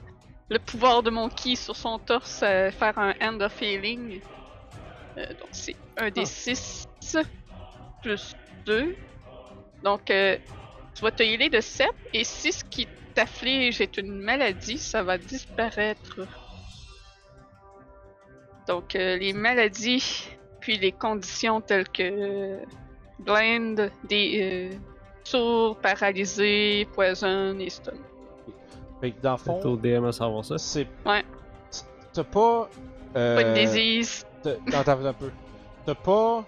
[SPEAKER 2] le pouvoir de mon ki sur son torse, euh, faire un Hand of Healing. Euh, donc c'est un des 6 plus 2. Donc euh, tu vas te healer de 7 et si ce qui t'afflige est une maladie, ça va disparaître. Donc, euh, les maladies, puis les conditions telles que euh, blind, des euh, sourds, paralysés, poison et stun.
[SPEAKER 1] Fait que dans le
[SPEAKER 5] C'est au
[SPEAKER 1] fond,
[SPEAKER 5] DM à savoir ça.
[SPEAKER 1] c'est.
[SPEAKER 2] Ouais.
[SPEAKER 1] T'as pas. Euh,
[SPEAKER 2] Pas de disease.
[SPEAKER 1] t'as- non, attends un peu. T'as pas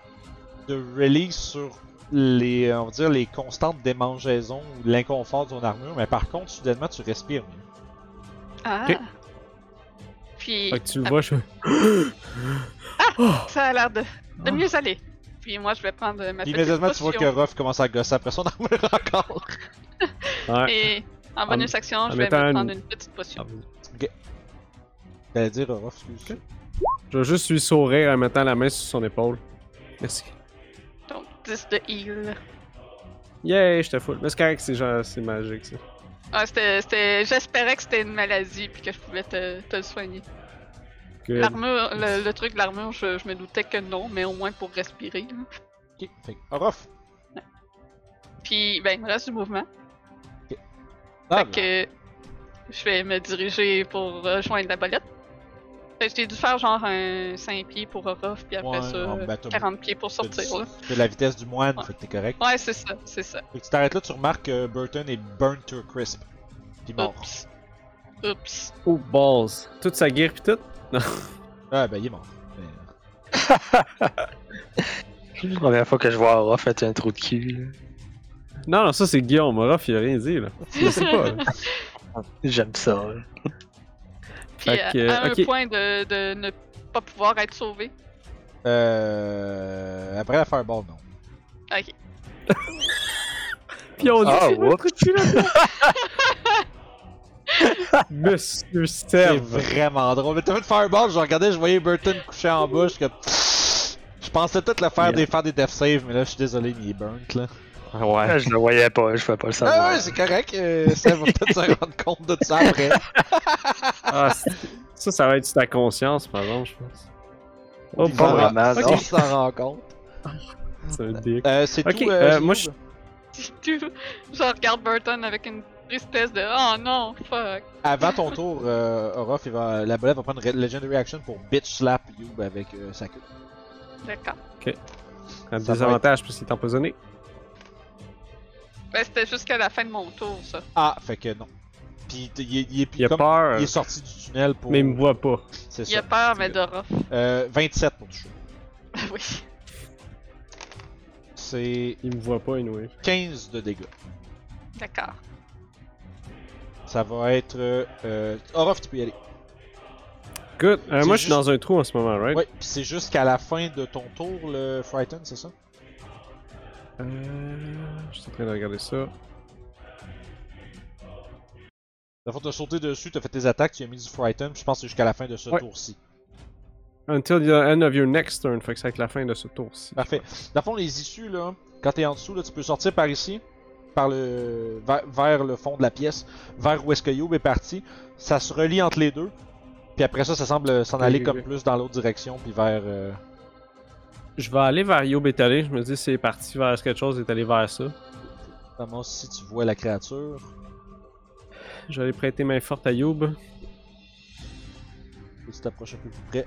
[SPEAKER 1] de release sur les. euh, On va dire les constantes démangeaisons ou l'inconfort de ton armure, mais par contre, soudainement, tu respires mieux.
[SPEAKER 2] Ah.
[SPEAKER 5] Ok.
[SPEAKER 2] Puis,
[SPEAKER 5] Fait que tu le vois, je
[SPEAKER 2] ça a l'air de, de mieux aller. Puis moi, je vais prendre ma
[SPEAKER 1] Puis
[SPEAKER 2] petite
[SPEAKER 1] immédiatement, tu vois que
[SPEAKER 2] potion.
[SPEAKER 1] Ruff commence à gosser après son armure encore.
[SPEAKER 5] Ouais.
[SPEAKER 2] Et en bonus action, je vais me
[SPEAKER 5] mettant une-
[SPEAKER 2] prendre une petite potion.
[SPEAKER 1] T'allais dire Ruff, excuse.
[SPEAKER 5] Je vais juste lui sourire en mettant la main sur son épaule. Merci.
[SPEAKER 2] Donc, 10 de heal.
[SPEAKER 5] Yay, j'étais full. Mais c'est correct, c'est genre, c'est magique ça.
[SPEAKER 2] Ah, c'était- c'était- J'espérais que c'était une maladie, puis que je pouvais te, te le soigner.
[SPEAKER 5] Good.
[SPEAKER 2] L'armure, le, le truc de l'armure, je, je me doutais que non, mais au moins pour respirer. là.
[SPEAKER 1] Ok, fait que Ruff.
[SPEAKER 2] Puis, ben, il me reste du mouvement.
[SPEAKER 1] Ah,
[SPEAKER 2] Fait que je vais me diriger pour rejoindre la bolette. Fait que j'ai dû faire genre un 5 pieds pour Orof, puis après
[SPEAKER 1] Ouais,
[SPEAKER 2] ça,
[SPEAKER 1] non, ben, t'as-
[SPEAKER 2] 40 pieds pour sortir. là.
[SPEAKER 1] C'est la vitesse du moine,
[SPEAKER 2] Ouais.
[SPEAKER 1] fait que t'es correct.
[SPEAKER 2] Ouais, c'est ça, c'est ça.
[SPEAKER 1] Fait que tu t'arrêtes là, tu remarques que Burton est burnt to a crisp. Puis mort.
[SPEAKER 2] Oups. Oups.
[SPEAKER 5] Oh balls. Toute sa gear pis tout.
[SPEAKER 1] Ah ben il est mort. Mais,
[SPEAKER 3] C'est la première fois que je vois Aura fait un trou de cul. là.
[SPEAKER 5] Non, non, ça c'est Guillaume. Ruff, il a rien dit là. Je sais pas. là.
[SPEAKER 3] J'aime ça. là.
[SPEAKER 2] Puis
[SPEAKER 5] Fait
[SPEAKER 2] à-
[SPEAKER 5] que,
[SPEAKER 2] à,
[SPEAKER 5] ok.
[SPEAKER 2] un point de, de ne pas pouvoir être sauvé.
[SPEAKER 1] Euh... Après la fireball, non.
[SPEAKER 2] Ok.
[SPEAKER 5] Pis on dit,
[SPEAKER 3] Ah,
[SPEAKER 5] c'est le
[SPEAKER 3] whoops.
[SPEAKER 5] coup de cul là Monsieur
[SPEAKER 1] C'est
[SPEAKER 5] Serve.
[SPEAKER 1] vraiment drôle. Mais t'as vu de fireball, je regardais, je voyais Burton couché en bas, je suis comme... Je pensais peut-être le faire,
[SPEAKER 5] Yeah.
[SPEAKER 1] des, faire des death saves, mais là je suis désolé, mais il est burnt là.
[SPEAKER 4] Ouais.
[SPEAKER 3] Je le voyais pas, je fais pas le
[SPEAKER 1] Ah
[SPEAKER 3] savoir.
[SPEAKER 1] ouais, c'est correct. euh, ça va peut-être se rendre compte de ça après.
[SPEAKER 5] Ah, c'est- ça, ça va être sur ta conscience, par exemple, je pense. Oh,
[SPEAKER 1] Pas
[SPEAKER 5] bah,
[SPEAKER 3] vraiment,
[SPEAKER 5] ok.
[SPEAKER 1] On s'en rend compte.
[SPEAKER 5] C'est un dick.
[SPEAKER 1] Euh, c'est
[SPEAKER 5] Ok,
[SPEAKER 1] tout.
[SPEAKER 5] euh,
[SPEAKER 1] c'est
[SPEAKER 5] moi,
[SPEAKER 1] tout.
[SPEAKER 5] je-
[SPEAKER 2] C'est tout. Je regarde Burton avec une tristesse de Oh non, fuck.
[SPEAKER 1] Avant ton tour, euh, Orof, il va, la bolette va prendre Re- Legendary Action pour bitch slap Youb avec euh, sa queue.
[SPEAKER 2] D'accord.
[SPEAKER 5] Un
[SPEAKER 1] Ça
[SPEAKER 5] désavantage parce qu'il est empoisonné.
[SPEAKER 2] Ben, c'était jusqu'à la fin de mon tour, ça.
[SPEAKER 1] Ah, fait que non. Puis t- il, est- il est- puis
[SPEAKER 5] Il a
[SPEAKER 1] comme
[SPEAKER 5] peur,
[SPEAKER 1] il est sorti du tunnel pour.
[SPEAKER 5] mais il me voit pas.
[SPEAKER 1] C'est
[SPEAKER 2] Il
[SPEAKER 1] ça.
[SPEAKER 2] a peur, mais Dora.
[SPEAKER 1] Euh, 27 pour toucher.
[SPEAKER 2] oui.
[SPEAKER 1] C'est
[SPEAKER 5] Il me voit pas, anyway.
[SPEAKER 1] 15 de dégâts.
[SPEAKER 2] D'accord.
[SPEAKER 1] Ça va être. Euh, euh, Orof, tu peux y aller.
[SPEAKER 5] Good. Euh,
[SPEAKER 1] C'est
[SPEAKER 5] moi, je suis
[SPEAKER 1] juste-
[SPEAKER 5] dans un trou en ce moment, right?
[SPEAKER 1] Ouais, puis c'est jusqu'à la fin de ton tour, le Frighten, c'est ça?
[SPEAKER 5] Euh, je suis en train de regarder ça.
[SPEAKER 1] La fois, t'as sauté dessus, t'as fait tes attaques, tu as mis du Frighten, puis je pense que c'est jusqu'à la fin de ce
[SPEAKER 5] Ouais.
[SPEAKER 1] tour-ci.
[SPEAKER 5] Until the end of your next turn. Fait que c'est avec la fin de ce tour-ci.
[SPEAKER 1] Parfait. Dans le fond, les issues, là, quand t'es en dessous, là, tu peux sortir par ici, par le... Vers, vers le fond de la pièce, vers où est-ce que Youb est parti. Ça se relie entre les deux. Puis après ça, ça semble s'en
[SPEAKER 5] Ok,
[SPEAKER 1] aller
[SPEAKER 5] ok,
[SPEAKER 1] comme
[SPEAKER 5] ok.
[SPEAKER 1] plus dans l'autre direction, puis vers... euh,
[SPEAKER 5] Je vais aller vers Yo Bétalé. Je me dis, c'est parti vers quelque chose, est allé vers ça.
[SPEAKER 1] Notamment si tu vois la créature.
[SPEAKER 5] Je vais aller prêter main forte à Youb.
[SPEAKER 1] Et tu t'approches un peu plus près.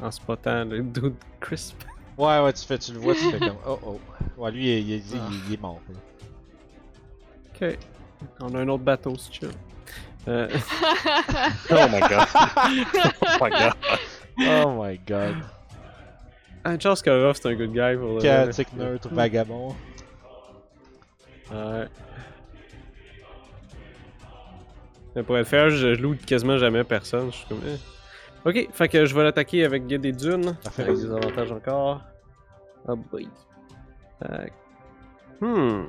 [SPEAKER 5] En spotant le dude crisp.
[SPEAKER 1] Ouais, ouais, tu fais, tu le vois, tu fais comme... Oh, oh. Ouais, lui, il, il-
[SPEAKER 5] Ah.
[SPEAKER 1] il- il est mort. là.
[SPEAKER 5] Ok. On a un autre bateau, c'est chill. Euh,
[SPEAKER 4] Oh my god. oh my god.
[SPEAKER 1] Oh my god.
[SPEAKER 5] ah, une chance que Ruff, c'est un good guy pour le.
[SPEAKER 1] Chaotic neutre, vagabond.
[SPEAKER 5] Ouais. Mais pour être fair, je, je loue quasiment jamais personne. Je suis comme. eh. Ok, fait que je vais l'attaquer avec Guide des Dunes.
[SPEAKER 1] Parfait,
[SPEAKER 5] avec
[SPEAKER 1] vas-y.
[SPEAKER 5] des avantages encore. Oh boy. Tac. Hmm.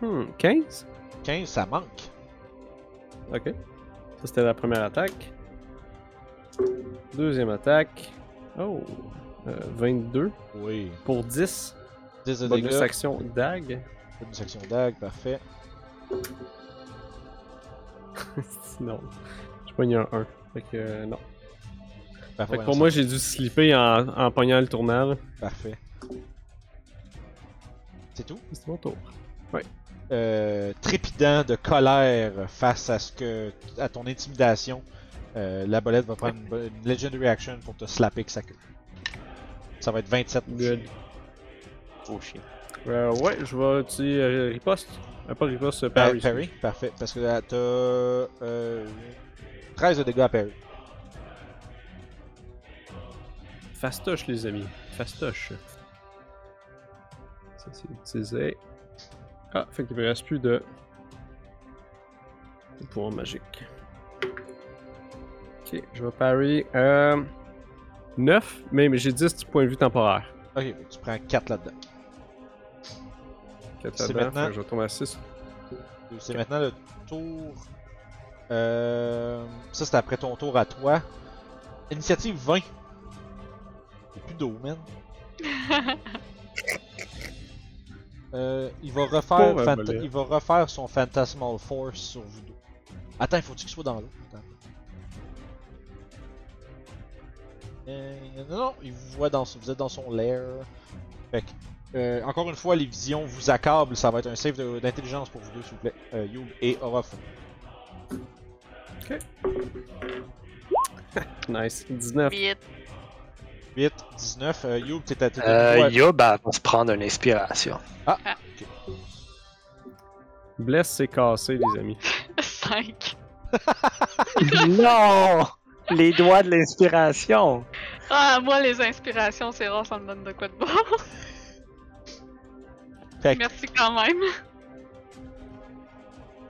[SPEAKER 5] Hmm. 15
[SPEAKER 1] 15, ça manque.
[SPEAKER 5] Ok. Ça, c'était la première attaque. Deuxième attaque. Oh. Euh, 22
[SPEAKER 1] Oui.
[SPEAKER 5] pour 10.
[SPEAKER 1] 10 de
[SPEAKER 5] Bonus
[SPEAKER 1] dégâts.
[SPEAKER 5] action dague.
[SPEAKER 1] Une section d'ag, parfait.
[SPEAKER 5] non. Je pogne un 1. Fait que euh, non.
[SPEAKER 1] Parfait,
[SPEAKER 5] Fait que
[SPEAKER 1] voyons
[SPEAKER 5] pour
[SPEAKER 1] ça.
[SPEAKER 5] moi, j'ai dû slipper en, en pognant le tournant. là.
[SPEAKER 1] Parfait. C'est tout.
[SPEAKER 5] C'est mon tour.
[SPEAKER 1] Euh, trépidant de colère face à ce que à ton intimidation, euh, la bolette va prendre une, bo- une legendary action pour te slapper avec sa queue. Ça va être 27. pour
[SPEAKER 5] Good.
[SPEAKER 1] toucher.
[SPEAKER 4] Oh shit.
[SPEAKER 5] Euh, ouais, je vais utiliser euh, riposte. Euh, pas riposte, euh,
[SPEAKER 1] Pa-
[SPEAKER 5] parry.
[SPEAKER 1] parry, parfait. Parce que là, t'as euh, 13 de dégâts à parry.
[SPEAKER 5] Fastoche, les amis. Fastoche. Ça, c'est utilisé. Ah, fait qu'il me reste plus de. de pouvoir magique. Ok, je vais parry. Euh... 9, mais mais j'ai 10 du point de vue temporaire.
[SPEAKER 1] Ok, fait que tu prends 4 là-dedans.
[SPEAKER 5] Quatre
[SPEAKER 1] C'est
[SPEAKER 5] là-dedans,
[SPEAKER 1] maintenant-
[SPEAKER 5] fait que Je vais tomber à 6.
[SPEAKER 1] C'est maintenant le tour. Euh, ça, c'est après ton tour à toi. Initiative 20. Il y a plus d'eau, man. Euh, il, va refaire
[SPEAKER 5] Pauvre
[SPEAKER 1] fanta-
[SPEAKER 5] Bolette.
[SPEAKER 1] il va refaire son Phantasmal Force sur vous deux. Attends, il faut qu'il soit dans l'eau. Attends. Euh, non, non, il vous voit dans vous êtes dans son lair. Fait que, euh, encore une fois, les visions vous accablent. Ça va être un save de- d'intelligence pour vous deux, s'il vous plaît. Euh, Youb et Orof.
[SPEAKER 5] Nice. 19.
[SPEAKER 2] Vite.
[SPEAKER 1] 8, 19. Euh, Youb, t'es à t'es à-
[SPEAKER 3] Euh,
[SPEAKER 1] ouais.
[SPEAKER 3] Yob, elle va se prendre une inspiration.
[SPEAKER 5] Bless, c'est cassé, les amis.
[SPEAKER 2] 5.
[SPEAKER 3] non! Les doigts de l'inspiration!
[SPEAKER 2] Ah, moi, les inspirations, c'est rare, ça me donne de quoi de bon.
[SPEAKER 1] Fait que-
[SPEAKER 2] Merci quand même.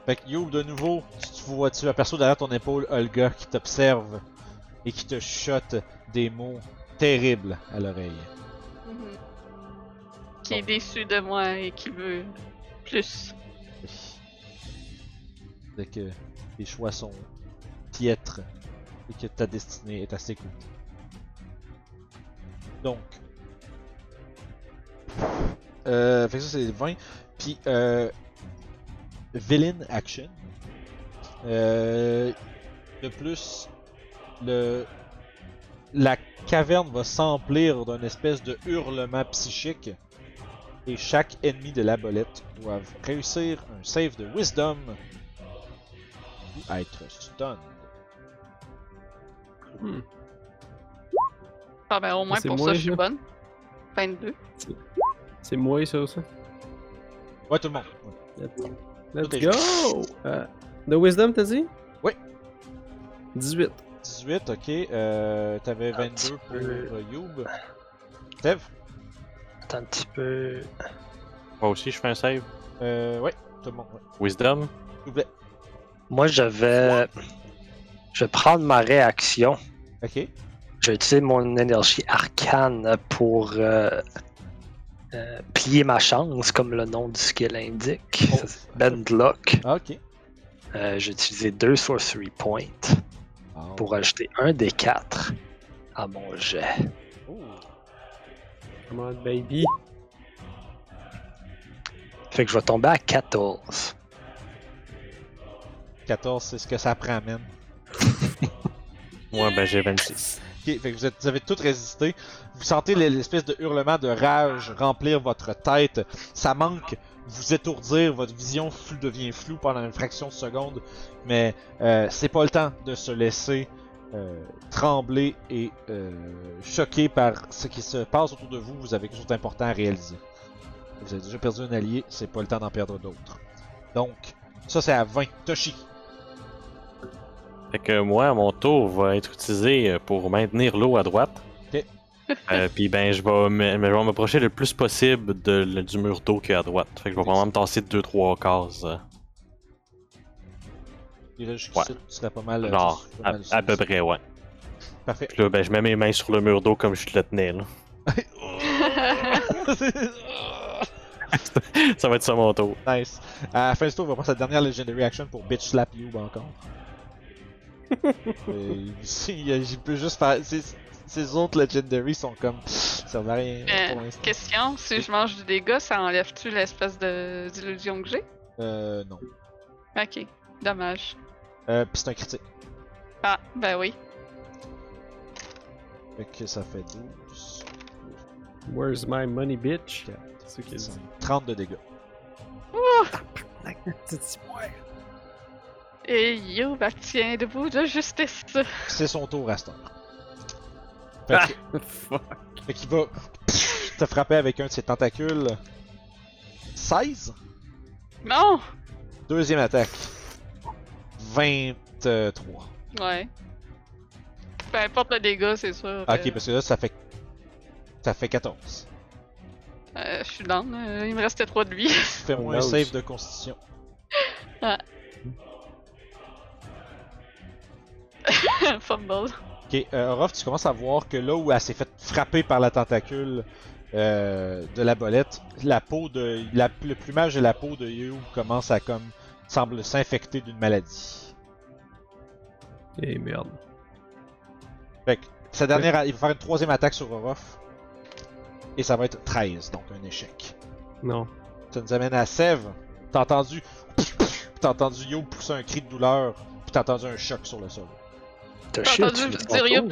[SPEAKER 1] Fait que Youb, de nouveau, tu, te vois, tu aperçois derrière ton épaule Olga qui t'observe et qui te chuchote des mots terribles à l'oreille.
[SPEAKER 2] Mhm. Qui est déçu de moi et qui veut plus.
[SPEAKER 1] Fait que tes choix sont piètres et que ta destinée est à ses côtés. Donc, Euh, fait que ça, c'est 20. Puis, euh, Villain Action. Euh, de plus, le, la caverne va s'emplir d'une espèce de hurlement psychique. Et chaque ennemi de la bolette doit réussir un save de Wisdom ou être stun.
[SPEAKER 5] Hmm.
[SPEAKER 2] Ah ben au moins
[SPEAKER 5] C'est
[SPEAKER 2] pour
[SPEAKER 5] moins,
[SPEAKER 2] ça, je suis
[SPEAKER 5] là.
[SPEAKER 2] bonne. 22.
[SPEAKER 5] C'est moi, ça, ça.
[SPEAKER 1] Ouais, tout le monde. Tout
[SPEAKER 5] Let's
[SPEAKER 1] est
[SPEAKER 5] go! Euh, the Wisdom, t'as dit?
[SPEAKER 1] Oui.
[SPEAKER 5] 18.
[SPEAKER 1] 18, ok. Euh, T'avais
[SPEAKER 3] Un petit
[SPEAKER 1] 22 pour
[SPEAKER 3] peu.
[SPEAKER 1] euh, Youb. Steve
[SPEAKER 3] Attends un petit peu.
[SPEAKER 4] Moi aussi, je fais un save.
[SPEAKER 1] Euh, ouais, tout le monde. ouais.
[SPEAKER 4] Wisdom.
[SPEAKER 1] S'il vous plaît.
[SPEAKER 3] Moi, je vais. Je vais prendre ma réaction.
[SPEAKER 1] Ok.
[SPEAKER 3] Je vais utiliser mon énergie arcane pour euh, euh, plier ma chance, comme le nom du skill indique.
[SPEAKER 1] Oh.
[SPEAKER 3] Ça, c'est Bend Luck.
[SPEAKER 1] Ah, ok.
[SPEAKER 3] Euh, J'ai utilisé deux sorcery points
[SPEAKER 1] Ah,
[SPEAKER 3] pour ajouter un des quatre à mon jet.
[SPEAKER 1] oh.
[SPEAKER 5] Come on, baby.
[SPEAKER 3] Fait que je vais tomber à 14.
[SPEAKER 1] 14, c'est ce que ça prend, man.
[SPEAKER 4] Moi, ben j'ai 26.
[SPEAKER 1] Ok, fait que vous, êtes- vous avez toutes résisté. Vous sentez l'e- l'espèce de hurlement de rage remplir votre tête. Ça manque, vous étourdir, votre vision flou devient floue pendant une fraction de seconde. Mais euh, c'est pas le temps de se laisser euh, trembler et euh, choquer par ce qui se passe autour de vous. Vous avez quelque chose d'important à réaliser. Vous avez déjà perdu un allié, c'est pas le temps d'en perdre d'autres. Donc, ça c'est à 20. Toshi.
[SPEAKER 4] Fait que moi, mon tour va être utilisé euh, pour maintenir l'eau à droite.
[SPEAKER 1] Ok.
[SPEAKER 4] Euh, Puis ben, je vais me- je vais m'approcher le plus possible de, le- du mur d'eau qui est à droite. Fait que je vais vraiment me tasser de 2-3 cases. euh,
[SPEAKER 1] Je dirais jusqu'ici,
[SPEAKER 4] Ouais.
[SPEAKER 1] tu serais pas mal. euh,
[SPEAKER 4] genre,
[SPEAKER 1] tu serais
[SPEAKER 4] à,
[SPEAKER 1] pas mal
[SPEAKER 4] à peu près, ouais.
[SPEAKER 1] Parfait.
[SPEAKER 4] Puis là, ben, je mets mes mains sur le mur d'eau comme je le tenais, là. Ça va être ça mon tour.
[SPEAKER 1] Nice. À la fin du tour, on va prendre sa dernière legendary action pour bitch slap you ben, encore. Euh, il, il peut juste faire. Ses, ses autres legendary sont comme. Ça va rien
[SPEAKER 2] Euh,
[SPEAKER 1] pour l'instant.
[SPEAKER 2] Question, si je mange du dégât, ça enlève-tu l'espèce de d'illusion que j'ai?
[SPEAKER 1] Euh, non.
[SPEAKER 2] Ok, dommage.
[SPEAKER 1] Euh, pis c'est un critique.
[SPEAKER 2] Ah, ben oui.
[SPEAKER 1] Fait que ça fait 12,
[SPEAKER 5] Where's my money, bitch? C'est ce qu'il
[SPEAKER 1] 15,
[SPEAKER 5] dit.
[SPEAKER 1] 30 de dégâts.
[SPEAKER 2] Et yo, bah tiens debout de justice.
[SPEAKER 1] C'est son tour à cette heure. Fait
[SPEAKER 5] Ah!
[SPEAKER 1] que-
[SPEAKER 5] Fuck.
[SPEAKER 1] Fait qu'il va te frapper avec un de ses tentacules. 16
[SPEAKER 2] Non!
[SPEAKER 1] Deuxième attaque. 23.
[SPEAKER 2] Ouais. Peu importe le dégât, c'est sûr.
[SPEAKER 1] Ah, Ok,
[SPEAKER 2] euh,
[SPEAKER 1] parce que là, ça fait. Ça fait 14.
[SPEAKER 2] euh, je suis down. euh, il me restait 3 de vie.
[SPEAKER 1] Fais-moi
[SPEAKER 5] Oh,
[SPEAKER 1] un
[SPEAKER 5] nice.
[SPEAKER 1] save de constitution.
[SPEAKER 2] Fumble.
[SPEAKER 1] Ok, euh, Orof, tu commences à voir que là où elle s'est fait frapper par la tentacule euh, de la bolette, la peau de. la- le plumage et la peau de Yu commence à comme. semble s'infecter d'une maladie.
[SPEAKER 5] Eh merde.
[SPEAKER 1] Fait que, sa dernière. a- Il va faire une troisième attaque sur Orof. Et ça va être 13, donc un échec.
[SPEAKER 5] Non.
[SPEAKER 1] Ça nous amène à Sève. T'as entendu. T'as entendu Yo pousser un cri de douleur. Puis t'as entendu un choc sur le sol.
[SPEAKER 3] T'as
[SPEAKER 2] J'ai
[SPEAKER 3] chié,
[SPEAKER 2] entendu
[SPEAKER 3] tu veux
[SPEAKER 2] dire
[SPEAKER 3] ton
[SPEAKER 2] rien.
[SPEAKER 3] tour?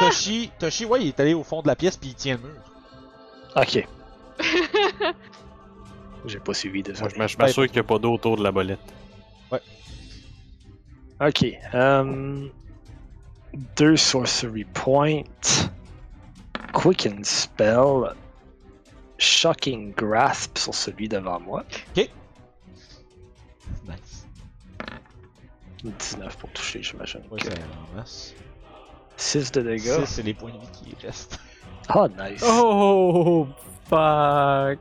[SPEAKER 1] Toshi, Toshi, ouais, il est allé au fond de la pièce puis il tient le mur.
[SPEAKER 3] Ok. J'ai pas suivi de ça.
[SPEAKER 4] Moi, je m'ass- je m'assure qu'il n'y a pas d'eau autour de la bolette.
[SPEAKER 3] Ok. euh, deux sorcery points. Quicken spell. Shocking grasp sur celui devant moi.
[SPEAKER 1] Nice.
[SPEAKER 3] 19 pour toucher, j'imagine.
[SPEAKER 1] Ouais, c'est en masse.
[SPEAKER 3] 6 de dégâts.
[SPEAKER 1] Ça, c'est les points de vie qui restent.
[SPEAKER 3] Ah, nice.
[SPEAKER 5] Oh, fuck.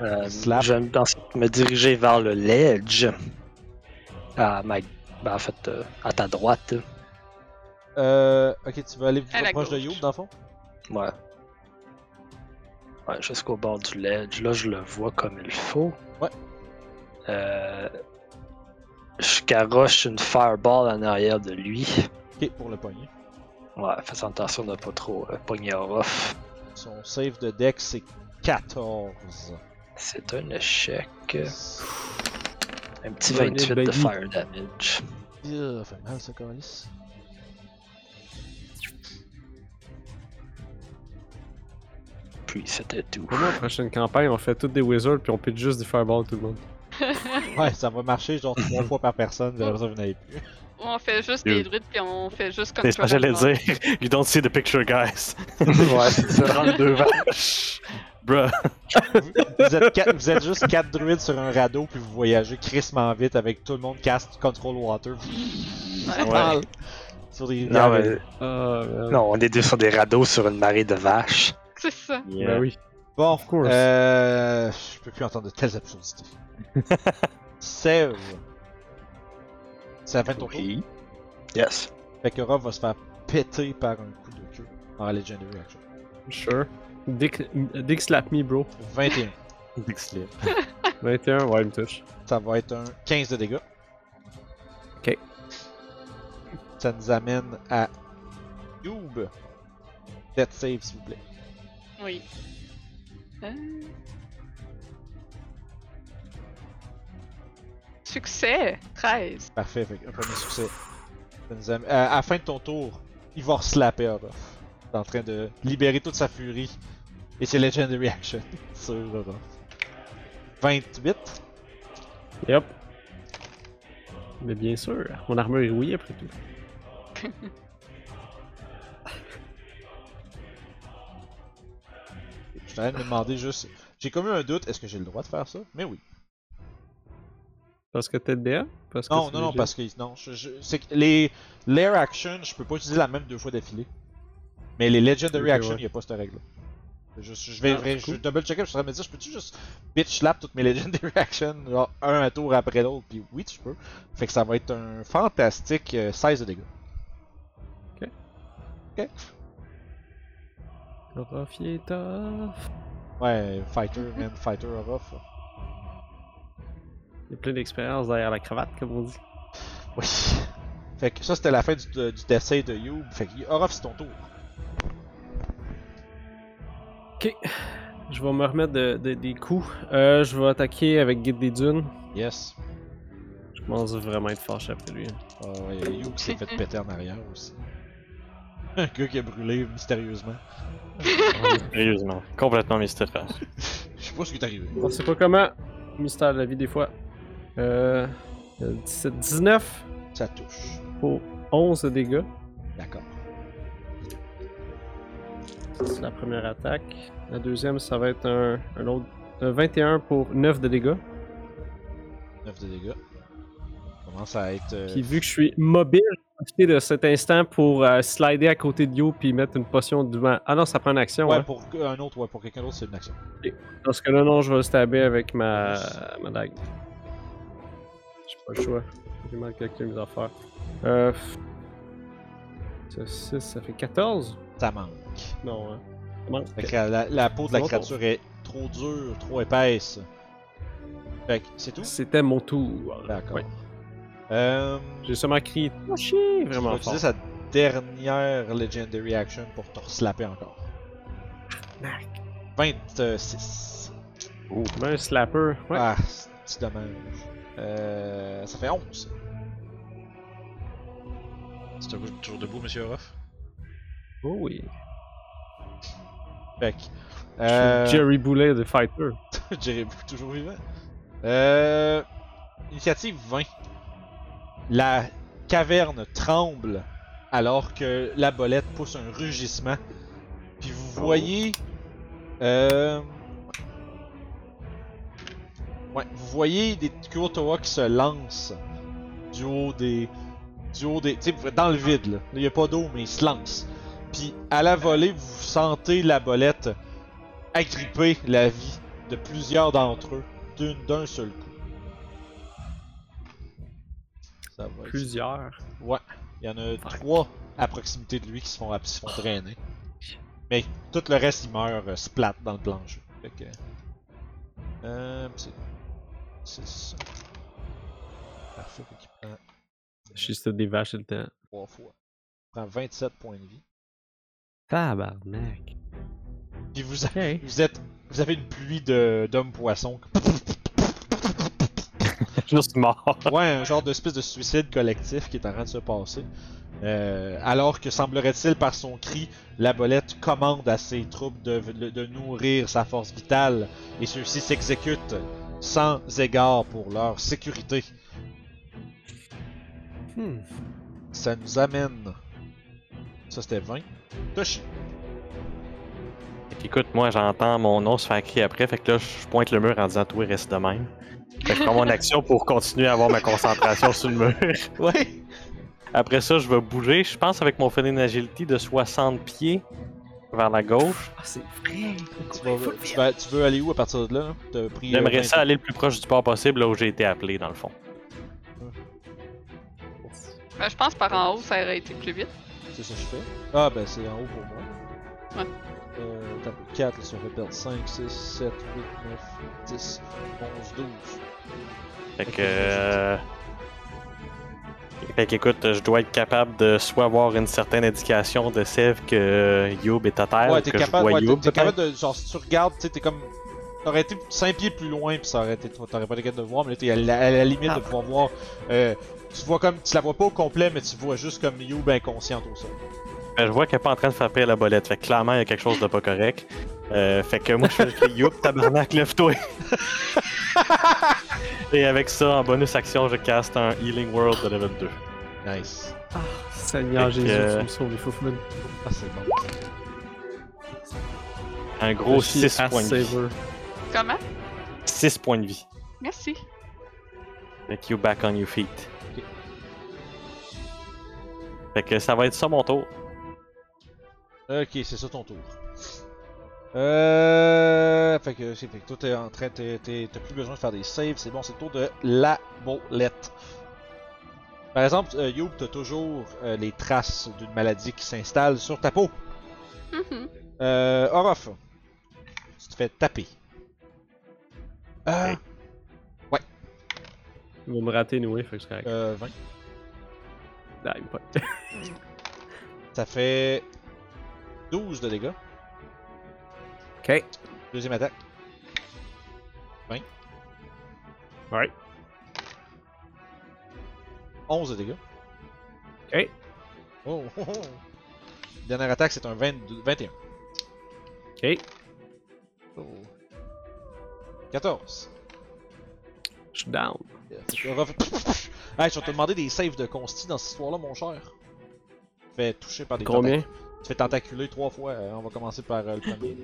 [SPEAKER 3] Euh,
[SPEAKER 1] Slap.
[SPEAKER 3] Je vais ensuite me diriger vers le ledge. À ma... ben, en fait, euh, à ta droite.
[SPEAKER 1] Euh. Ok, tu veux aller
[SPEAKER 2] À
[SPEAKER 1] plus
[SPEAKER 2] la
[SPEAKER 1] proche de
[SPEAKER 2] gauche.
[SPEAKER 1] Youb dans le fond
[SPEAKER 3] Ouais. Ouais, jusqu'au bord du ledge. Là, je le vois comme il faut.
[SPEAKER 1] Ouais.
[SPEAKER 3] Euh, Je caroche une fireball en arrière de lui.
[SPEAKER 1] Ok, pour le poignet.
[SPEAKER 3] Ouais, fais attention de pas trop euh, pogner off.
[SPEAKER 1] Son save de deck, c'est 14.
[SPEAKER 3] C'est un échec. Un petit
[SPEAKER 5] Bonne
[SPEAKER 3] 28
[SPEAKER 5] baby.
[SPEAKER 3] de fire damage.
[SPEAKER 1] Euh, fait mal ce calice.
[SPEAKER 3] Puis c'était tout.
[SPEAKER 5] Pour la prochaine campagne, on fait toutes des wizards puis on pète juste des fireballs tout le monde.
[SPEAKER 1] Ouais, ça va marcher genre 3 fois par personne, vous avez besoin vous n'avez plus.
[SPEAKER 2] Ou on fait juste
[SPEAKER 4] Deux.
[SPEAKER 2] des druides puis on fait juste comme
[SPEAKER 4] C'est ce que j'allais dire. You don't see the picture, guys.
[SPEAKER 3] ouais, c'est ça. 32
[SPEAKER 4] Bruh.
[SPEAKER 1] Vous, vous êtes quatre- vous êtes juste 4 druides sur un radeau, puis vous voyagez crissement vite avec tout le monde cast Control Water.
[SPEAKER 4] Ouais.
[SPEAKER 1] Sur des
[SPEAKER 3] Non,
[SPEAKER 1] rivières.
[SPEAKER 3] mais-
[SPEAKER 5] Ah, merde.
[SPEAKER 3] non, on est deux sur des radeaux sur une marée de vaches.
[SPEAKER 2] C'est ça.
[SPEAKER 5] Ben oui.
[SPEAKER 1] Bon,
[SPEAKER 5] Of course.
[SPEAKER 1] euh, je peux plus entendre de telles absurdités. Save. C'est la fin de ton tour.
[SPEAKER 3] Yes.
[SPEAKER 1] Fait que Rob va se faire péter par un coup de queue en Legendary Action.
[SPEAKER 5] Sure. Dick, Dick slap me, bro.
[SPEAKER 1] 21.
[SPEAKER 5] 21, ouais, il me touche.
[SPEAKER 1] Ça va être un 15 de dégâts.
[SPEAKER 5] Ok.
[SPEAKER 1] Ça nous amène à Cube. Death save, s'il vous plaît.
[SPEAKER 2] Oui. Euh. Succès! 13.
[SPEAKER 1] Parfait, fait un premier succès. Ça nous amène- à, à la fin de ton tour, il va slapper Orof. T'es en train de libérer toute sa furie. Et c'est Legendary Action sur Orof. 28.
[SPEAKER 5] Yep. Mais bien sûr, mon armure est rouillée après tout.
[SPEAKER 1] Je t'arrête de me demander juste. J'ai comme eu un doute, est-ce que j'ai le droit de faire ça? Mais oui.
[SPEAKER 5] Parce que t'es DA Parce que
[SPEAKER 1] Non,
[SPEAKER 5] c'est
[SPEAKER 1] non, non,
[SPEAKER 5] léger?
[SPEAKER 1] parce que non, je, je- c'est que les l'air action, je peux pas utiliser la même deux fois d'affilée. Mais les legendary
[SPEAKER 5] Ok,
[SPEAKER 1] action,
[SPEAKER 5] ouais.
[SPEAKER 1] il y a pas cette règle. Je, je vais,
[SPEAKER 5] Ah, c'est cool.
[SPEAKER 1] double checker, je serais me dire, je peux-tu juste bitch slap toutes mes legendary action, genre un tour après l'autre, puis oui, tu peux. Fait que ça va être un fantastique euh, 16 de dégâts.
[SPEAKER 5] Le rough, il est tough.
[SPEAKER 1] Ouais, fighter,
[SPEAKER 5] Mm-hmm.
[SPEAKER 1] man, fighter of off.
[SPEAKER 5] Il y a plein d'expérience derrière la cravate, comme on dit.
[SPEAKER 1] Oui. Fait que ça, c'était la fin du, de- du décès de Youb. Fait que Orof, c'est ton tour.
[SPEAKER 5] Ok. Je vais me remettre de, de- des coups. Euh, je vais attaquer avec Guide des Dunes.
[SPEAKER 1] Yes.
[SPEAKER 5] Je commence vraiment à être fâché après lui.
[SPEAKER 1] Ah ouais, Youb s'est fait péter en arrière aussi. Un gars qui a brûlé mystérieusement.
[SPEAKER 4] Sérieusement. Complètement mystérieux.
[SPEAKER 1] Je sais pas ce qui est arrivé.
[SPEAKER 5] On sait pas comment. Mystère de la vie, des fois. Euh. 17, 19
[SPEAKER 1] Ça touche.
[SPEAKER 5] pour 11 de dégâts.
[SPEAKER 1] D'accord.
[SPEAKER 5] C'est la première attaque. La deuxième, ça va être un, un autre. un 21 pour 9 de dégâts.
[SPEAKER 1] 9 de dégâts. Commence à être. euh,
[SPEAKER 5] Puis vu que je suis mobile, je vais profiter de cet instant pour euh, slider à côté de Yo puis mettre une potion devant. Ah non, ça prend une action.
[SPEAKER 1] Ouais,
[SPEAKER 5] hein.
[SPEAKER 1] pour un autre, ouais, pour quelqu'un d'autre, c'est une action.
[SPEAKER 5] Dans ce cas-là, non, je vais le stabber avec ma, ma dague. J'ai pas le choix. J'ai mal calculé mes affaires. Euh. f- Ça, six, ça fait 14?
[SPEAKER 1] Ça manque.
[SPEAKER 5] Non, hein. Ça manque.
[SPEAKER 1] Fait que la, la peau de la
[SPEAKER 5] Bon tour.
[SPEAKER 1] créature est trop dure, trop épaisse. Fait que c'est tout.
[SPEAKER 5] C'était mon tour.
[SPEAKER 1] D'accord.
[SPEAKER 5] Ouais.
[SPEAKER 1] Euh.
[SPEAKER 5] J'ai seulement crié touché
[SPEAKER 1] Tu vas
[SPEAKER 5] vraiment fort.
[SPEAKER 1] utiliser sa dernière Legendary Action pour te slapper encore. 26.
[SPEAKER 5] Oh, Comme un slapper. Ouais.
[SPEAKER 1] Ah, c'est un petit dommage. Euh, ça fait 11. C'est toujours debout, monsieur Ruff.
[SPEAKER 5] Oh oui.
[SPEAKER 1] Fait que,
[SPEAKER 5] Je suis
[SPEAKER 1] euh,
[SPEAKER 5] Jerry Boulet de Fighter.
[SPEAKER 1] Jerry Bou- toujours vivant. Euh, initiative 20. La caverne tremble alors que la bolette pousse un rugissement. Puis vous voyez. Euh, ouais, vous voyez des Kurotoa qui se lancent du haut des. Du haut des. Tu sais, dans le vide, là. Il n'y a pas d'eau, mais ils se lancent. Puis à la volée, vous sentez la bolette agripper la vie de plusieurs d'entre eux d'une d'un seul coup. Ça va être-
[SPEAKER 5] Plusieurs.
[SPEAKER 1] il y en a trois à proximité de lui qui se font, qui se font drainer. Mais tout le reste, il meurt euh, splat dans le plancher. Fait que. Euh, c'est. C'est ça. Parfait, fait qu'il prend
[SPEAKER 5] Juste des vaches le temps.
[SPEAKER 1] 3 fois. Il prend 27 points de vie.
[SPEAKER 5] Tabarnak.
[SPEAKER 1] Puis vous,
[SPEAKER 5] Ok.
[SPEAKER 1] vous êtes Vous avez une pluie de- d'hommes-poissons.
[SPEAKER 4] Juste mort.
[SPEAKER 1] Ouais, un genre d'espèce de suicide collectif qui est en train de se passer. Euh, alors que semblerait-il par son cri, la bolette commande à ses troupes de, de nourrir sa force vitale et ceux-ci s'exécutent sans égard pour leur sécurité.
[SPEAKER 5] Hmm.
[SPEAKER 1] Ça nous amène. Ça c'était 20. Toshi.
[SPEAKER 4] Fait qu'écoute, moi j'entends mon nom se faire crier après, fait que là je pointe le mur en disant toi reste de même. Fait que je prends mon action pour continuer à avoir ma concentration sur le mur.
[SPEAKER 1] Ouais.
[SPEAKER 4] Après ça, je vais bouger, je pense avec mon feeling agility de 60 pieds vers la gauche.
[SPEAKER 3] Ah, c'est vrai.
[SPEAKER 1] Tu, vas- tu vas- tu veux aller où à partir de là? là? T'as pris. euh,
[SPEAKER 4] J'aimerais
[SPEAKER 1] 20.
[SPEAKER 4] ça aller le plus proche du port possible là où j'ai été appelé dans le fond.
[SPEAKER 2] Ben, je pense par en haut, ça aurait été plus vite.
[SPEAKER 1] C'est ça que je fais. Ah, ben c'est en haut pour moi.
[SPEAKER 2] Ouais.
[SPEAKER 1] Euh, t'as 4, là, si on fait perdre 5, 6, 7, 8, 9, 10, 11, 12.
[SPEAKER 4] Fait que. euh, Fait qu'écoute, je dois être capable de soit avoir une certaine indication de Sev que euh, Youb est à terre,
[SPEAKER 1] ouais,
[SPEAKER 4] ou
[SPEAKER 1] t'es
[SPEAKER 4] que
[SPEAKER 1] capable,
[SPEAKER 4] je vois
[SPEAKER 1] ouais,
[SPEAKER 4] Youb
[SPEAKER 1] t'es- t'es
[SPEAKER 4] peut-être.
[SPEAKER 1] capable de. Genre, si tu regardes, tu sais, t'es comme. T'aurais été 5 pieds plus loin, puis ça aurait été. T'aurais pas été capable de le voir, mais là, t'es à la, à la limite de pouvoir voir. Euh, tu vois comme. Tu la vois pas au complet, mais tu vois juste comme Youb inconsciente au sol.
[SPEAKER 4] Ben, je vois qu'elle est pas en train de frapper à la bolette. Fait que clairement, il y a quelque chose de pas correct. Euh, fait que moi, je fais le Youp, tabarnak, lève-toi. Et avec ça, en bonus action, je caste un Healing World de level 2.
[SPEAKER 1] Nice.
[SPEAKER 5] Seigneur
[SPEAKER 4] Fait que,
[SPEAKER 5] Jésus,
[SPEAKER 4] euh,
[SPEAKER 5] tu me sauves, il faut que
[SPEAKER 1] Ah, c'est bon.
[SPEAKER 4] Un gros 6 points de vie.
[SPEAKER 2] Comment?
[SPEAKER 4] 6 points de vie.
[SPEAKER 2] Merci.
[SPEAKER 4] Fait que you back on your feet.
[SPEAKER 1] Ok.
[SPEAKER 4] Fait que ça va être ça mon tour.
[SPEAKER 1] Ok, c'est ça ton tour. Euh. Fait que, c'est- fait que toi, t'es en train. t'es- t'es- T'as plus besoin de faire des saves, c'est bon, c'est le tour de la bolette. Par exemple, euh, Youb, t'as toujours euh, les traces d'une maladie qui s'installe sur ta peau.
[SPEAKER 2] Mhm.
[SPEAKER 1] Euh. Orof, tu te fais taper. Euh.
[SPEAKER 5] Ils vont me rater, nous, hein, fait que c'est correct.
[SPEAKER 1] euh 20. Euh.
[SPEAKER 5] Ah, il me pointe.
[SPEAKER 1] Ça fait 12 de dégâts.
[SPEAKER 5] Ok.
[SPEAKER 1] Deuxième attaque.
[SPEAKER 5] Ouais.
[SPEAKER 1] 11 de dégâts.
[SPEAKER 5] Ok.
[SPEAKER 1] Oh, oh, oh. Dernière attaque, c'est un 22, 21.
[SPEAKER 5] Ok.
[SPEAKER 1] 14.
[SPEAKER 5] Je suis down.
[SPEAKER 1] Je ref- hey, je vais te demander des saves de consti dans cette histoire-là, mon cher. Tu fais toucher par des
[SPEAKER 5] Combien
[SPEAKER 1] tentac- Tu fais tentaculer trois fois. Euh, on va commencer par euh, le premier.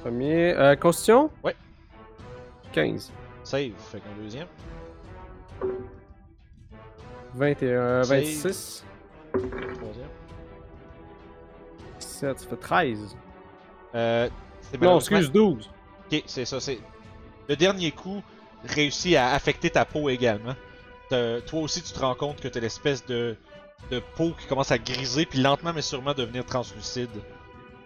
[SPEAKER 5] Premier. Euh, Constitution
[SPEAKER 1] Ouais.
[SPEAKER 5] 15.
[SPEAKER 1] Save, fait qu'un deuxième.
[SPEAKER 5] 21.
[SPEAKER 1] Save.
[SPEAKER 5] 26.
[SPEAKER 1] Troisième.
[SPEAKER 5] 7. Ça fait 13.
[SPEAKER 1] Euh, c'est
[SPEAKER 5] Non,
[SPEAKER 1] malheureusement-
[SPEAKER 5] excuse, 12.
[SPEAKER 1] Ok, c'est ça, c'est. Le dernier coup réussit à affecter ta peau également. T'as- Toi aussi, tu te rends compte que t'as l'espèce de... de peau qui commence à griser, puis lentement mais sûrement devenir translucide.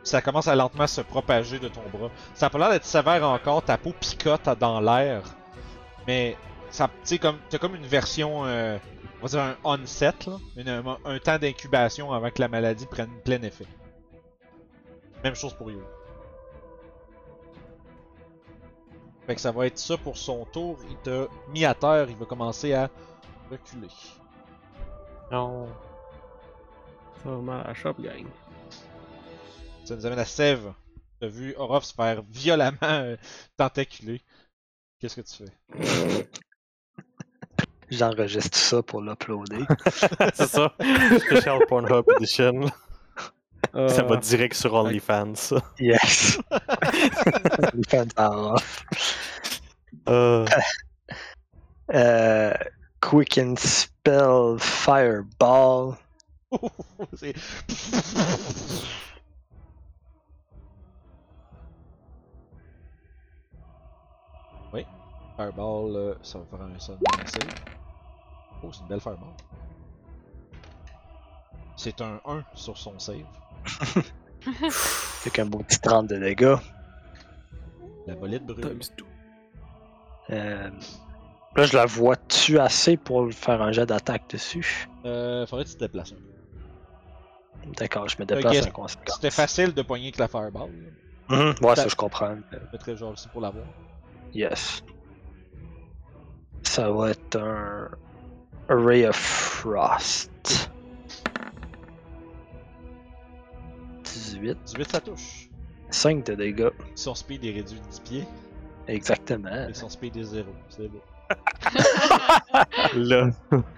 [SPEAKER 1] Ça commence à lentement se propager de ton bras. Ça a pas l'air d'être sévère encore, ta peau picote dans l'air. Mais, ça, tu sais, comme, t'as comme une version, euh, on va dire un onset, là. Une- un, un temps d'incubation avant que la maladie prenne plein effet. Même chose pour You. Fait que ça va être ça pour son tour. Il t'a mis à terre, il va commencer à reculer.
[SPEAKER 4] Non.
[SPEAKER 5] Ça va mal à la shop, gang.
[SPEAKER 1] Ça nous amène à Sève. T'as vu Orof se faire violemment euh, tentaculer. Qu'est-ce que tu fais?
[SPEAKER 3] J'enregistre ça pour l'uploader.
[SPEAKER 4] C'est ça. Special Pornhub Edition. Ça va
[SPEAKER 5] Euh,
[SPEAKER 4] direct sur OnlyFans. ça.
[SPEAKER 3] yes. Les fans en off. Euh, Quicken Spell Fireball.
[SPEAKER 1] C'est- oui. Fireball, euh, ça va faire un son de lancer. Oh, c'est une belle fireball. C'est un 1 sur son save.
[SPEAKER 3] Fait qu'un beau petit 30 de dégâts.
[SPEAKER 1] La bolide brûle.
[SPEAKER 5] times two.
[SPEAKER 3] Euh, là, je la vois-tu assez pour faire un jet d'attaque dessus?
[SPEAKER 1] Euh, faudrait que tu te déplaces un peu.
[SPEAKER 3] D'accord, je me déplace
[SPEAKER 1] Ok.
[SPEAKER 3] en conséquence.
[SPEAKER 1] C'était facile de poigner avec la fireball. là.
[SPEAKER 3] Mhm, Ouais,
[SPEAKER 1] Ça-
[SPEAKER 3] ça, je comprends.
[SPEAKER 1] Je mettrais genre ici pour l'avoir.
[SPEAKER 3] Yes. Ça va être un Ray of Frost. 18.
[SPEAKER 1] 18, ça touche.
[SPEAKER 3] 5 de dégâts.
[SPEAKER 1] Son speed est réduit de 10 pieds
[SPEAKER 3] Exactement.
[SPEAKER 1] et son speed est 0. C'est beau.
[SPEAKER 4] Là,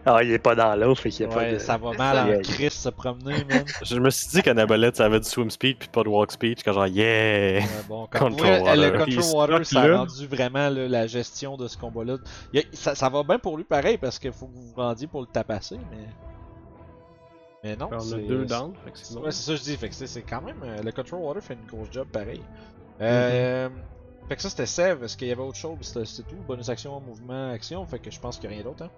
[SPEAKER 3] Ah, il est pas dans l'eau, fait qu'il y a pas
[SPEAKER 1] Ouais,
[SPEAKER 3] de.
[SPEAKER 1] Ça va
[SPEAKER 2] C'est
[SPEAKER 1] mal
[SPEAKER 3] ça.
[SPEAKER 1] en Chris se promener, man.
[SPEAKER 4] je me suis dit qu'Anabolette, ça avait du swim speed puis pas de walk speed. Quand genre, yeah!
[SPEAKER 1] Euh, bon, quand
[SPEAKER 4] Control
[SPEAKER 1] ouais,
[SPEAKER 4] Water.
[SPEAKER 1] le
[SPEAKER 5] Puis il
[SPEAKER 1] Control
[SPEAKER 5] se
[SPEAKER 1] Water,
[SPEAKER 5] bloque
[SPEAKER 1] ça a
[SPEAKER 5] là.
[SPEAKER 1] rendu vraiment là, la gestion de ce combat-là. Il y a- Ça, ça va bien pour lui, pareil, parce qu'il faut que vous vous rendiez pour le tapasser, mais. Mais non,
[SPEAKER 5] On a
[SPEAKER 1] c'est-
[SPEAKER 5] deux dents, fait que
[SPEAKER 1] c'est-
[SPEAKER 5] c'est bon.
[SPEAKER 1] Ouais, c'est ça que je dis. Fait que c'est- c'est quand même. euh, Le Control Water fait une grosse job pareil. Euh, Fait que ça c'était save. Est-ce qu'il y avait autre chose C'était- C'est tout. Bonus action, mouvement, action. Fait que je pense qu'il n'y a rien d'autre. Hein?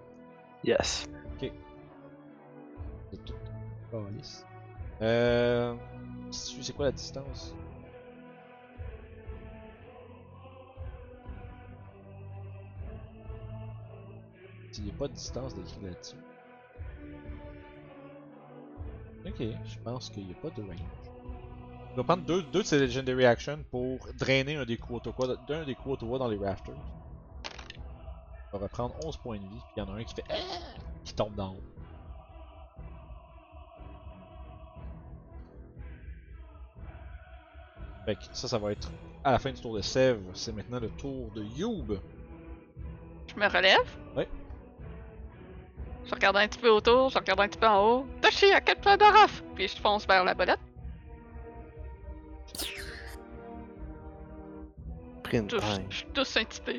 [SPEAKER 3] Yes.
[SPEAKER 1] C'est tout. Oh, lisse. Euh. C'est c'est quoi la distance Il n'y a pas de distance décrite là-dessus. Ok, je pense qu'il n'y a pas de range. Je vais prendre deux, deux de ces Legendary Actions pour drainer un des coups Ottawa, d'un des coups Ottawa dans les rafters. On va prendre 11 points de vie, puis il y en a un qui fait Ah qui tombe dans l'eau. Fait que ça, ça va être à la fin du tour de Sèvres. C'est maintenant le tour de Youb. Ben,
[SPEAKER 2] Je me relève.
[SPEAKER 1] Ouais.
[SPEAKER 2] Je regarde un petit peu autour, je regarde un petit peu en haut. Toshi, à quel plan d'orof? Puis je fonce vers la bolette.
[SPEAKER 4] Print
[SPEAKER 2] Je, je- je tousse un petit peu.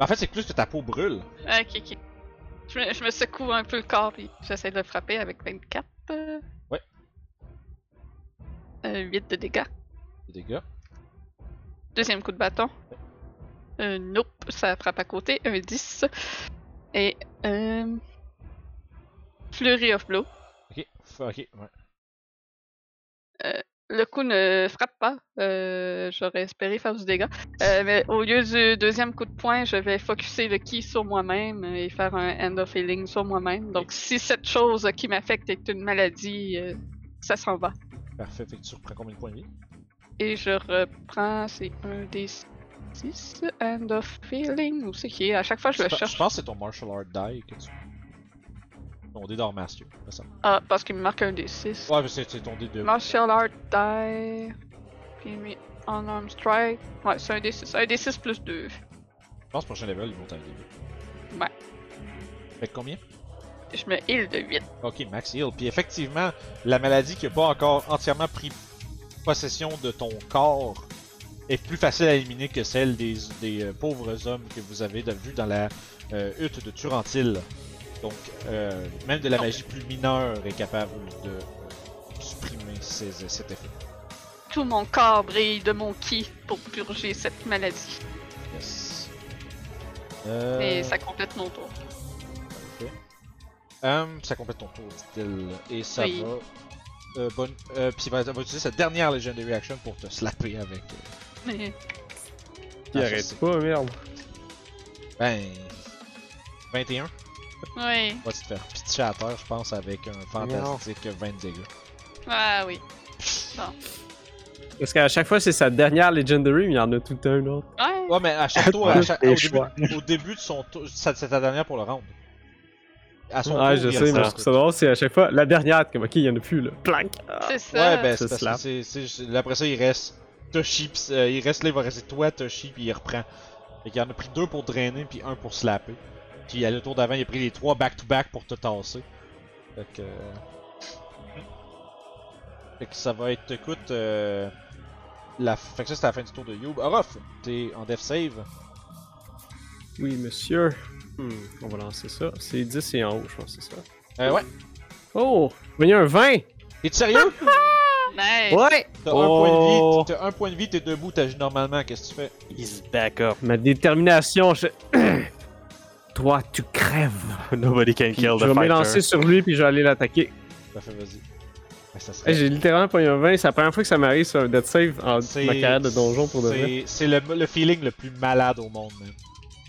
[SPEAKER 1] En fait, c'est plus que ta peau brûle.
[SPEAKER 2] Ok, ok. Je me, je me secoue un peu le corps et j'essaie de le frapper avec 24. euh.
[SPEAKER 1] Ouais.
[SPEAKER 2] Euh, 8 de dégâts.
[SPEAKER 1] Les dégâts.
[SPEAKER 2] Deuxième coup de bâton. Euh, nope, ça frappe à côté. Un 10. Et. Euh... Flurry of Blow.
[SPEAKER 1] Ok, f- ok, ouais.
[SPEAKER 2] Le coup ne frappe pas. Euh, J'aurais espéré faire du dégât. Euh, mais au lieu du deuxième coup de poing, je vais focuser le ki sur moi-même et faire un end of healing sur moi-même. Donc si cette chose qui m'affecte est une maladie, euh, ça s'en va.
[SPEAKER 1] Parfait. Fait que tu reprends combien de points de vie
[SPEAKER 2] Et je reprends, c'est un des six end of healing. Où c'est qui est À chaque fois, je le
[SPEAKER 1] Je
[SPEAKER 2] cherche.
[SPEAKER 1] pense que c'est ton martial art die que tu. Ton dé d'or master. c'est ça.
[SPEAKER 2] Ah, parce qu'il me marque un des six.
[SPEAKER 1] Ouais, mais c'est c'est ton dé de.
[SPEAKER 2] Martial art die. Puis mis on arm strike. Ouais, c'est un des 6. Un des 6 plus 2.
[SPEAKER 1] Je pense que prochain level, ils vont t'arriver.
[SPEAKER 2] Ouais.
[SPEAKER 1] Fait que combien
[SPEAKER 2] Je me heal de 8.
[SPEAKER 1] Ok, max heal. Puis effectivement, la maladie qui n'a pas encore entièrement pris possession de ton corps est plus facile à éliminer que celle des, des, euh, pauvres hommes que vous avez de- vus dans la euh, hutte de Turantil. Donc, euh, même de la magie plus mineure est capable de euh, supprimer ces- cet effet.
[SPEAKER 2] Tout mon corps brille de mon ki pour purger cette maladie.
[SPEAKER 1] Yes. Euh,
[SPEAKER 2] Et ça complète mon tour.
[SPEAKER 1] parfait. Hum, ça complète ton tour, dit-il. Et ça
[SPEAKER 2] Oui.
[SPEAKER 1] va. Euh, bonne... euh, puis il va, va utiliser sa dernière Legendary Action pour te slapper avec. euh,
[SPEAKER 2] Mais
[SPEAKER 5] Il
[SPEAKER 1] Ah,
[SPEAKER 5] arrête
[SPEAKER 1] c'est-
[SPEAKER 5] pas, merde.
[SPEAKER 1] Ben. 21.
[SPEAKER 2] Oui.
[SPEAKER 1] Va te faire pitcher à terre, je pense, avec un fantastique 20 dégâts.
[SPEAKER 2] Ah oui.
[SPEAKER 5] Parce qu'à chaque fois, c'est sa dernière Legendary, mais il y en a tout un autre.
[SPEAKER 2] Ouais.
[SPEAKER 1] Ouais, mais à chaque tour,
[SPEAKER 3] Ouais,
[SPEAKER 1] à chaque-
[SPEAKER 3] c'est
[SPEAKER 1] au,
[SPEAKER 3] chouette.
[SPEAKER 1] début, au début de son tour, ça- c'est ta dernière pour le round. À son
[SPEAKER 5] Ah,
[SPEAKER 1] tour,
[SPEAKER 5] je
[SPEAKER 1] il
[SPEAKER 5] sais, mais
[SPEAKER 1] ressort.
[SPEAKER 5] ce que c'est drôle, c'est à chaque fois la dernière, t'es comme ok, il y en a plus, là. Plank!
[SPEAKER 2] C'est ça.
[SPEAKER 1] Ouais, ben,
[SPEAKER 5] Ça
[SPEAKER 1] c'est parce
[SPEAKER 5] slap.
[SPEAKER 1] que c'est- c'est. juste- Après ça, il reste Toshi, pis, euh, il reste là, il va rester toi, Toshi, puis il reprend. Fait qu'il en a pris deux pour drainer, puis un pour slapper. Puis à le tour d'avant, il a pris les trois back-to-back pour te tasser. Fait que. euh, Fait que ça va être. Écoute. euh, La... Fait que ça, c'est la fin du tour de Youb. Orof, t'es en death save.
[SPEAKER 5] Oui, monsieur. Hmm, on va lancer ça. C'est 10 et en haut, je pense, c'est ça.
[SPEAKER 1] Euh, ouais.
[SPEAKER 5] Oh! Venu un 20!
[SPEAKER 1] T'es sérieux?
[SPEAKER 2] Nice.
[SPEAKER 5] Ouais!
[SPEAKER 1] T'as un point de vie,
[SPEAKER 5] Oh.
[SPEAKER 1] t'as un point de vie, t'es debout, t'agis normalement, qu'est-ce que tu fais?
[SPEAKER 4] He's back up.
[SPEAKER 5] Ma détermination, je. Toi, tu crèves!
[SPEAKER 4] Nobody can
[SPEAKER 5] Puis
[SPEAKER 4] kill
[SPEAKER 5] je
[SPEAKER 4] the
[SPEAKER 5] vais me
[SPEAKER 4] fighter.
[SPEAKER 5] lancer sur lui, puis je vais aller l'attaquer.
[SPEAKER 1] Parfait, vas-y. Ben, ça serait-
[SPEAKER 5] Hey, J'ai littéralement pas eu un 20, c'est la première fois que ça m'arrive sur un death save en
[SPEAKER 1] C'est-
[SPEAKER 5] ma carrière de donjon pour de
[SPEAKER 1] c'est-
[SPEAKER 5] vrai.
[SPEAKER 1] C'est le, le feeling le plus malade au monde, man.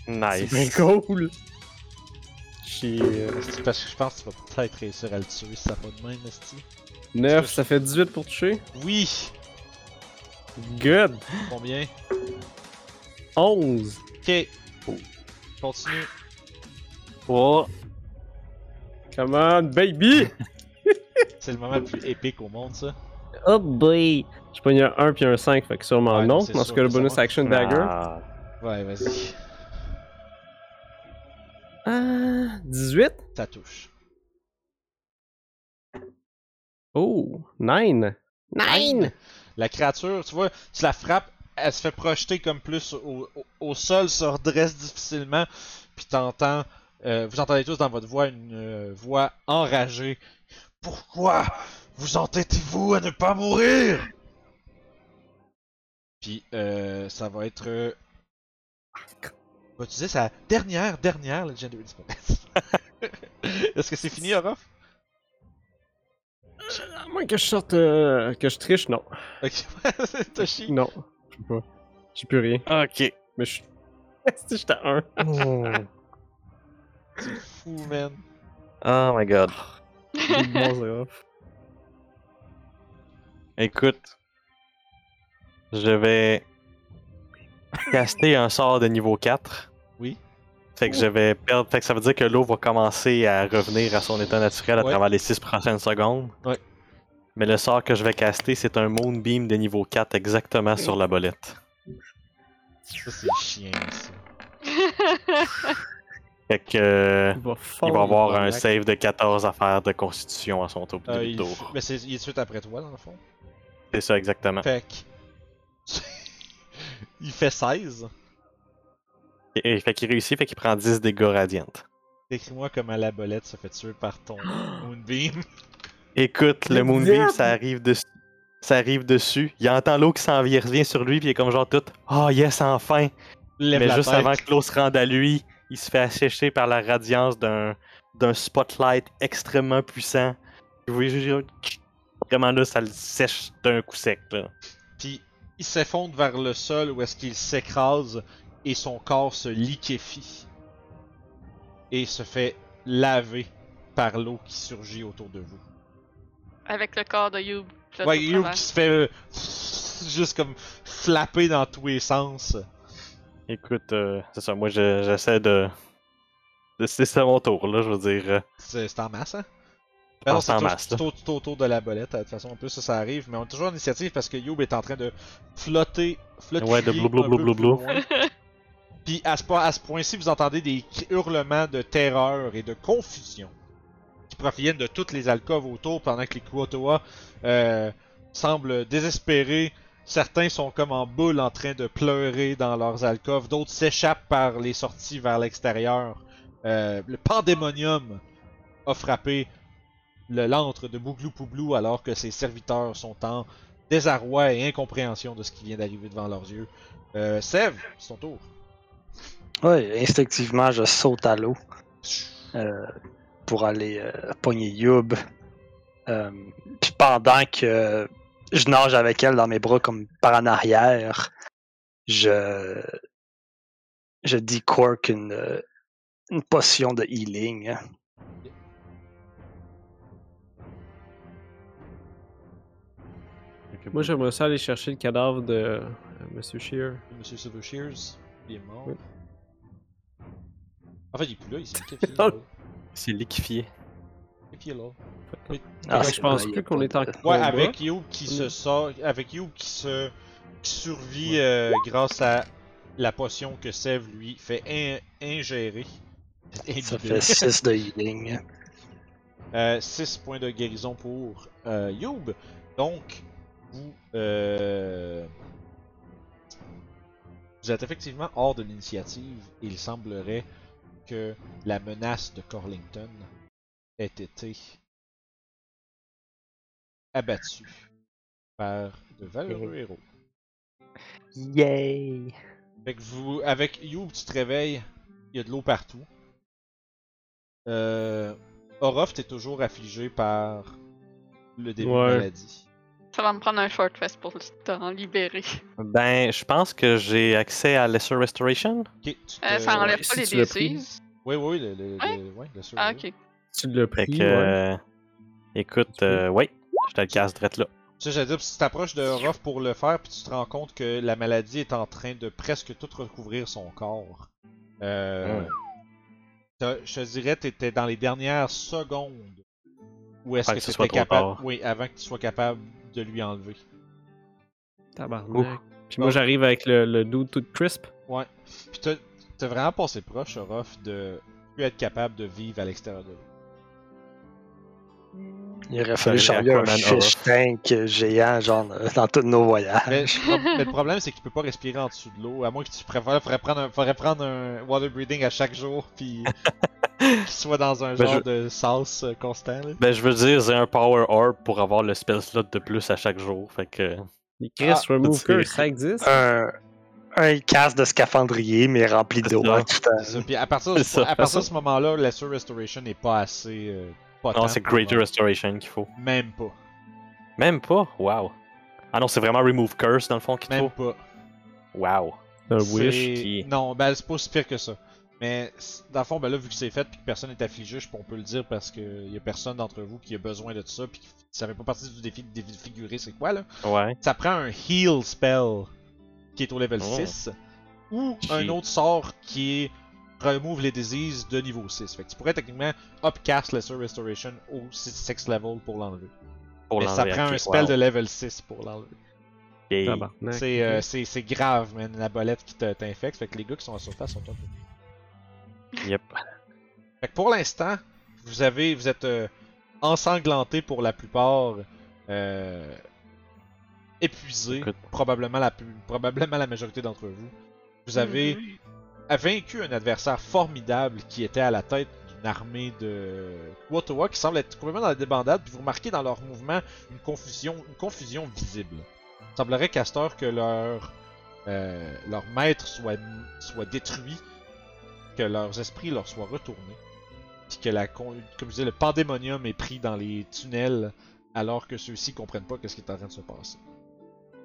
[SPEAKER 5] C'est
[SPEAKER 4] Nice.
[SPEAKER 5] bien cool! J'ai. euh,
[SPEAKER 1] C'est Parce que je pense que tu vas peut-être réussir à le tuer si ça va de même, Esti.
[SPEAKER 5] 9, ça fait 18 pour toucher.
[SPEAKER 1] Oui!
[SPEAKER 5] Good!
[SPEAKER 1] Combien
[SPEAKER 5] 11!
[SPEAKER 1] Ok. Continue.
[SPEAKER 4] Oh,
[SPEAKER 5] Come on, baby!
[SPEAKER 1] C'est le moment le plus épique au monde, ça.
[SPEAKER 5] Oh boy! Je pogne un 1 puis un 5, fait que sûrement
[SPEAKER 1] Ouais,
[SPEAKER 5] non.
[SPEAKER 1] c'est
[SPEAKER 5] Dans ce
[SPEAKER 1] sûr
[SPEAKER 5] cas, le
[SPEAKER 1] que ça
[SPEAKER 5] bonus
[SPEAKER 1] marche.
[SPEAKER 5] action dagger.
[SPEAKER 4] ah.
[SPEAKER 1] Ouais, vas-y.
[SPEAKER 5] Ah, 18?
[SPEAKER 1] Ça touche.
[SPEAKER 5] Oh, 9! 9!
[SPEAKER 1] La créature, tu vois, tu la frappes, elle se fait projeter comme plus au, au- au sol, se redresse difficilement, puis t'entends, euh, vous entendez tous dans votre voix une euh, voix enragée. Pourquoi vous entêtez-vous à ne pas mourir Puis euh, ça va être, euh, on va utiliser sa dernière, dernière legendary dispel. Est-ce que c'est fini, Orof
[SPEAKER 5] À moins Ah, que je sorte. euh, que je triche, non.
[SPEAKER 1] Ok, Toshi.
[SPEAKER 5] Non, je peux pas. J'ai plus rien.
[SPEAKER 4] Ok.
[SPEAKER 5] Mais je suis. Si j'étais à 1.
[SPEAKER 1] C'est fou, man.
[SPEAKER 4] Oh my god.
[SPEAKER 5] bon, c'est grave.
[SPEAKER 4] Écoute, je vais caster un sort de niveau 4.
[SPEAKER 1] Oui.
[SPEAKER 4] Fait que je vais perdre. Fait que ça veut dire que l'eau va commencer à revenir à son état naturel à
[SPEAKER 1] Ouais.
[SPEAKER 4] travers les 6 prochaines secondes.
[SPEAKER 1] Ouais.
[SPEAKER 4] Mais le sort que je vais caster, c'est un Moonbeam de niveau 4 exactement sur la bolette.
[SPEAKER 1] Ça, c'est chien, ça.
[SPEAKER 4] Fait que. euh,
[SPEAKER 5] Il va
[SPEAKER 4] Il
[SPEAKER 5] fondre,
[SPEAKER 4] va avoir un
[SPEAKER 5] tabarnak.
[SPEAKER 4] save de 14 à faire de constitution à son tour.
[SPEAKER 1] Euh,
[SPEAKER 4] début de
[SPEAKER 1] il-
[SPEAKER 4] tour.
[SPEAKER 1] Mais c'est, il est tout de suite après toi, dans le fond.
[SPEAKER 4] C'est ça, exactement.
[SPEAKER 1] Fait que- il fait 16.
[SPEAKER 4] Et, et- fait qu'il réussit, fait qu'il prend 10 dégâts radiants.
[SPEAKER 1] Décris-moi comment la bolette se fait tuer par ton Moonbeam.
[SPEAKER 4] Écoute, le
[SPEAKER 5] Le
[SPEAKER 4] Moonbeam,
[SPEAKER 5] diable!
[SPEAKER 4] ça arrive dessus. Ça arrive dessus. Il entend l'eau qui s'en vient, revient sur lui, puis il est comme genre tout. Oh yes, enfin!
[SPEAKER 1] Lève
[SPEAKER 4] Mais
[SPEAKER 1] la
[SPEAKER 4] juste
[SPEAKER 1] tête.
[SPEAKER 4] avant que l'eau se rende à lui, il se fait assécher par la radiance d'un d'un spotlight extrêmement puissant. Vous voyez juste vraiment là, ça le sèche d'un coup sec. Là.
[SPEAKER 1] Puis il s'effondre vers le sol où est-ce qu'il s'écrase et son corps se liquéfie. Et se fait laver par l'eau qui surgit autour de vous.
[SPEAKER 2] Avec le corps de Youb. flotte
[SPEAKER 1] Ouais,
[SPEAKER 2] au
[SPEAKER 1] Youb
[SPEAKER 2] travers.
[SPEAKER 1] qui se fait euh, juste comme flapper dans tous les sens.
[SPEAKER 4] Écoute, euh, c'est ça. Moi, je- j'essaie de. de- C'est ça mon tour, là, je veux dire. euh,
[SPEAKER 1] C'est c'est en masse, hein?
[SPEAKER 4] Je pense
[SPEAKER 1] c'est
[SPEAKER 4] Ah, en
[SPEAKER 1] tout-
[SPEAKER 4] masse, là.
[SPEAKER 1] Tout, tout autour de la bolette, hein, de toute façon, en plus, ça, ça arrive. Mais on est toujours en initiative parce que Youb est en train de flotter, flotter.
[SPEAKER 4] Ouais, de blou, blou, blou, blou, blou.
[SPEAKER 1] Puis à ce, po- à ce point-ci, vous entendez des cri- hurlements de terreur et de confusion qui proviennent de toutes les alcôves autour pendant que les Kuotoa euh, semblent désespérés. Certains sont comme en boule en train de pleurer dans leurs alcôves, d'autres s'échappent par les sorties vers l'extérieur. Euh, le pandémonium a frappé le lantre de Bouglou Poublou alors que ses serviteurs sont en désarroi et incompréhension de ce qui vient d'arriver devant leurs yeux. Euh, Sève, c'est ton tour.
[SPEAKER 3] Ouais, instinctivement, je saute à l'eau euh, pour aller euh, pogner Yub. Euh, puis pendant que je nage avec elle dans mes bras comme par en arrière, je, je dis Quark une, euh, une potion de healing. hein.
[SPEAKER 5] Moi, j'aimerais ça aller chercher le cadavre de euh, Monsieur Shear.
[SPEAKER 1] Monsieur Silver Shears, il est mort. En fait, il est plus là, il s'est fait
[SPEAKER 5] Non.
[SPEAKER 4] C'est liquéfié.
[SPEAKER 1] là.
[SPEAKER 5] Fait que
[SPEAKER 3] c'est
[SPEAKER 5] je pense
[SPEAKER 3] vrai, y a
[SPEAKER 5] plus qu'on
[SPEAKER 3] pas
[SPEAKER 5] est en
[SPEAKER 3] de-
[SPEAKER 1] Ouais,
[SPEAKER 5] combat.
[SPEAKER 1] avec You qui se sort, avec You qui se qui survit euh, grâce à la potion que Sev lui fait in- ingérer.
[SPEAKER 3] Ça fait 6 de healing.
[SPEAKER 1] 6 Euh, points de guérison pour euh, Youb. Donc, vous, euh, vous êtes effectivement hors de l'initiative. Il semblerait que la menace de Corlington ait été abattue par de valeureux héros.
[SPEAKER 3] Yay!
[SPEAKER 1] Fait que vous, avec Youb, tu te réveilles, il y a de l'eau partout. Euh, Orof, t'es toujours affligé par le début
[SPEAKER 5] Ouais.
[SPEAKER 1] de maladie.
[SPEAKER 2] Ça va me prendre un short rest pour t'en libérer.
[SPEAKER 4] Ben, je pense que j'ai accès à Lesser Restoration.
[SPEAKER 1] Ok, tu te...
[SPEAKER 2] Euh, ça enlève
[SPEAKER 5] ouais,
[SPEAKER 2] pas
[SPEAKER 5] si
[SPEAKER 2] les
[SPEAKER 5] tu l'as pris.
[SPEAKER 2] diseases.
[SPEAKER 1] Oui, oui, le, le,
[SPEAKER 2] Ouais.
[SPEAKER 1] le- ouais, le
[SPEAKER 2] Ah,
[SPEAKER 1] survie.
[SPEAKER 5] hein.
[SPEAKER 2] ok.
[SPEAKER 5] Tu l'as
[SPEAKER 4] Fait
[SPEAKER 5] pris,
[SPEAKER 4] que.
[SPEAKER 5] ouais.
[SPEAKER 4] euh, écoute, euh, ouais, je te le casse drette là.
[SPEAKER 1] Ça, j'allais dire, si tu t'approches de Ruff pour le faire, puis tu te rends compte que la maladie est en train de presque tout recouvrir son corps. Euh, t'as- Je te dirais, t'étais dans les dernières secondes où est-ce
[SPEAKER 4] Avant
[SPEAKER 1] que,
[SPEAKER 4] que ce
[SPEAKER 1] t'étais
[SPEAKER 4] soit trop
[SPEAKER 1] capable.
[SPEAKER 4] tard.
[SPEAKER 1] Oui, avant que tu sois capable de lui enlever.
[SPEAKER 5] Tabarnak. Puis
[SPEAKER 1] Oh.
[SPEAKER 5] moi, j'arrive avec le, le dude tout crisp.
[SPEAKER 1] Ouais. Puis t'as t'as vraiment passé proche, Ruff, de plus être capable de vivre à l'extérieur de lui.
[SPEAKER 3] Il aurait fallu
[SPEAKER 4] Ça aurait été
[SPEAKER 3] changer un
[SPEAKER 4] Aquaman
[SPEAKER 3] fish tank géant, genre, euh, dans tous nos
[SPEAKER 1] Mais,
[SPEAKER 3] voyages.
[SPEAKER 1] mais le problème, c'est que tu peux pas respirer en dessous de l'eau, à moins que tu préfères faudrait prendre un, faudrait prendre un water breathing à chaque jour, puis qu'il soit dans un
[SPEAKER 4] Ben,
[SPEAKER 1] genre de sauce euh, constant. Là.
[SPEAKER 4] Ben, je veux dire, j'ai un Power Orb pour avoir le spell slot de plus à chaque jour. Fait que.
[SPEAKER 5] Les Chris
[SPEAKER 1] Ah,
[SPEAKER 5] Remove
[SPEAKER 4] c'est- c'est-
[SPEAKER 5] Curse, ça existe?
[SPEAKER 3] Un, un casque de scaphandrier, mais rempli
[SPEAKER 4] C'est
[SPEAKER 3] d'eau
[SPEAKER 4] ça.
[SPEAKER 3] en tout temps.
[SPEAKER 1] C'est ça. Puis à partir de,
[SPEAKER 4] C'est ça.
[SPEAKER 1] à partir de ce moment-là, la Sur Restoration n'est pas assez. euh, potente
[SPEAKER 4] Non, c'est Greater Restoration qu'il faut.
[SPEAKER 1] pour- Même pas.
[SPEAKER 4] Même pas? Wow. Ah non, c'est vraiment Remove Curse dans le fond qu'il
[SPEAKER 1] Même
[SPEAKER 4] faut.
[SPEAKER 1] pas.
[SPEAKER 4] Wow.
[SPEAKER 5] Un
[SPEAKER 1] C'est-
[SPEAKER 5] wish.
[SPEAKER 4] qui-
[SPEAKER 1] Non, ben c'est pas aussi pire que ça. Mais c- dans le fond, ben là, vu que c'est fait puis que personne n'est affligé, je- on peut le dire parce que y a personne d'entre vous qui a besoin de ça puis qui ça fait pas partie du défi de défigurer c'est quoi là.
[SPEAKER 4] Ouais.
[SPEAKER 1] ça prend un heal spell qui est au level
[SPEAKER 4] Oh.
[SPEAKER 1] 6 ou un
[SPEAKER 4] Shit.
[SPEAKER 1] autre sort qui est remove les diseases de niveau 6. Fait que tu pourrais techniquement upcast Lesser Restoration au 6 level pour l'enlever.
[SPEAKER 4] Pour
[SPEAKER 1] Mais ça
[SPEAKER 4] l'enlever,
[SPEAKER 1] prend
[SPEAKER 4] ok,
[SPEAKER 1] un spell
[SPEAKER 4] wow.
[SPEAKER 1] de level 6 pour l'enlever.
[SPEAKER 4] Ok.
[SPEAKER 5] Tabarnak.
[SPEAKER 1] C'est euh, c'est- c'est grave, man, la bolette qui te- t'infecte. Fait que les gars qui sont en surface sont un peu.
[SPEAKER 4] Yep.
[SPEAKER 1] Fait que pour l'instant, vous avez, vous êtes euh, ensanglantés pour la plupart, euh, épuisés,
[SPEAKER 4] Écoute.
[SPEAKER 1] probablement la, plus- probablement la majorité d'entre vous. Vous avez
[SPEAKER 2] Mhm.
[SPEAKER 1] a vaincu un adversaire formidable qui était à la tête d'une armée de Ottawa qui semble être complètement dans la débandade, puis vous remarquez dans leur mouvement une confusion, une confusion visible. Il semblerait, Castor, que leur, euh, leur maître soit, soit détruit, que leurs esprits leur soient retournés, puis que la, con- comme je disais, le pandémonium est pris dans les tunnels alors que ceux-ci comprennent pas ce qui est en train de se passer.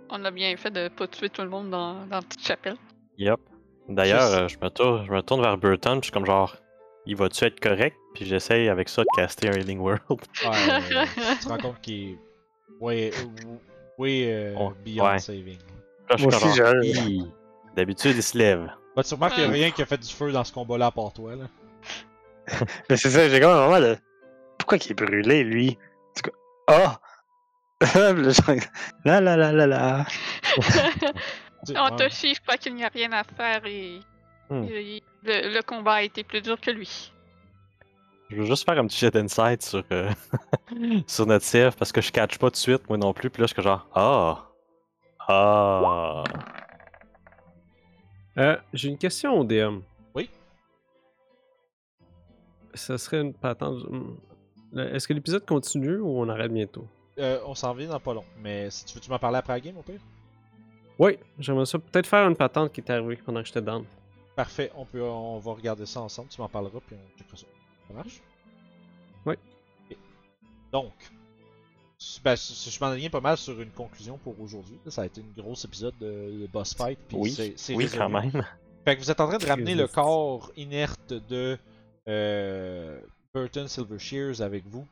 [SPEAKER 2] On a bien fait de pas tuer tout le monde dans, dans la petite chapelle.
[SPEAKER 4] Yep. D'ailleurs,
[SPEAKER 1] Ça, c'est-
[SPEAKER 4] euh, je, me tourne, je me tourne vers Burton, puis je suis comme genre, il va-tu être correct? Puis j'essaye avec ça de caster un Healing World.
[SPEAKER 1] Ouais, tu te rends compte qu'il est. Ouais, euh, ouais, euh,
[SPEAKER 4] On-
[SPEAKER 1] Beyond
[SPEAKER 4] ouais.
[SPEAKER 1] Saving.
[SPEAKER 4] Là, je suis
[SPEAKER 3] Moi
[SPEAKER 4] comme
[SPEAKER 3] aussi,
[SPEAKER 4] genre,
[SPEAKER 3] je-
[SPEAKER 4] Hi. D'habitude, il se lève.
[SPEAKER 1] Bah, tu remarques qu'il y a
[SPEAKER 2] Ouais.
[SPEAKER 1] rien qui a fait du feu dans ce combat-là à part toi, là.
[SPEAKER 3] Mais c'est ça, j'ai comme un moment de. Pourquoi qu'il est brûlé, lui En tout cas, ah Le genre, La la la la la
[SPEAKER 1] Tu-
[SPEAKER 2] On
[SPEAKER 1] ouais.
[SPEAKER 2] te chie, je crois qu'il n'y a rien à faire et.
[SPEAKER 4] Hmm.
[SPEAKER 2] et- Le, le combat a été plus dur que lui.
[SPEAKER 4] Je veux juste faire un petit jet d'insight sur, euh, sur notre CF parce que je catch pas tout de suite, moi non plus. Puis là, je suis genre, ah! Ah!
[SPEAKER 5] Euh, J'ai une question au DM.
[SPEAKER 1] Oui.
[SPEAKER 5] Ça serait une patente. Hmm. Le- Est-ce que l'épisode continue ou on arrête bientôt?
[SPEAKER 1] Euh, on s'en vient dans pas long, mais si tu veux, tu m'en parler après la game, au pire.
[SPEAKER 5] Oui, j'aimerais ça peut-être faire une patente qui est arrivée pendant que j'étais down.
[SPEAKER 1] Parfait, on peut, on va regarder ça ensemble, tu m'en parleras, puis on checkera ça. Ça marche?
[SPEAKER 5] Oui.
[SPEAKER 1] Ok. Donc, s- ben, s- je m'en aligne pas mal sur une conclusion pour aujourd'hui. Ça a été une grosse épisode de, de boss fight, puis c'est-
[SPEAKER 4] Oui,
[SPEAKER 1] c'est
[SPEAKER 4] oui
[SPEAKER 1] résolu.
[SPEAKER 4] quand même.
[SPEAKER 1] Fait que vous êtes en train de ramener le
[SPEAKER 5] Christ.
[SPEAKER 1] corps inerte de euh, Burton Silver Shears avec vous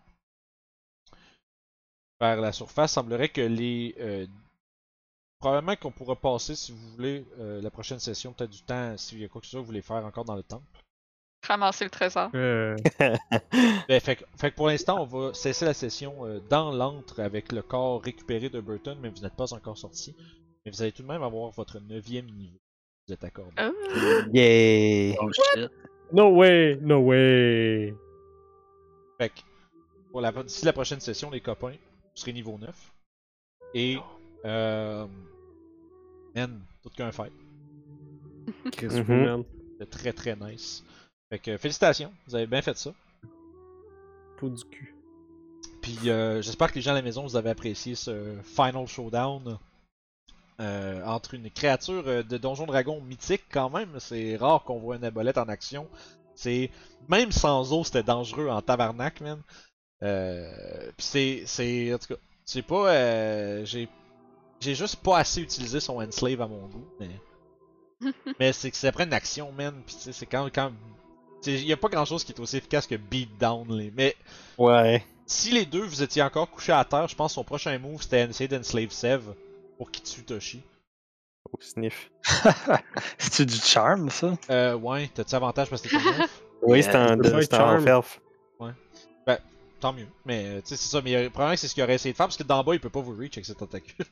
[SPEAKER 1] vers la surface. Semblerait que les. euh, probablement qu'on pourra passer, si vous voulez, euh, la prochaine session, peut-être du temps, s'il y a quoi que ce soit que vous voulez faire encore dans le temple.
[SPEAKER 2] Ramasser le trésor.
[SPEAKER 5] Euh,
[SPEAKER 1] Ben, fait, que, fait que pour l'instant, on va cesser la session euh, dans l'antre avec le corps récupéré de Burton, mais vous n'êtes pas encore sorti. Mais vous allez tout de même avoir votre neuvième niveau. Vous êtes accordé.
[SPEAKER 2] Ah.
[SPEAKER 3] Yay
[SPEAKER 5] no way, no way.
[SPEAKER 1] Fait que, pour la, d'ici la prochaine session, les copains, vous serez niveau 9. Et, euh, man, tout qu'un fait.
[SPEAKER 5] Chris,
[SPEAKER 4] Mhm.
[SPEAKER 5] oui, man.
[SPEAKER 1] C'est très très nice. Fait que, félicitations, vous avez bien fait ça.
[SPEAKER 5] Peau du cul.
[SPEAKER 1] Puis, euh, j'espère que les gens à la maison, vous avez apprécié ce Final Showdown. euh, entre une créature euh, de Donjon Dragon mythique, quand même, c'est rare qu'on voit une abolette en action. C'est même sans eau, c'était dangereux en tabarnak, man. Euh, puis c'est, c'est, en tout cas, c'est pas, euh, j'ai, j'ai juste pas assez utilisé son enslave à mon goût, mais, mais c'est que ça prend une action, man. Puis tu sais, c'est quand, quand, il y a pas grand chose qui est aussi efficace que beatdown, les, mais
[SPEAKER 4] Ouais.
[SPEAKER 1] Si les deux vous étiez encore couchés à terre, je pense que son prochain move c'était essayer d'enslave Sev pour qu'il tue Toshi.
[SPEAKER 4] Oh, sniff.
[SPEAKER 3] C'est-tu du charme, ça?
[SPEAKER 1] Euh, ouais, t'as-tu avantage parce que t'es un elfe?
[SPEAKER 4] Oui, Euh, c'est un,
[SPEAKER 5] peux pas
[SPEAKER 4] c'est
[SPEAKER 5] être
[SPEAKER 4] un
[SPEAKER 5] charm.
[SPEAKER 4] elf.
[SPEAKER 1] Tant mieux. Mais, euh, tu sais, c'est ça. Mais euh, probablement que c'est ce qu'il aurait essayé de faire parce que d'en bas il peut pas vous reach avec ses tentacules.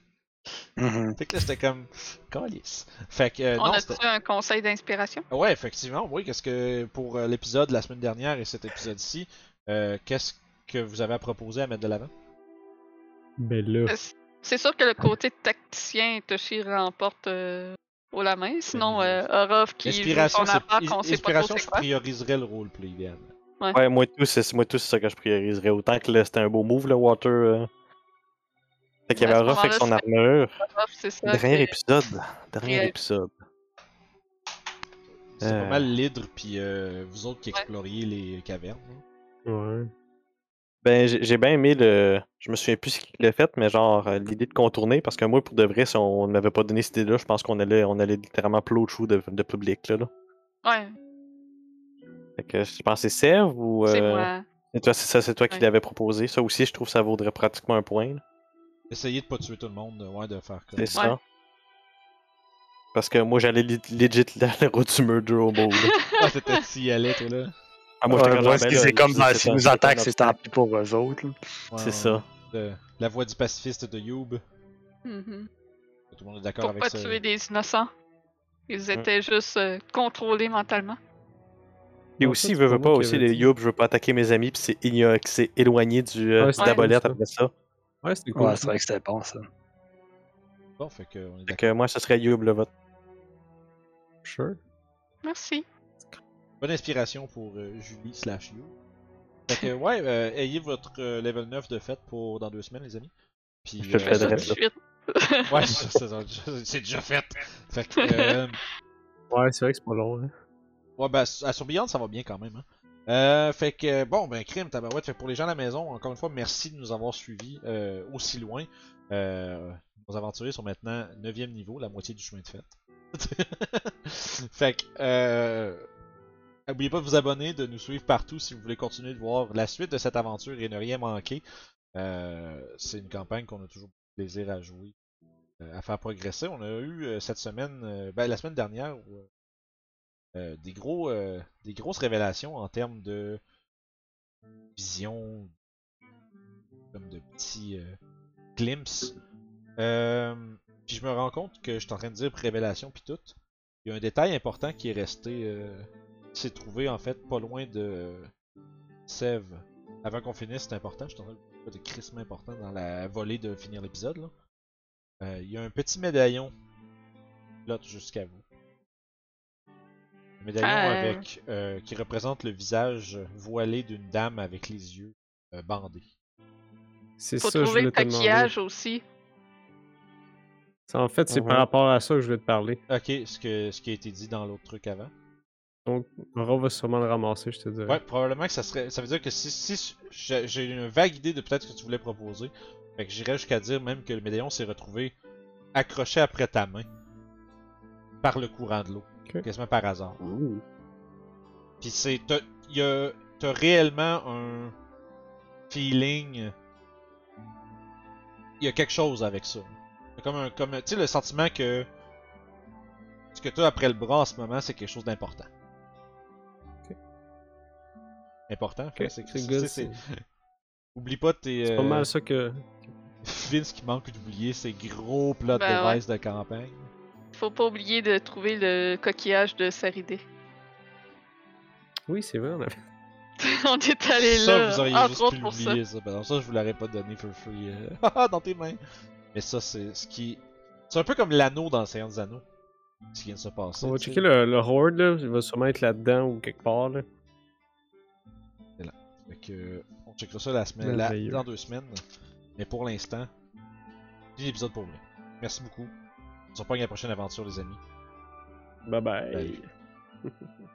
[SPEAKER 3] Mhm.
[SPEAKER 1] fait que là j'étais comme. Calice. Fait que, euh,
[SPEAKER 2] On
[SPEAKER 1] non, c'était.
[SPEAKER 2] a-tu un conseil d'inspiration?
[SPEAKER 1] Ouais, effectivement, oui. Qu'est-ce que pour euh, l'épisode de la semaine dernière et cet épisode-ci, euh, qu'est-ce que vous avez à proposer à mettre de l'avant
[SPEAKER 5] Ben là.
[SPEAKER 2] Euh, C'est sûr que le côté tacticien, Toshi remporte euh, haut la main. Sinon, euh, Orov qui joue
[SPEAKER 1] Inspiration,
[SPEAKER 2] son
[SPEAKER 1] c'est
[SPEAKER 2] appart, on sait pas trop
[SPEAKER 1] inspiration,
[SPEAKER 2] c'est
[SPEAKER 1] je
[SPEAKER 2] quoi.
[SPEAKER 1] prioriserais le roleplay, idéalement.
[SPEAKER 4] Ouais, moi tout, c'est moi tout c'est ça que je prioriserais. Autant que là, c'était un beau move, le Water. euh. Fait qu'il y
[SPEAKER 2] À
[SPEAKER 4] avait
[SPEAKER 2] ce
[SPEAKER 4] un avec son
[SPEAKER 2] moment-là,
[SPEAKER 4] armure.
[SPEAKER 2] Orov, c'est ça.
[SPEAKER 4] Dernier
[SPEAKER 2] c'est-
[SPEAKER 4] épisode. Dernier
[SPEAKER 2] Ouais.
[SPEAKER 4] épisode.
[SPEAKER 1] C'est
[SPEAKER 4] Euh.
[SPEAKER 1] pas mal l'hydre, puis euh, vous autres qui
[SPEAKER 2] Ouais.
[SPEAKER 1] exploriez les cavernes. hein.
[SPEAKER 5] Ouais.
[SPEAKER 4] Ben, j'ai j'ai bien aimé le. Je me souviens plus ce qu'il a fait, mais genre euh, l'idée de contourner, parce que moi, pour de vrai, si on m'avait pas donné cette idée-là, je pense qu'on allait, on allait littéralement plot through de, de public, là, là.
[SPEAKER 2] Ouais,
[SPEAKER 4] Fait que je pense que c'est Sev ou.
[SPEAKER 2] c'est
[SPEAKER 4] euh,
[SPEAKER 2] moi.
[SPEAKER 4] c'est toi, c'est ça, c'est toi qui
[SPEAKER 2] Ouais.
[SPEAKER 4] l'avais proposé. Ça aussi, je trouve que ça vaudrait pratiquement un point. là.
[SPEAKER 1] Essayez de pas tuer tout le monde, euh, ouais, de faire comme
[SPEAKER 4] C'est ça. Parce que moi, j'allais lit- legit la, la route du murder au bout. là.
[SPEAKER 1] Ah, t'étais si allé, toi, là.
[SPEAKER 4] Ah,
[SPEAKER 3] Ouais,
[SPEAKER 4] j'étais comme
[SPEAKER 3] moi,
[SPEAKER 4] genre, ben
[SPEAKER 3] c'est
[SPEAKER 4] là,
[SPEAKER 3] c'est comme
[SPEAKER 4] je-
[SPEAKER 3] ça,
[SPEAKER 4] c'est
[SPEAKER 3] s'ils
[SPEAKER 4] un-
[SPEAKER 3] nous
[SPEAKER 4] c'est un
[SPEAKER 3] attaquent, c'est tant
[SPEAKER 4] obstacle.
[SPEAKER 3] pis pour eux autres. là.
[SPEAKER 1] Ouais,
[SPEAKER 4] C'est
[SPEAKER 1] ouais.
[SPEAKER 4] ça.
[SPEAKER 1] De- la voix du pacifiste de Youb.
[SPEAKER 2] Mhm.
[SPEAKER 1] Tout le monde est d'accord
[SPEAKER 2] Pour
[SPEAKER 1] avec
[SPEAKER 2] pas
[SPEAKER 1] ça.
[SPEAKER 2] tuer des innocents. Ils étaient juste euh, contrôlés mentalement.
[SPEAKER 4] Et
[SPEAKER 5] Ouais,
[SPEAKER 4] aussi,
[SPEAKER 5] ça,
[SPEAKER 4] il veut,
[SPEAKER 5] c'est
[SPEAKER 4] veut
[SPEAKER 5] pas
[SPEAKER 4] pas
[SPEAKER 5] moi qui
[SPEAKER 4] aussi
[SPEAKER 5] l'avais
[SPEAKER 4] les
[SPEAKER 5] dit.
[SPEAKER 4] Youb, je veux pas attaquer mes amis, puis c'est igno- que c'est éloigné du, euh,
[SPEAKER 5] Ouais,
[SPEAKER 4] de
[SPEAKER 5] c'est
[SPEAKER 4] la
[SPEAKER 2] cool,
[SPEAKER 4] bolette
[SPEAKER 5] ça.
[SPEAKER 4] après ça.
[SPEAKER 5] Ouais, c'était cool.
[SPEAKER 3] Ouais, c'est vrai que c'était bon, ça.
[SPEAKER 1] Bon, fait que on est
[SPEAKER 4] Fait
[SPEAKER 1] d'accord.
[SPEAKER 4] que moi, ce serait Youb le vote.
[SPEAKER 5] Sure.
[SPEAKER 2] Merci.
[SPEAKER 1] Bonne inspiration pour euh, Julie slash Youb. Fait que, ouais, euh, ayez votre euh, level 9 de fête pour dans deux semaines, les amis. Puis, euh,
[SPEAKER 4] Je le fais
[SPEAKER 2] Ça, tout de
[SPEAKER 4] direct, là.
[SPEAKER 2] suite.
[SPEAKER 1] Ouais, ça, ça, ça, c'est déjà fait. Fait que. euh,
[SPEAKER 5] Ouais, c'est vrai que c'est pas long. Hein.
[SPEAKER 1] Ouais, ben, à sur Beyond, ça va bien quand même. Hein. Euh, fait que, bon, ben, crime, tabarouette. Fait que pour les gens à la maison, encore une fois, merci de nous avoir suivis euh, aussi loin. Euh, nos aventuriers sont maintenant 9e niveau, la moitié du chemin de fête. fait que, euh, n'oubliez pas de vous abonner, de nous suivre partout si vous voulez continuer de voir la suite de cette aventure et ne rien manquer. Euh, C'est une campagne qu'on a toujours plaisir à jouer, euh, à faire progresser. On a eu euh, cette semaine, euh, ben, la semaine dernière, où, euh, euh, des gros euh, des grosses révélations en termes de vision comme de petits euh, glimpses Euh, puis je me rends compte que je suis en train de dire révélation puis tout il y a un détail important qui est resté euh, qui s'est trouvé en fait pas loin de Sève avant qu'on finisse c'est important je suis en train de de crissement important dans la volée de finir l'épisode là. Euh, il y a un petit médaillon qui flotte jusqu'à vous un médaillon
[SPEAKER 2] Ah, euh.
[SPEAKER 1] avec euh, qui représente le visage voilé d'une dame avec les yeux euh, bandés
[SPEAKER 5] C'est
[SPEAKER 2] Faut
[SPEAKER 5] ça, je
[SPEAKER 2] trouver
[SPEAKER 5] voulais
[SPEAKER 2] le
[SPEAKER 5] te demander.
[SPEAKER 2] maquillage aussi.
[SPEAKER 5] C'est- En fait, c'est
[SPEAKER 4] Mhm.
[SPEAKER 5] par rapport à ça que je voulais te parler.
[SPEAKER 1] ok ce que ce qui a été dit dans l'autre truc avant
[SPEAKER 5] Aura va sûrement le ramasser, je te dirais.
[SPEAKER 1] Ouais, probablement que ça serait. Ça veut dire que si, si j'ai j'ai une vague idée de peut-être ce que tu voulais proposer, fait que j'irais jusqu'à dire même que le médaillon s'est retrouvé accroché après ta main par le courant de l'eau,
[SPEAKER 5] Ok.
[SPEAKER 1] quasiment par hasard. Puis c'est, t'as y a- t'as réellement un feeling. Il y a quelque chose avec ça. C'est comme un, comme un- tu sais le sentiment que ce que t'as après le bras en ce moment, c'est quelque chose d'important.
[SPEAKER 5] Ok.
[SPEAKER 1] Important.
[SPEAKER 5] Ok,
[SPEAKER 1] fait que
[SPEAKER 5] c'est
[SPEAKER 1] c'est-
[SPEAKER 5] good,
[SPEAKER 1] c'est- c'est-
[SPEAKER 5] C'est
[SPEAKER 1] Oublie pas tes.
[SPEAKER 5] c'est
[SPEAKER 1] euh,
[SPEAKER 5] pas mal ça que.
[SPEAKER 1] Vince qui manque d'oublier ses gros plot
[SPEAKER 2] Ben ouais.
[SPEAKER 1] device de campagne.
[SPEAKER 2] Faut pas oublier de trouver le coquillage de Saridé.
[SPEAKER 5] Oui, c'est vrai, on avait.
[SPEAKER 2] on est allé
[SPEAKER 1] ça,
[SPEAKER 2] là,
[SPEAKER 1] vous auriez
[SPEAKER 2] entre
[SPEAKER 1] juste
[SPEAKER 2] autres
[SPEAKER 1] pu
[SPEAKER 2] pour ça.
[SPEAKER 1] l'oublier, ça. Ben non, ça, je vous l'aurais pas donné for free. euh.
[SPEAKER 5] Ah,
[SPEAKER 1] Haha, dans tes mains. Mais ça, c'est ce qui. C'est un peu comme l'anneau dans le Seigneur des Anneaux. Ce qui vient de se passer.
[SPEAKER 5] On va
[SPEAKER 1] tu sais.
[SPEAKER 5] checker le, le horde, là. Il va sûrement être là-dedans ou quelque part, là.
[SPEAKER 1] Fait que, euh, on checkera ça la semaine, la-
[SPEAKER 5] Merveilleux.
[SPEAKER 1] dans deux semaines. Mais pour l'instant, c'est l'épisode pour vrai. Merci beaucoup. On se reprend à la prochaine aventure, les amis.
[SPEAKER 5] Bye bye.
[SPEAKER 1] Salut.